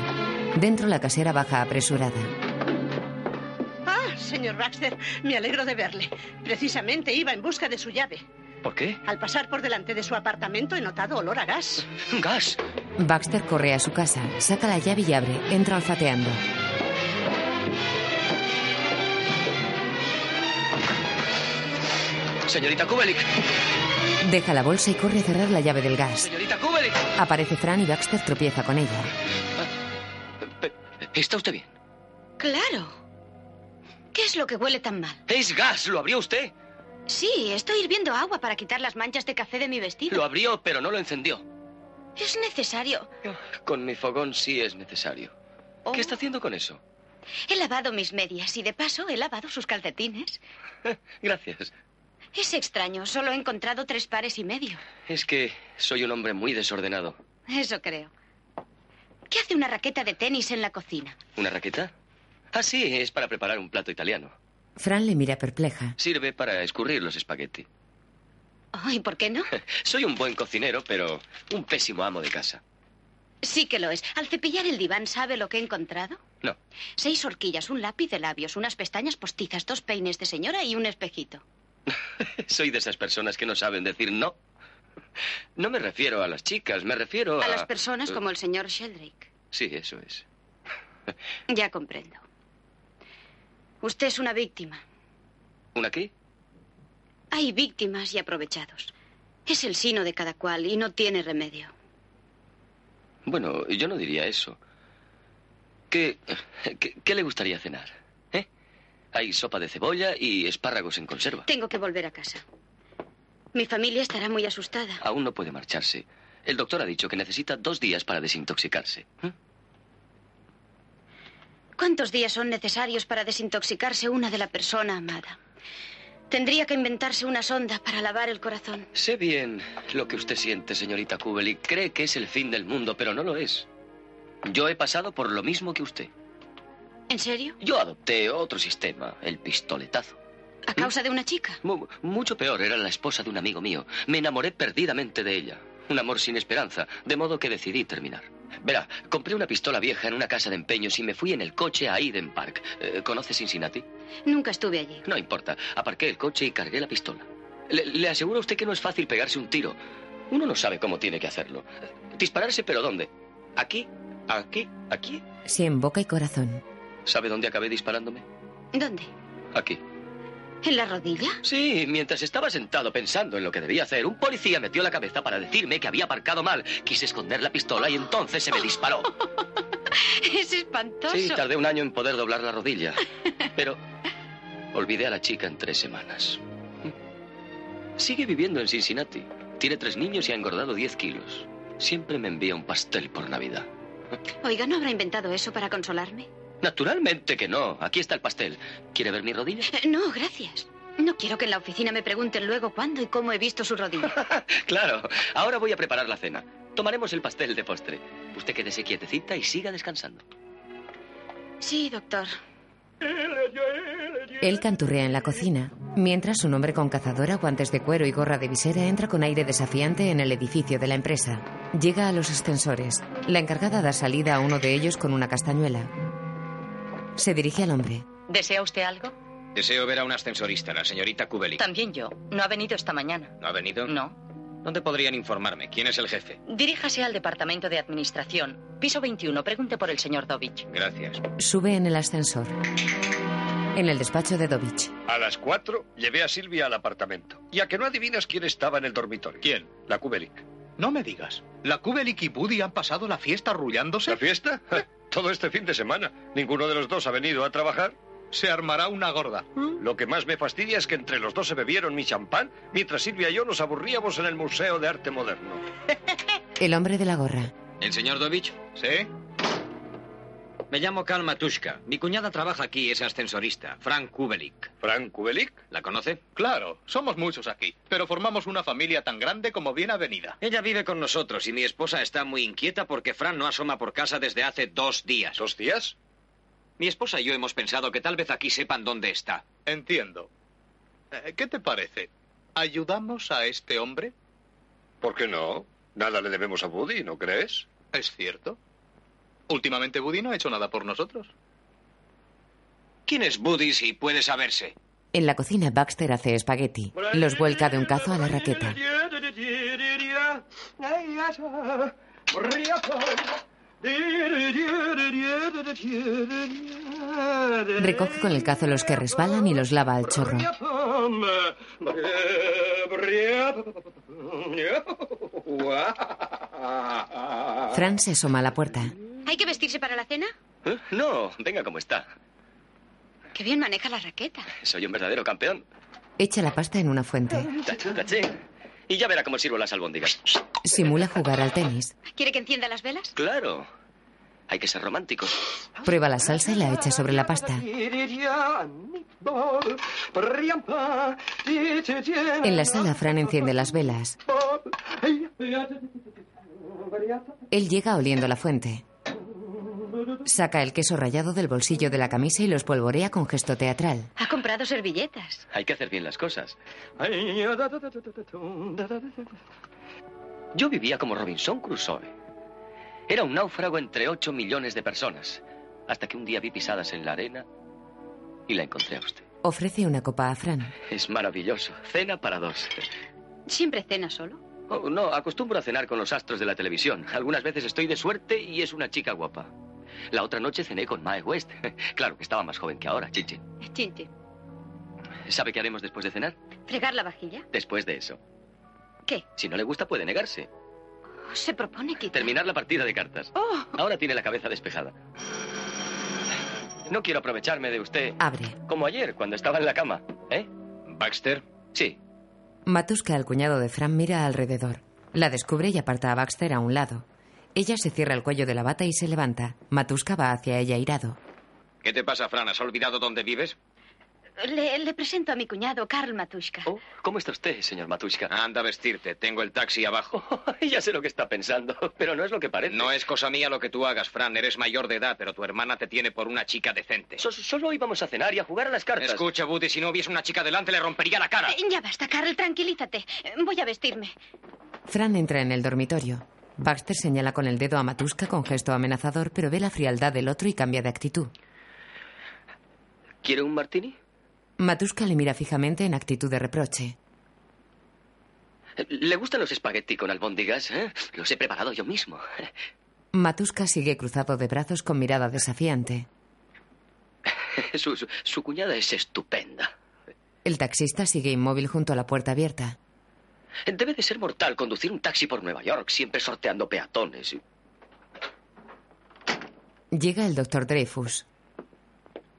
S3: Dentro la casera baja apresurada.
S7: Ah, señor Baxter, me alegro de verle. Precisamente iba en busca de su llave.
S24: ¿Por qué?
S7: Al pasar por delante de su apartamento he notado olor a gas.
S24: ¿Gas?
S3: Baxter corre a su casa, saca la llave y abre, entra olfateando.
S4: Señorita Kubelik.
S3: Deja la bolsa y corre a cerrar la llave del gas.
S4: Señorita Kubelik.
S3: Aparece Fran y Baxter tropieza con ella.
S4: ¿Está usted bien?
S12: Claro. ¿Qué es lo que huele tan mal?
S4: Es gas. Lo abrió usted.
S12: Sí, estoy hirviendo agua para quitar las manchas de café de mi vestido.
S4: Lo abrió, pero no lo encendió.
S12: Es necesario.
S4: Con mi fogón sí es necesario. ¿Qué está haciendo con eso?
S12: He lavado mis medias y de paso he lavado sus calcetines.
S4: Gracias.
S12: Es extraño, solo he encontrado tres pares y medio.
S4: Es que soy un hombre muy desordenado.
S12: Eso creo. ¿Qué hace una raqueta de tenis en la cocina?
S4: ¿Una raqueta? Ah, sí, es para preparar un plato italiano.
S3: Fran le mira perpleja.
S4: Sirve para escurrir los espagueti.
S12: ¿Y por qué no?
S4: <laughs> Soy un buen cocinero, pero un pésimo amo de casa. <laughs>
S12: Sí que lo es. Al cepillar el diván, ¿sabe lo que he encontrado?
S4: No.
S12: Seis horquillas, un lápiz de labios, unas pestañas postizas, dos peines de señora y un espejito.
S4: Soy de esas personas que no saben decir no. No me refiero a las chicas, me refiero a...
S12: A las
S4: eh.
S12: personas como el señor Sheldrake.
S4: Sí, eso es.
S12: Ya comprendo. Usted es una víctima.
S4: ¿Una qué?
S12: Hay víctimas y aprovechados. Es el sino de cada cual y no tiene remedio.
S4: Bueno, yo no diría eso. ¿Qué, qué, qué le gustaría cenar? ¿Eh? Hay sopa de cebolla y espárragos en conserva.
S12: Tengo que volver a casa. Mi familia estará muy asustada.
S4: Aún no puede marcharse. El doctor ha dicho que necesita dos días para desintoxicarse.
S12: ¿Cuántos días son necesarios para desintoxicarse una de la persona amada? Tendría que inventarse una sonda para lavar el corazón.
S4: Sé bien lo que usted siente, señorita Kubel, y cree que es el fin del mundo, pero no lo es. Yo he pasado por lo mismo que usted.
S12: ¿En serio?
S4: Yo adopté otro sistema, el pistoletazo.
S12: ¿A causa de una chica?
S4: Mu- mucho peor, era la esposa de un amigo mío. Me enamoré perdidamente de ella. Un amor sin esperanza, de modo que decidí terminar. Verá, compré una pistola vieja en una casa de empeños y me fui en el coche a Eden Park. Eh, ¿Conoce Cincinnati?
S12: Nunca estuve allí.
S4: No importa, aparqué el coche y cargué la pistola. Le, le aseguro a usted que no es fácil pegarse un tiro. Uno no sabe cómo tiene que hacerlo. Eh, Dispararse, pero ¿dónde? ¿Aquí? ¿Aquí? ¿Aquí?
S3: Se en boca y corazón.
S4: ¿Sabe dónde acabé disparándome?
S12: ¿Dónde?
S4: Aquí.
S12: ¿En la rodilla?
S4: Sí, mientras estaba sentado pensando en lo que debía hacer, un policía metió la cabeza para decirme que había aparcado mal. Quise esconder la pistola y entonces se me disparó.
S12: Es espantoso.
S4: Sí, tardé un año en poder doblar la rodilla. Pero olvidé a la chica en tres semanas. Sigue viviendo en Cincinnati. Tiene tres niños y ha engordado 10 kilos. Siempre me envía un pastel por Navidad.
S12: Oiga, ¿no habrá inventado eso para consolarme?
S4: Naturalmente que no. Aquí está el pastel. ¿Quiere ver mi rodilla? <laughs>
S12: Eh, No, gracias. No quiero que en la oficina me pregunten luego cuándo y cómo he visto su rodilla.
S4: Claro. Ahora voy a preparar la cena. Tomaremos el pastel de postre. Usted quédese quietecita y siga descansando.
S12: Sí, doctor.
S3: Él canturrea en la cocina, mientras un hombre con cazadora, guantes de cuero y gorra de visera entra con aire desafiante en el edificio de la empresa. Llega a los ascensores. La encargada da salida a uno de ellos con una castañuela. Se dirige al hombre.
S6: ¿Desea usted algo?
S8: Deseo ver a un ascensorista, la señorita Kubelik.
S6: También yo. No ha venido esta mañana.
S8: ¿No ha venido?
S6: No.
S8: ¿Dónde podrían informarme? ¿Quién es el jefe?
S6: Diríjase al departamento de administración, piso 21. Pregunte por el señor Dovich.
S8: Gracias.
S3: Sube en el ascensor. En el despacho de Dovich.
S5: A las cuatro llevé a Silvia al apartamento. Y a que no adivinas quién estaba en el dormitorio. ¿Quién? La Kubelik.
S9: No me digas. ¿La Kubelik y Buddy han pasado la fiesta arrullándose? ¿Eh?
S5: ¿La fiesta? Ja, <laughs> Todo este fin de semana. Ninguno de los dos ha venido a trabajar. ¿Mm?
S9: Se armará una gorda.
S5: Lo que más me fastidia es que entre los dos se bebieron mi champán mientras Silvia y yo nos aburríamos en el Museo de Arte Moderno.
S3: El hombre de la gorra.
S8: ¿El señor Dovich?
S9: Sí.
S8: Me llamo Karl Matushka. Mi cuñada trabaja aquí, es ascensorista. Frank Kubelik.
S5: ¿Frank Kubelik?
S8: ¿La conoce?
S9: Claro, somos muchos aquí, pero formamos una familia tan grande como bien avenida.
S8: Ella vive con nosotros y mi esposa está muy inquieta porque Fran no asoma por casa desde hace dos días.
S5: ¿Dos días?
S8: Mi esposa y yo hemos pensado que tal vez aquí sepan dónde está.
S9: Entiendo. Eh, ¿Qué te parece? ¿Ayudamos a este hombre?
S5: ¿Por qué no? Nada le debemos a Buddy, ¿no crees?
S9: Es cierto. Últimamente Buddy no ha hecho nada por nosotros.
S8: ¿Quién es Buddy si puede saberse?
S3: En la cocina Baxter hace espagueti. Los vuelca de un cazo a la raqueta. Recoge con el cazo los que resbalan y los lava al chorro. Fran se asoma a la puerta.
S12: ¿Hay que vestirse para la cena?
S4: ¿Eh? No, venga como está.
S12: Qué bien maneja la raqueta.
S4: Soy un verdadero campeón.
S3: Echa la pasta en una fuente.
S4: Tachín, tachín. Y ya verá cómo sirvo las albóndigas.
S3: Simula jugar al tenis.
S12: ¿Quiere que encienda las velas?
S4: Claro. Hay que ser románticos.
S3: Prueba la salsa y la echa sobre la pasta. En la sala, Fran enciende las velas. Él llega oliendo la fuente. Saca el queso rallado del bolsillo de la camisa y los polvorea con gesto teatral.
S12: Ha comprado servilletas.
S4: Hay que hacer bien las cosas. Yo vivía como Robinson Crusoe. Era un náufrago entre 8 millones de personas. Hasta que un día vi pisadas en la arena y la encontré a usted.
S3: Ofrece una copa a Fran.
S4: Es maravilloso. Cena para dos.
S12: ¿Siempre cena solo?
S4: Oh, no, acostumbro a cenar con los astros de la televisión. Algunas veces estoy de suerte y es una chica guapa. <laughs> La otra noche cené con Mae West. Claro que estaba más joven que ahora, Chinchin.
S12: Chinche.
S4: ¿Sabe qué haremos después de cenar?
S12: ¿Fregar la vajilla?
S4: Después de eso.
S12: ¿Qué?
S4: Si no le gusta, puede negarse.
S12: Se propone que...
S4: Terminar la partida de cartas.
S12: Oh,
S4: Ahora tiene la cabeza despejada. No quiero aprovecharme de usted.
S3: Abre.
S4: Como ayer, cuando estaba en la cama. ¿Eh? ¿Baxter? Sí.
S3: Matuska, el cuñado de Fran, mira alrededor. La descubre y aparta a Baxter a un lado. Ella se cierra el cuello de la bata y se levanta. Matuska va hacia ella irado.
S22: ¿Qué te pasa, Fran? ¿Has olvidado dónde vives?
S12: Le, le presento a mi cuñado, Karl Matushka.
S4: ¿Cómo está usted, señor Matushka?
S22: Anda a vestirte. Tengo el taxi
S4: <laughs>
S22: abajo.
S4: ya sé lo que está pensando, pero no es lo que parece.
S22: No es cosa mía lo que tú hagas, Fran. Eres mayor de edad, pero tu hermana te tiene por una chica decente.
S4: So- solo íbamos a cenar y a jugar a las cartas.
S22: Escucha, Buddy, si no hubiese una chica delante le rompería la cara.
S12: Eh, Ya basta, Karl, tranquilízate. Eh, Voy a vestirme.
S3: Fran entra en el dormitorio. Baxter señala con el dedo a Matuska con gesto amenazador, pero ve la frialdad del otro y cambia de actitud.
S4: ¿Quiere un martini?
S3: Matuska le mira fijamente en actitud de reproche.
S4: ¿Le gustan los espagueti con albóndigas? eh? Los he preparado yo mismo. <laughs>
S3: Matuska sigue cruzado de brazos con mirada desafiante.
S4: Su, su- su cuñada es estupenda.
S3: El taxista sigue inmóvil junto a la puerta abierta.
S4: Debe de ser mortal conducir un taxi por Nueva York, siempre sorteando peatones.
S3: Llega el doctor Dreyfus.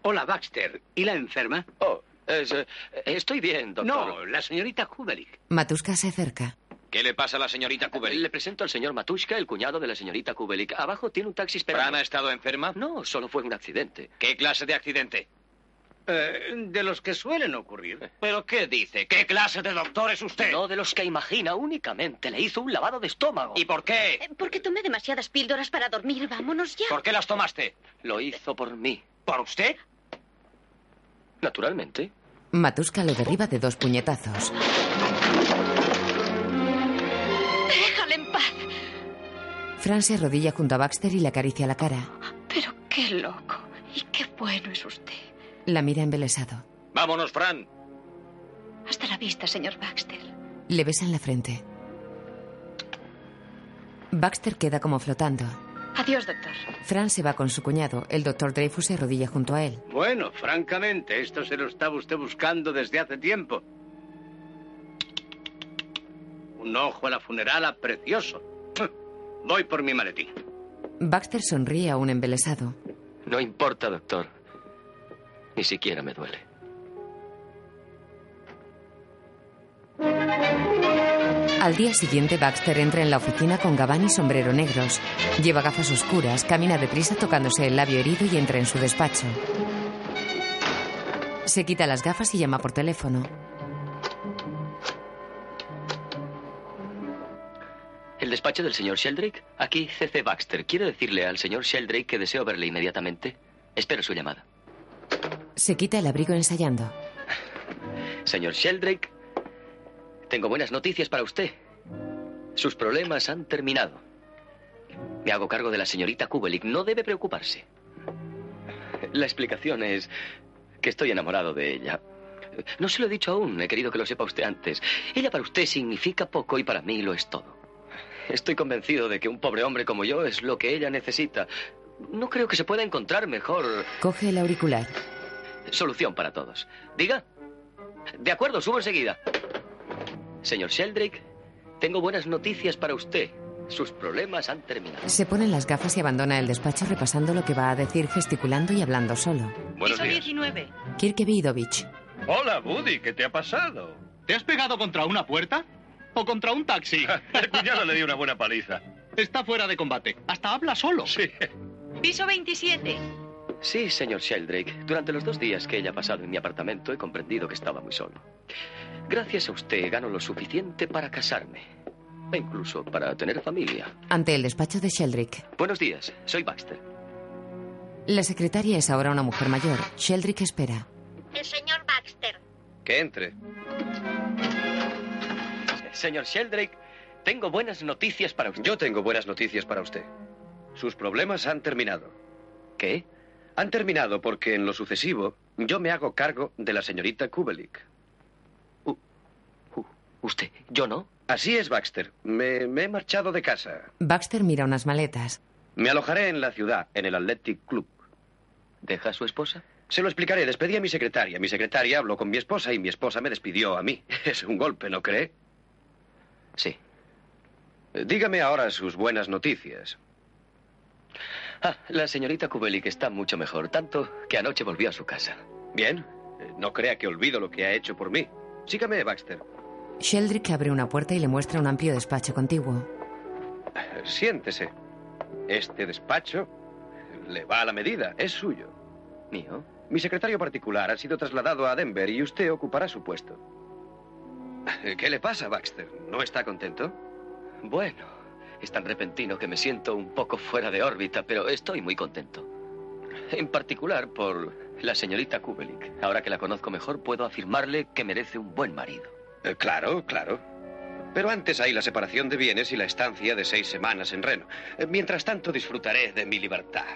S25: Hola, Baxter. ¿Y la enferma? Oh,
S4: estoy bien,
S25: doctor. No, la señorita Kubelik.
S3: Matuska se acerca.
S4: ¿Qué le pasa a la señorita Kubelik? Le presento al señor Matushka, el cuñado de la señorita Kubelik. Abajo tiene un taxi esperando. ¿Fran ha estado enferma? No, solo fue un accidente. ¿Qué clase de accidente?
S25: Eh, de los que suelen ocurrir. ¿Pero qué dice? ¿Qué clase de doctor es usted?
S2: No de los que imagina, únicamente. Le hizo un lavado de estómago.
S22: ¿Y por qué?
S12: Porque tomé demasiadas píldoras para dormir. Vámonos ya.
S22: ¿Por qué las tomaste?
S4: Lo hizo por mí.
S22: ¿Por usted?
S4: Naturalmente.
S3: Matuska lo derriba de dos puñetazos.
S16: Déjale en paz.
S3: Fran se arrodilla junto a Baxter y le acaricia la cara.
S16: Pero qué loco y qué bueno es usted.
S3: La mira embelesado.
S22: Vámonos, Fran.
S16: Hasta la vista, señor Baxter.
S3: Le besa en la frente. Baxter queda como flotando.
S16: Adiós, doctor.
S3: Fran se va con su cuñado. El doctor Dreyfus se arrodilla junto a él.
S25: Bueno, francamente, esto se lo estaba usted buscando desde hace tiempo. Un ojo a la funerala precioso. Voy por mi maletín.
S3: Baxter sonríe aún embelesado.
S4: No importa, doctor. Ni siquiera me duele.
S3: Al día siguiente, Baxter entra en la oficina con gabán y sombrero negros. Lleva gafas oscuras, camina deprisa tocándose el labio herido y entra en su despacho. Se quita las gafas y llama por teléfono.
S4: ¿El despacho del señor Sheldrake? Aquí, C.C. Baxter. ¿Quiere decirle al señor Sheldrake que deseo verle inmediatamente? Espero su llamada.
S3: Se quita el abrigo ensayando.
S4: Señor Sheldrake, tengo buenas noticias para usted. Sus problemas han terminado. Me hago cargo de la señorita Kubelik. No debe preocuparse. La explicación es que estoy enamorado de ella. No se lo he dicho aún, he querido que lo sepa usted antes. Ella para usted significa poco y para mí lo es todo. Estoy convencido de que un pobre hombre como yo es lo que ella necesita. No creo que se pueda encontrar mejor
S3: Coge el auricular.
S4: Solución para todos. Diga. De acuerdo, subo enseguida. Señor Sheldrake, tengo buenas noticias para usted. Sus problemas han terminado.
S3: Se pone las gafas y abandona el despacho repasando lo que va a decir, gesticulando y hablando solo.
S5: Buenos días.
S23: 19.
S3: Kirkeby Idovich.
S5: Hola, Buddy, ¿qué te ha pasado?
S9: ¿Te has pegado contra una puerta? ¿O contra un taxi?
S5: El <laughs> cuñado le dio una buena paliza.
S9: Está fuera de combate. Hasta habla solo.
S5: Sí.
S23: Piso 27.
S4: Sí, señor Sheldrake. Durante los dos días que ella ha pasado en mi apartamento he comprendido que estaba muy solo. Gracias a usted gano lo suficiente para casarme. E incluso para tener familia.
S3: Ante el despacho de Sheldrick.
S4: Buenos días, soy Baxter.
S3: La secretaria es ahora una mujer mayor. Sheldrick espera.
S10: El señor Baxter.
S4: Que entre. Señor Sheldrake, tengo buenas noticias para usted.
S14: Yo tengo buenas noticias para usted. Sus problemas han terminado.
S4: ¿Qué?
S14: Han terminado porque en lo sucesivo yo me hago cargo de la señorita Kubelik.
S4: ¿Usted? ¿Yo no?
S14: Así es, Baxter. Me, me he marchado de casa.
S3: Baxter mira unas maletas.
S14: Me alojaré en la ciudad, en el Athletic Club.
S4: ¿Deja a su esposa?
S14: Se lo explicaré. Despedí a mi secretaria. Mi secretaria habló con mi esposa y mi esposa me despidió a mí. <laughs> Es un golpe, ¿no cree? Sí. Dígame ahora sus buenas noticias.
S4: Ah, la señorita Kubelik está mucho mejor, tanto que anoche volvió a su casa.
S14: Bien. Eh, No crea que olvido lo que ha hecho por mí. Sígame, Baxter.
S3: Sheldrick abre una puerta y le muestra un amplio despacho contiguo.
S14: Eh, Siéntese. Este despacho le va a la medida. Es suyo. ¿Mío? Mi secretario particular ha sido trasladado a Denver y usted ocupará su puesto. Eh, ¿Qué le pasa, Baxter? ¿No está contento?
S4: Bueno, es tan repentino que me siento un poco fuera de órbita, pero estoy muy contento. En particular por la señorita Kubelik. Ahora que la conozco mejor, puedo afirmarle que merece un buen marido.
S14: Eh, claro, claro. Pero antes hay la separación de bienes y la estancia de seis semanas en Reno. Eh, Mientras tanto, disfrutaré de mi libertad.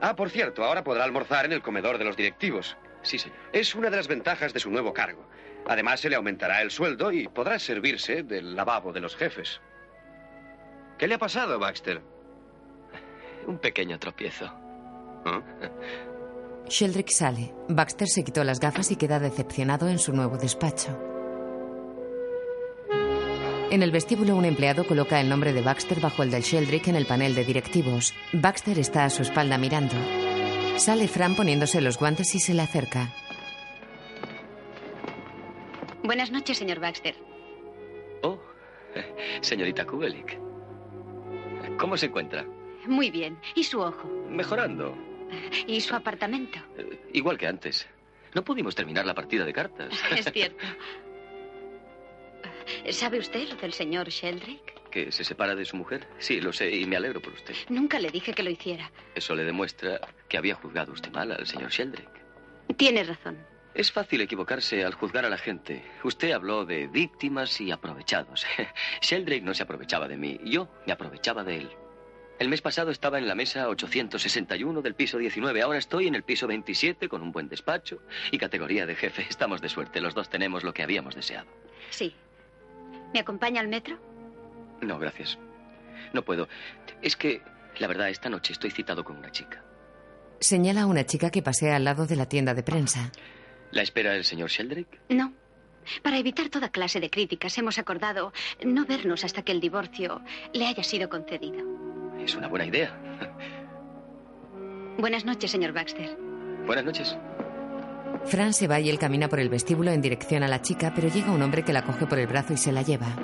S14: Ah, por cierto, ahora podrá almorzar en el comedor de los directivos.
S4: Sí, señor.
S14: Es una de las ventajas de su nuevo cargo. Además, se le aumentará el sueldo y podrá servirse del lavabo de los jefes. ¿Qué le ha pasado, Baxter?
S4: Un pequeño tropiezo.
S14: ¿Eh?
S3: Sheldrick sale. Baxter se quitó las gafas y queda decepcionado en su nuevo despacho. En el vestíbulo un empleado coloca el nombre de Baxter bajo el del Sheldrick en el panel de directivos. Baxter está a su espalda mirando. Sale Fran poniéndose los guantes y se le acerca.
S12: Buenas noches, señor Baxter.
S4: Señorita Kubelik. ¿Cómo se encuentra?
S12: Muy bien. ¿Y su ojo?
S4: Mejorando.
S12: ¿Y su apartamento?
S4: Igual que antes. No pudimos terminar la partida de cartas.
S12: Es cierto. <laughs> ¿Sabe usted lo del señor Sheldrick?
S4: ¿Que se separa de su mujer? Sí, lo sé y me alegro por usted.
S12: Nunca le dije que lo hiciera.
S4: Eso le demuestra que había juzgado usted mal al señor Sheldrick.
S12: Tiene razón.
S4: Es fácil equivocarse al juzgar a la gente. Usted habló de víctimas y aprovechados. <laughs> Sheldrake no se aprovechaba de mí, yo me aprovechaba de él. El mes pasado estaba en la mesa 861 del piso 19, ahora estoy en el piso 27 con un buen despacho y categoría de jefe. Estamos de suerte, los dos tenemos lo que habíamos deseado.
S12: Sí. ¿Me acompaña al metro?
S4: No, gracias. No puedo. Es que, la verdad, esta noche estoy citado con una chica.
S3: Señala a una chica que pasea al lado de la tienda de prensa.
S4: ¿La espera el señor Sheldrake?
S12: No. Para evitar toda clase de críticas, hemos acordado no vernos hasta que el divorcio le haya sido concedido.
S4: Es una buena idea.
S12: Buenas noches, señor Baxter.
S4: Buenas noches.
S3: Fran se va y él camina por el vestíbulo en dirección a la chica, pero llega un hombre que la coge por el brazo y se la lleva.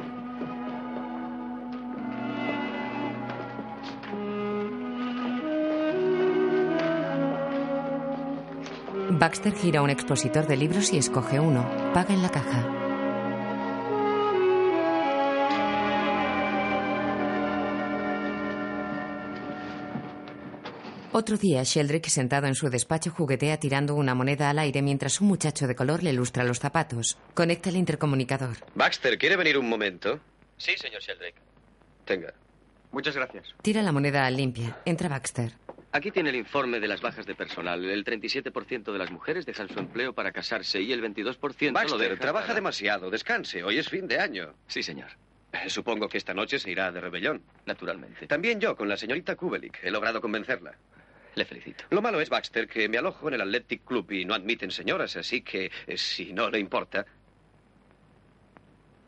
S3: Baxter gira un expositor de libros y escoge uno. Paga en la caja. Otro día, Sheldrick, sentado en su despacho, juguetea tirando una moneda al aire mientras un muchacho de color le lustra los zapatos. Conecta el intercomunicador.
S14: Baxter, ¿quiere venir un momento?
S4: Sí, señor Sheldrake.
S14: Tenga.
S4: Muchas gracias.
S3: Tira la moneda al limpia. Entra Baxter.
S4: Aquí tiene el informe de las bajas de personal. El 37% de las mujeres dejan su empleo para casarse y el 22% lo
S14: Baxter,
S4: deja
S14: trabaja
S4: para-
S14: demasiado. Descanse. Hoy es fin de año. Eh,
S4: Sí, señor.
S14: Supongo que esta noche se irá de rebelión.
S4: Naturalmente.
S14: También yo, con la señorita Kubelik. He logrado convencerla.
S4: Le felicito.
S14: Lo malo es, Baxter, que me alojo en el Athletic Club y no admiten señoras, así que, eh, si no le importa...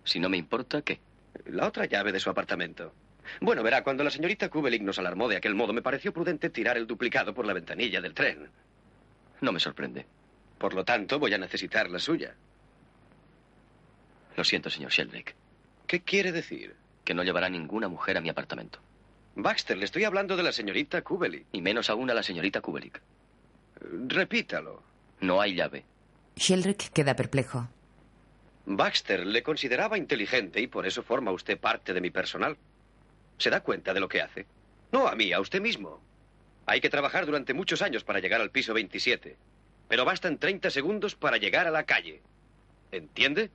S4: Si no me importa, ¿qué?
S14: La otra llave de su apartamento. Bueno, verá, cuando la señorita Kubelik nos alarmó de aquel modo, me pareció prudente tirar el duplicado por la ventanilla del tren.
S4: No me sorprende.
S14: Por lo tanto, voy a necesitar la suya.
S4: Lo siento, señor Sheldrake.
S14: ¿Qué quiere decir?
S4: Que no llevará ninguna mujer a mi apartamento.
S14: Baxter, le estoy hablando de la señorita Kubelik.
S4: Y menos aún a la señorita Kubelik.
S14: Repítalo.
S4: No hay llave.
S3: Sheldrick queda perplejo.
S14: Baxter le consideraba inteligente y por eso forma usted parte de mi personal. ¿Se da cuenta de lo que hace? No a mí, a usted mismo. Hay que trabajar durante muchos años para llegar al piso 27. Pero bastan 30 segundos para llegar a la calle. ¿Entiende?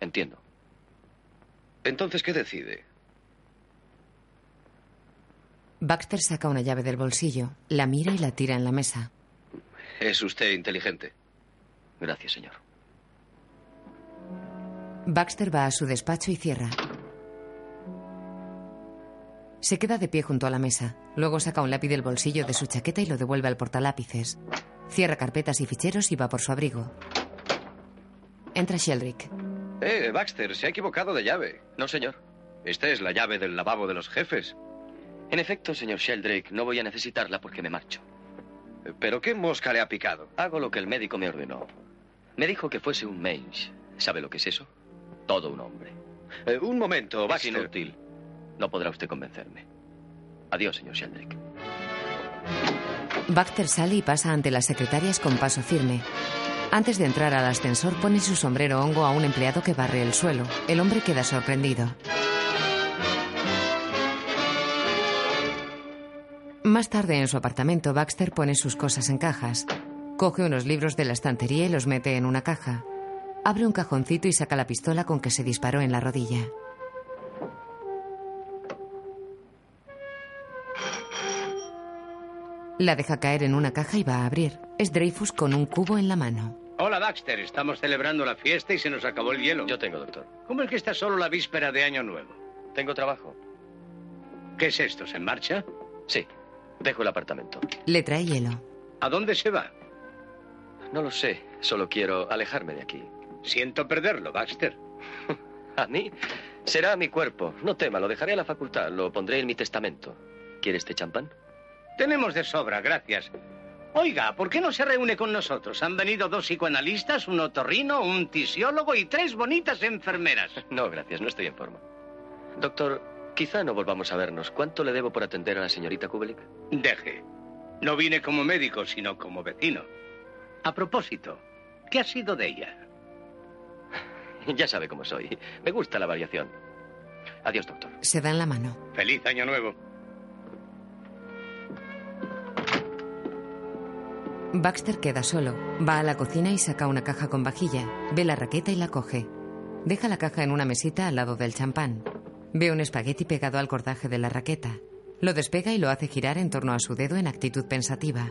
S4: Entiendo.
S14: Entonces, ¿qué decide?
S3: Baxter saca una llave del bolsillo, la mira y la tira en la mesa.
S14: Es usted inteligente.
S4: Gracias, señor.
S3: Baxter va a su despacho y cierra. Se queda de pie junto a la mesa. Luego saca un lápiz del bolsillo de su chaqueta y lo devuelve al portalápices. Cierra carpetas y ficheros y va por su abrigo. Entra Sheldrick.
S5: Eh, Baxter, se ha equivocado de llave.
S4: No, señor.
S5: Esta es la llave del lavabo de los jefes.
S4: En efecto, señor Sheldrake, no voy a necesitarla porque me marcho.
S5: Eh, ¿Pero qué mosca le ha picado?
S4: Hago lo que el médico me ordenó. Me dijo que fuese un mange. ¿Sabe lo que es eso? Todo un hombre.
S5: Eh, un momento,
S4: Es
S5: Baxter.
S4: inútil. No podrá usted convencerme. Adiós, señor Sheldrake.
S3: Baxter sale y pasa ante las secretarias con paso firme. Antes de entrar al ascensor pone su sombrero hongo a un empleado que barre el suelo. El hombre queda sorprendido. Más tarde en su apartamento, Baxter pone sus cosas en cajas. Coge unos libros de la estantería y los mete en una caja. Abre un cajoncito y saca la pistola con que se disparó en la rodilla. La deja caer en una caja y va a abrir. Es Dreyfus con un cubo en la mano.
S25: Hola, Baxter. Estamos celebrando la fiesta y se nos acabó el hielo. Yo
S4: tengo, doctor.
S25: ¿Cómo es que está solo la víspera de Año Nuevo?
S4: Tengo trabajo.
S25: ¿Qué es esto? ¿Se marcha?
S4: Sí. Dejo el apartamento.
S3: Le trae hielo.
S25: ¿A dónde se va?
S4: No lo sé. Solo quiero alejarme de aquí.
S25: Siento perderlo, Baxter.
S4: <laughs> ¿A mí? Será mi cuerpo. No tema, lo dejaré a la facultad. Lo pondré en mi testamento. ¿Quiere este champán?
S25: Tenemos de sobra, gracias. Oiga, ¿por qué no se reúne con nosotros? Han venido dos psicoanalistas, un otorrino, un tisiólogo y tres bonitas enfermeras.
S4: <laughs> No, gracias. No estoy en forma. Doctor, quizá no volvamos a vernos. ¿Cuánto le debo por atender a la señorita Kubelik?
S25: Deje. No vine como médico, sino como vecino. A propósito, ¿qué ha sido de ella?
S4: <laughs> Ya sabe cómo soy. Me gusta la variación. Adiós, doctor.
S3: Se dan la mano.
S25: Feliz año nuevo.
S3: Baxter queda solo. Va a la cocina y saca una caja con vajilla. Ve la raqueta y la coge. Deja la caja en una mesita al lado del champán. Ve un espagueti pegado al cordaje de la raqueta. Lo despega y lo hace girar en torno a su dedo en actitud pensativa.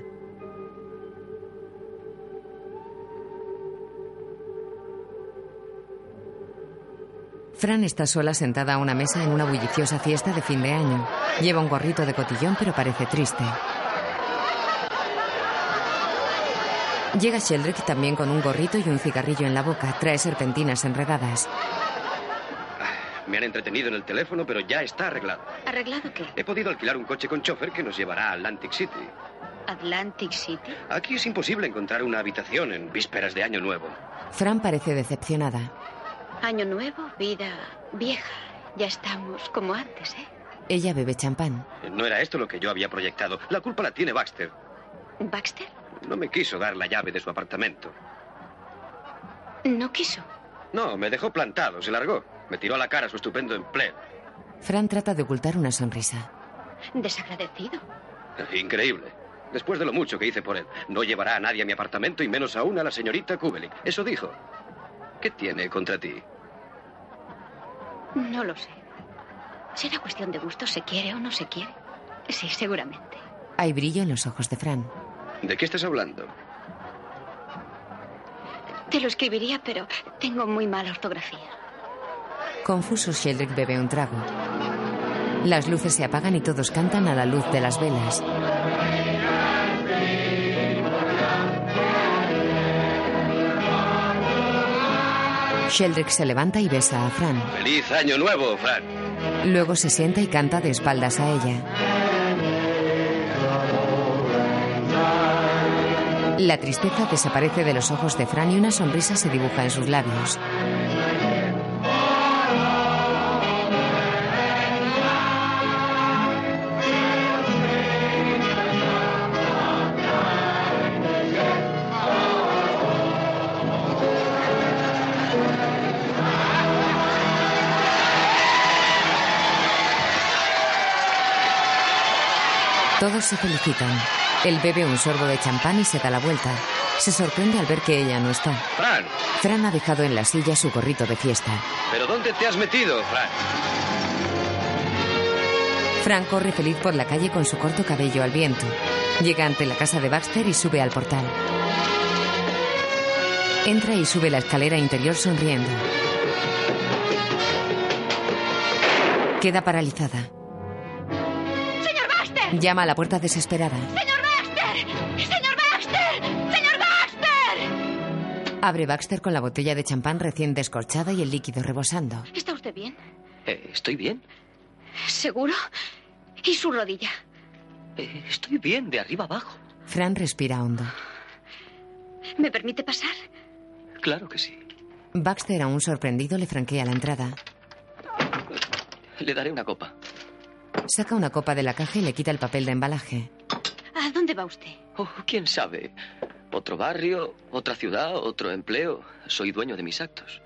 S3: Fran está sola sentada a una mesa en una bulliciosa fiesta de fin de año. Lleva un gorrito de cotillón pero parece triste. Llega Sheldrick también con un gorrito y un cigarrillo en la boca. Trae serpentinas enredadas.
S14: Me han entretenido en el teléfono, pero ya está arreglado.
S12: ¿Arreglado qué?
S14: He podido alquilar un coche con chofer que nos llevará a Atlantic City.
S12: ¿Atlantic City?
S14: Aquí es imposible encontrar una habitación en vísperas de Año Nuevo.
S3: Fran parece decepcionada.
S12: Año nuevo, vida vieja. Ya estamos como antes, ¿eh?
S3: Ella bebe champán.
S14: No era esto lo que yo había proyectado. La culpa la tiene Baxter.
S12: ¿Baxter?
S14: No me quiso dar la llave de su apartamento.
S12: No quiso.
S14: No, me dejó plantado, se largó. Me tiró a la cara su estupendo empleo.
S3: Fran trata de ocultar una sonrisa.
S12: Desagradecido.
S14: Increíble. Después de lo mucho que hice por él, no llevará a nadie a mi apartamento y menos aún a la señorita Kubelik. Eso dijo. ¿Qué tiene contra ti?
S12: No lo sé. Será cuestión de gusto, se quiere o no se quiere. Sí, seguramente.
S3: Hay brillo en los ojos de Fran.
S14: ¿De qué estás hablando?
S12: Te lo escribiría, pero tengo muy mala ortografía.
S3: Confuso, Sheldrick bebe un trago. Las luces se apagan y todos cantan a la luz de las velas. Sheldrick se levanta y besa a Fran.
S14: Feliz Año Nuevo, Fran.
S3: Luego se sienta y canta de espaldas a ella. La tristeza desaparece de los ojos de Fran y una sonrisa se dibuja en sus labios. Todos se felicitan. Él bebe un sorbo de champán y se da la vuelta. Se sorprende al ver que ella no está.
S14: Fran,
S3: Fran ha dejado en la silla su gorrito de fiesta.
S14: ¿pero dónde te has metido, Fran?
S3: Fran corre feliz por la calle con su corto cabello al viento. Llega ante la casa de Baxter y sube al portal. Entra y sube la escalera interior sonriendo. Queda paralizada.
S10: ¡Señor Baxter!
S3: Llama a la puerta desesperada.
S10: ¡Señor Baxter! ¡Señor Baxter!
S3: Abre Baxter con la botella de champán recién descorchada y el líquido rebosando.
S12: ¿Está usted bien?
S4: Eh, estoy bien.
S12: ¿Seguro? ¿Y su rodilla?
S4: Eh, estoy bien, de arriba abajo.
S3: Fran respira hondo.
S12: ¿Me permite pasar?
S4: Claro que sí.
S3: Baxter, aún sorprendido, le franquea la entrada.
S4: Le daré una copa.
S3: Saca una copa de la caja y le quita el papel de embalaje.
S12: ¿A dónde va usted?
S4: Oh, ¿Quién sabe? Otro barrio, otra ciudad, otro empleo. Soy dueño de mis actos.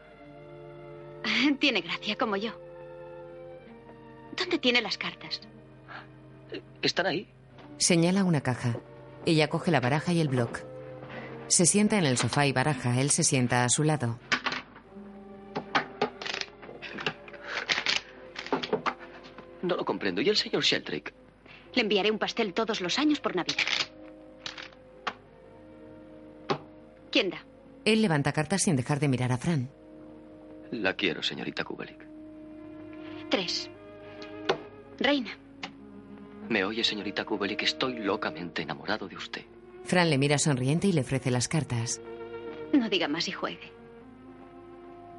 S12: <laughs> Tiene gracia, como yo. ¿Dónde tiene las cartas?
S4: ¿Están ahí?
S3: Señala una caja. Ella coge la baraja y el bloc. Se sienta en el sofá y baraja. Él se sienta a su lado.
S4: No lo comprendo. ¿Y el señor Sheldrake?
S26: Le enviaré un pastel todos los años por Navidad. <laughs>
S12: ¿Quién da?
S3: Él levanta cartas sin dejar de mirar a Fran.
S4: La quiero, señorita Kubelik.
S12: Tres. Reina.
S4: ¿Me oye, señorita Kubelik? Estoy locamente enamorado de usted.
S3: Fran le mira sonriente y le ofrece las cartas.
S12: No diga más y juegue.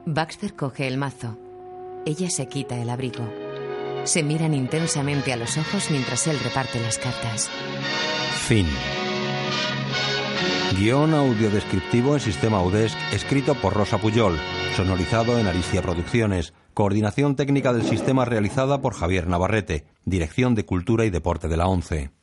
S3: Baxter coge el mazo. Ella se quita el abrigo. Se miran intensamente a los ojos mientras él reparte las cartas.
S2: Fin. Guión audiodescriptivo en sistema UDESC, escrito por Rosa Puyol, sonorizado en Aristia Producciones, coordinación técnica del sistema realizada por Javier Navarrete, Dirección de Cultura y Deporte de la ONCE.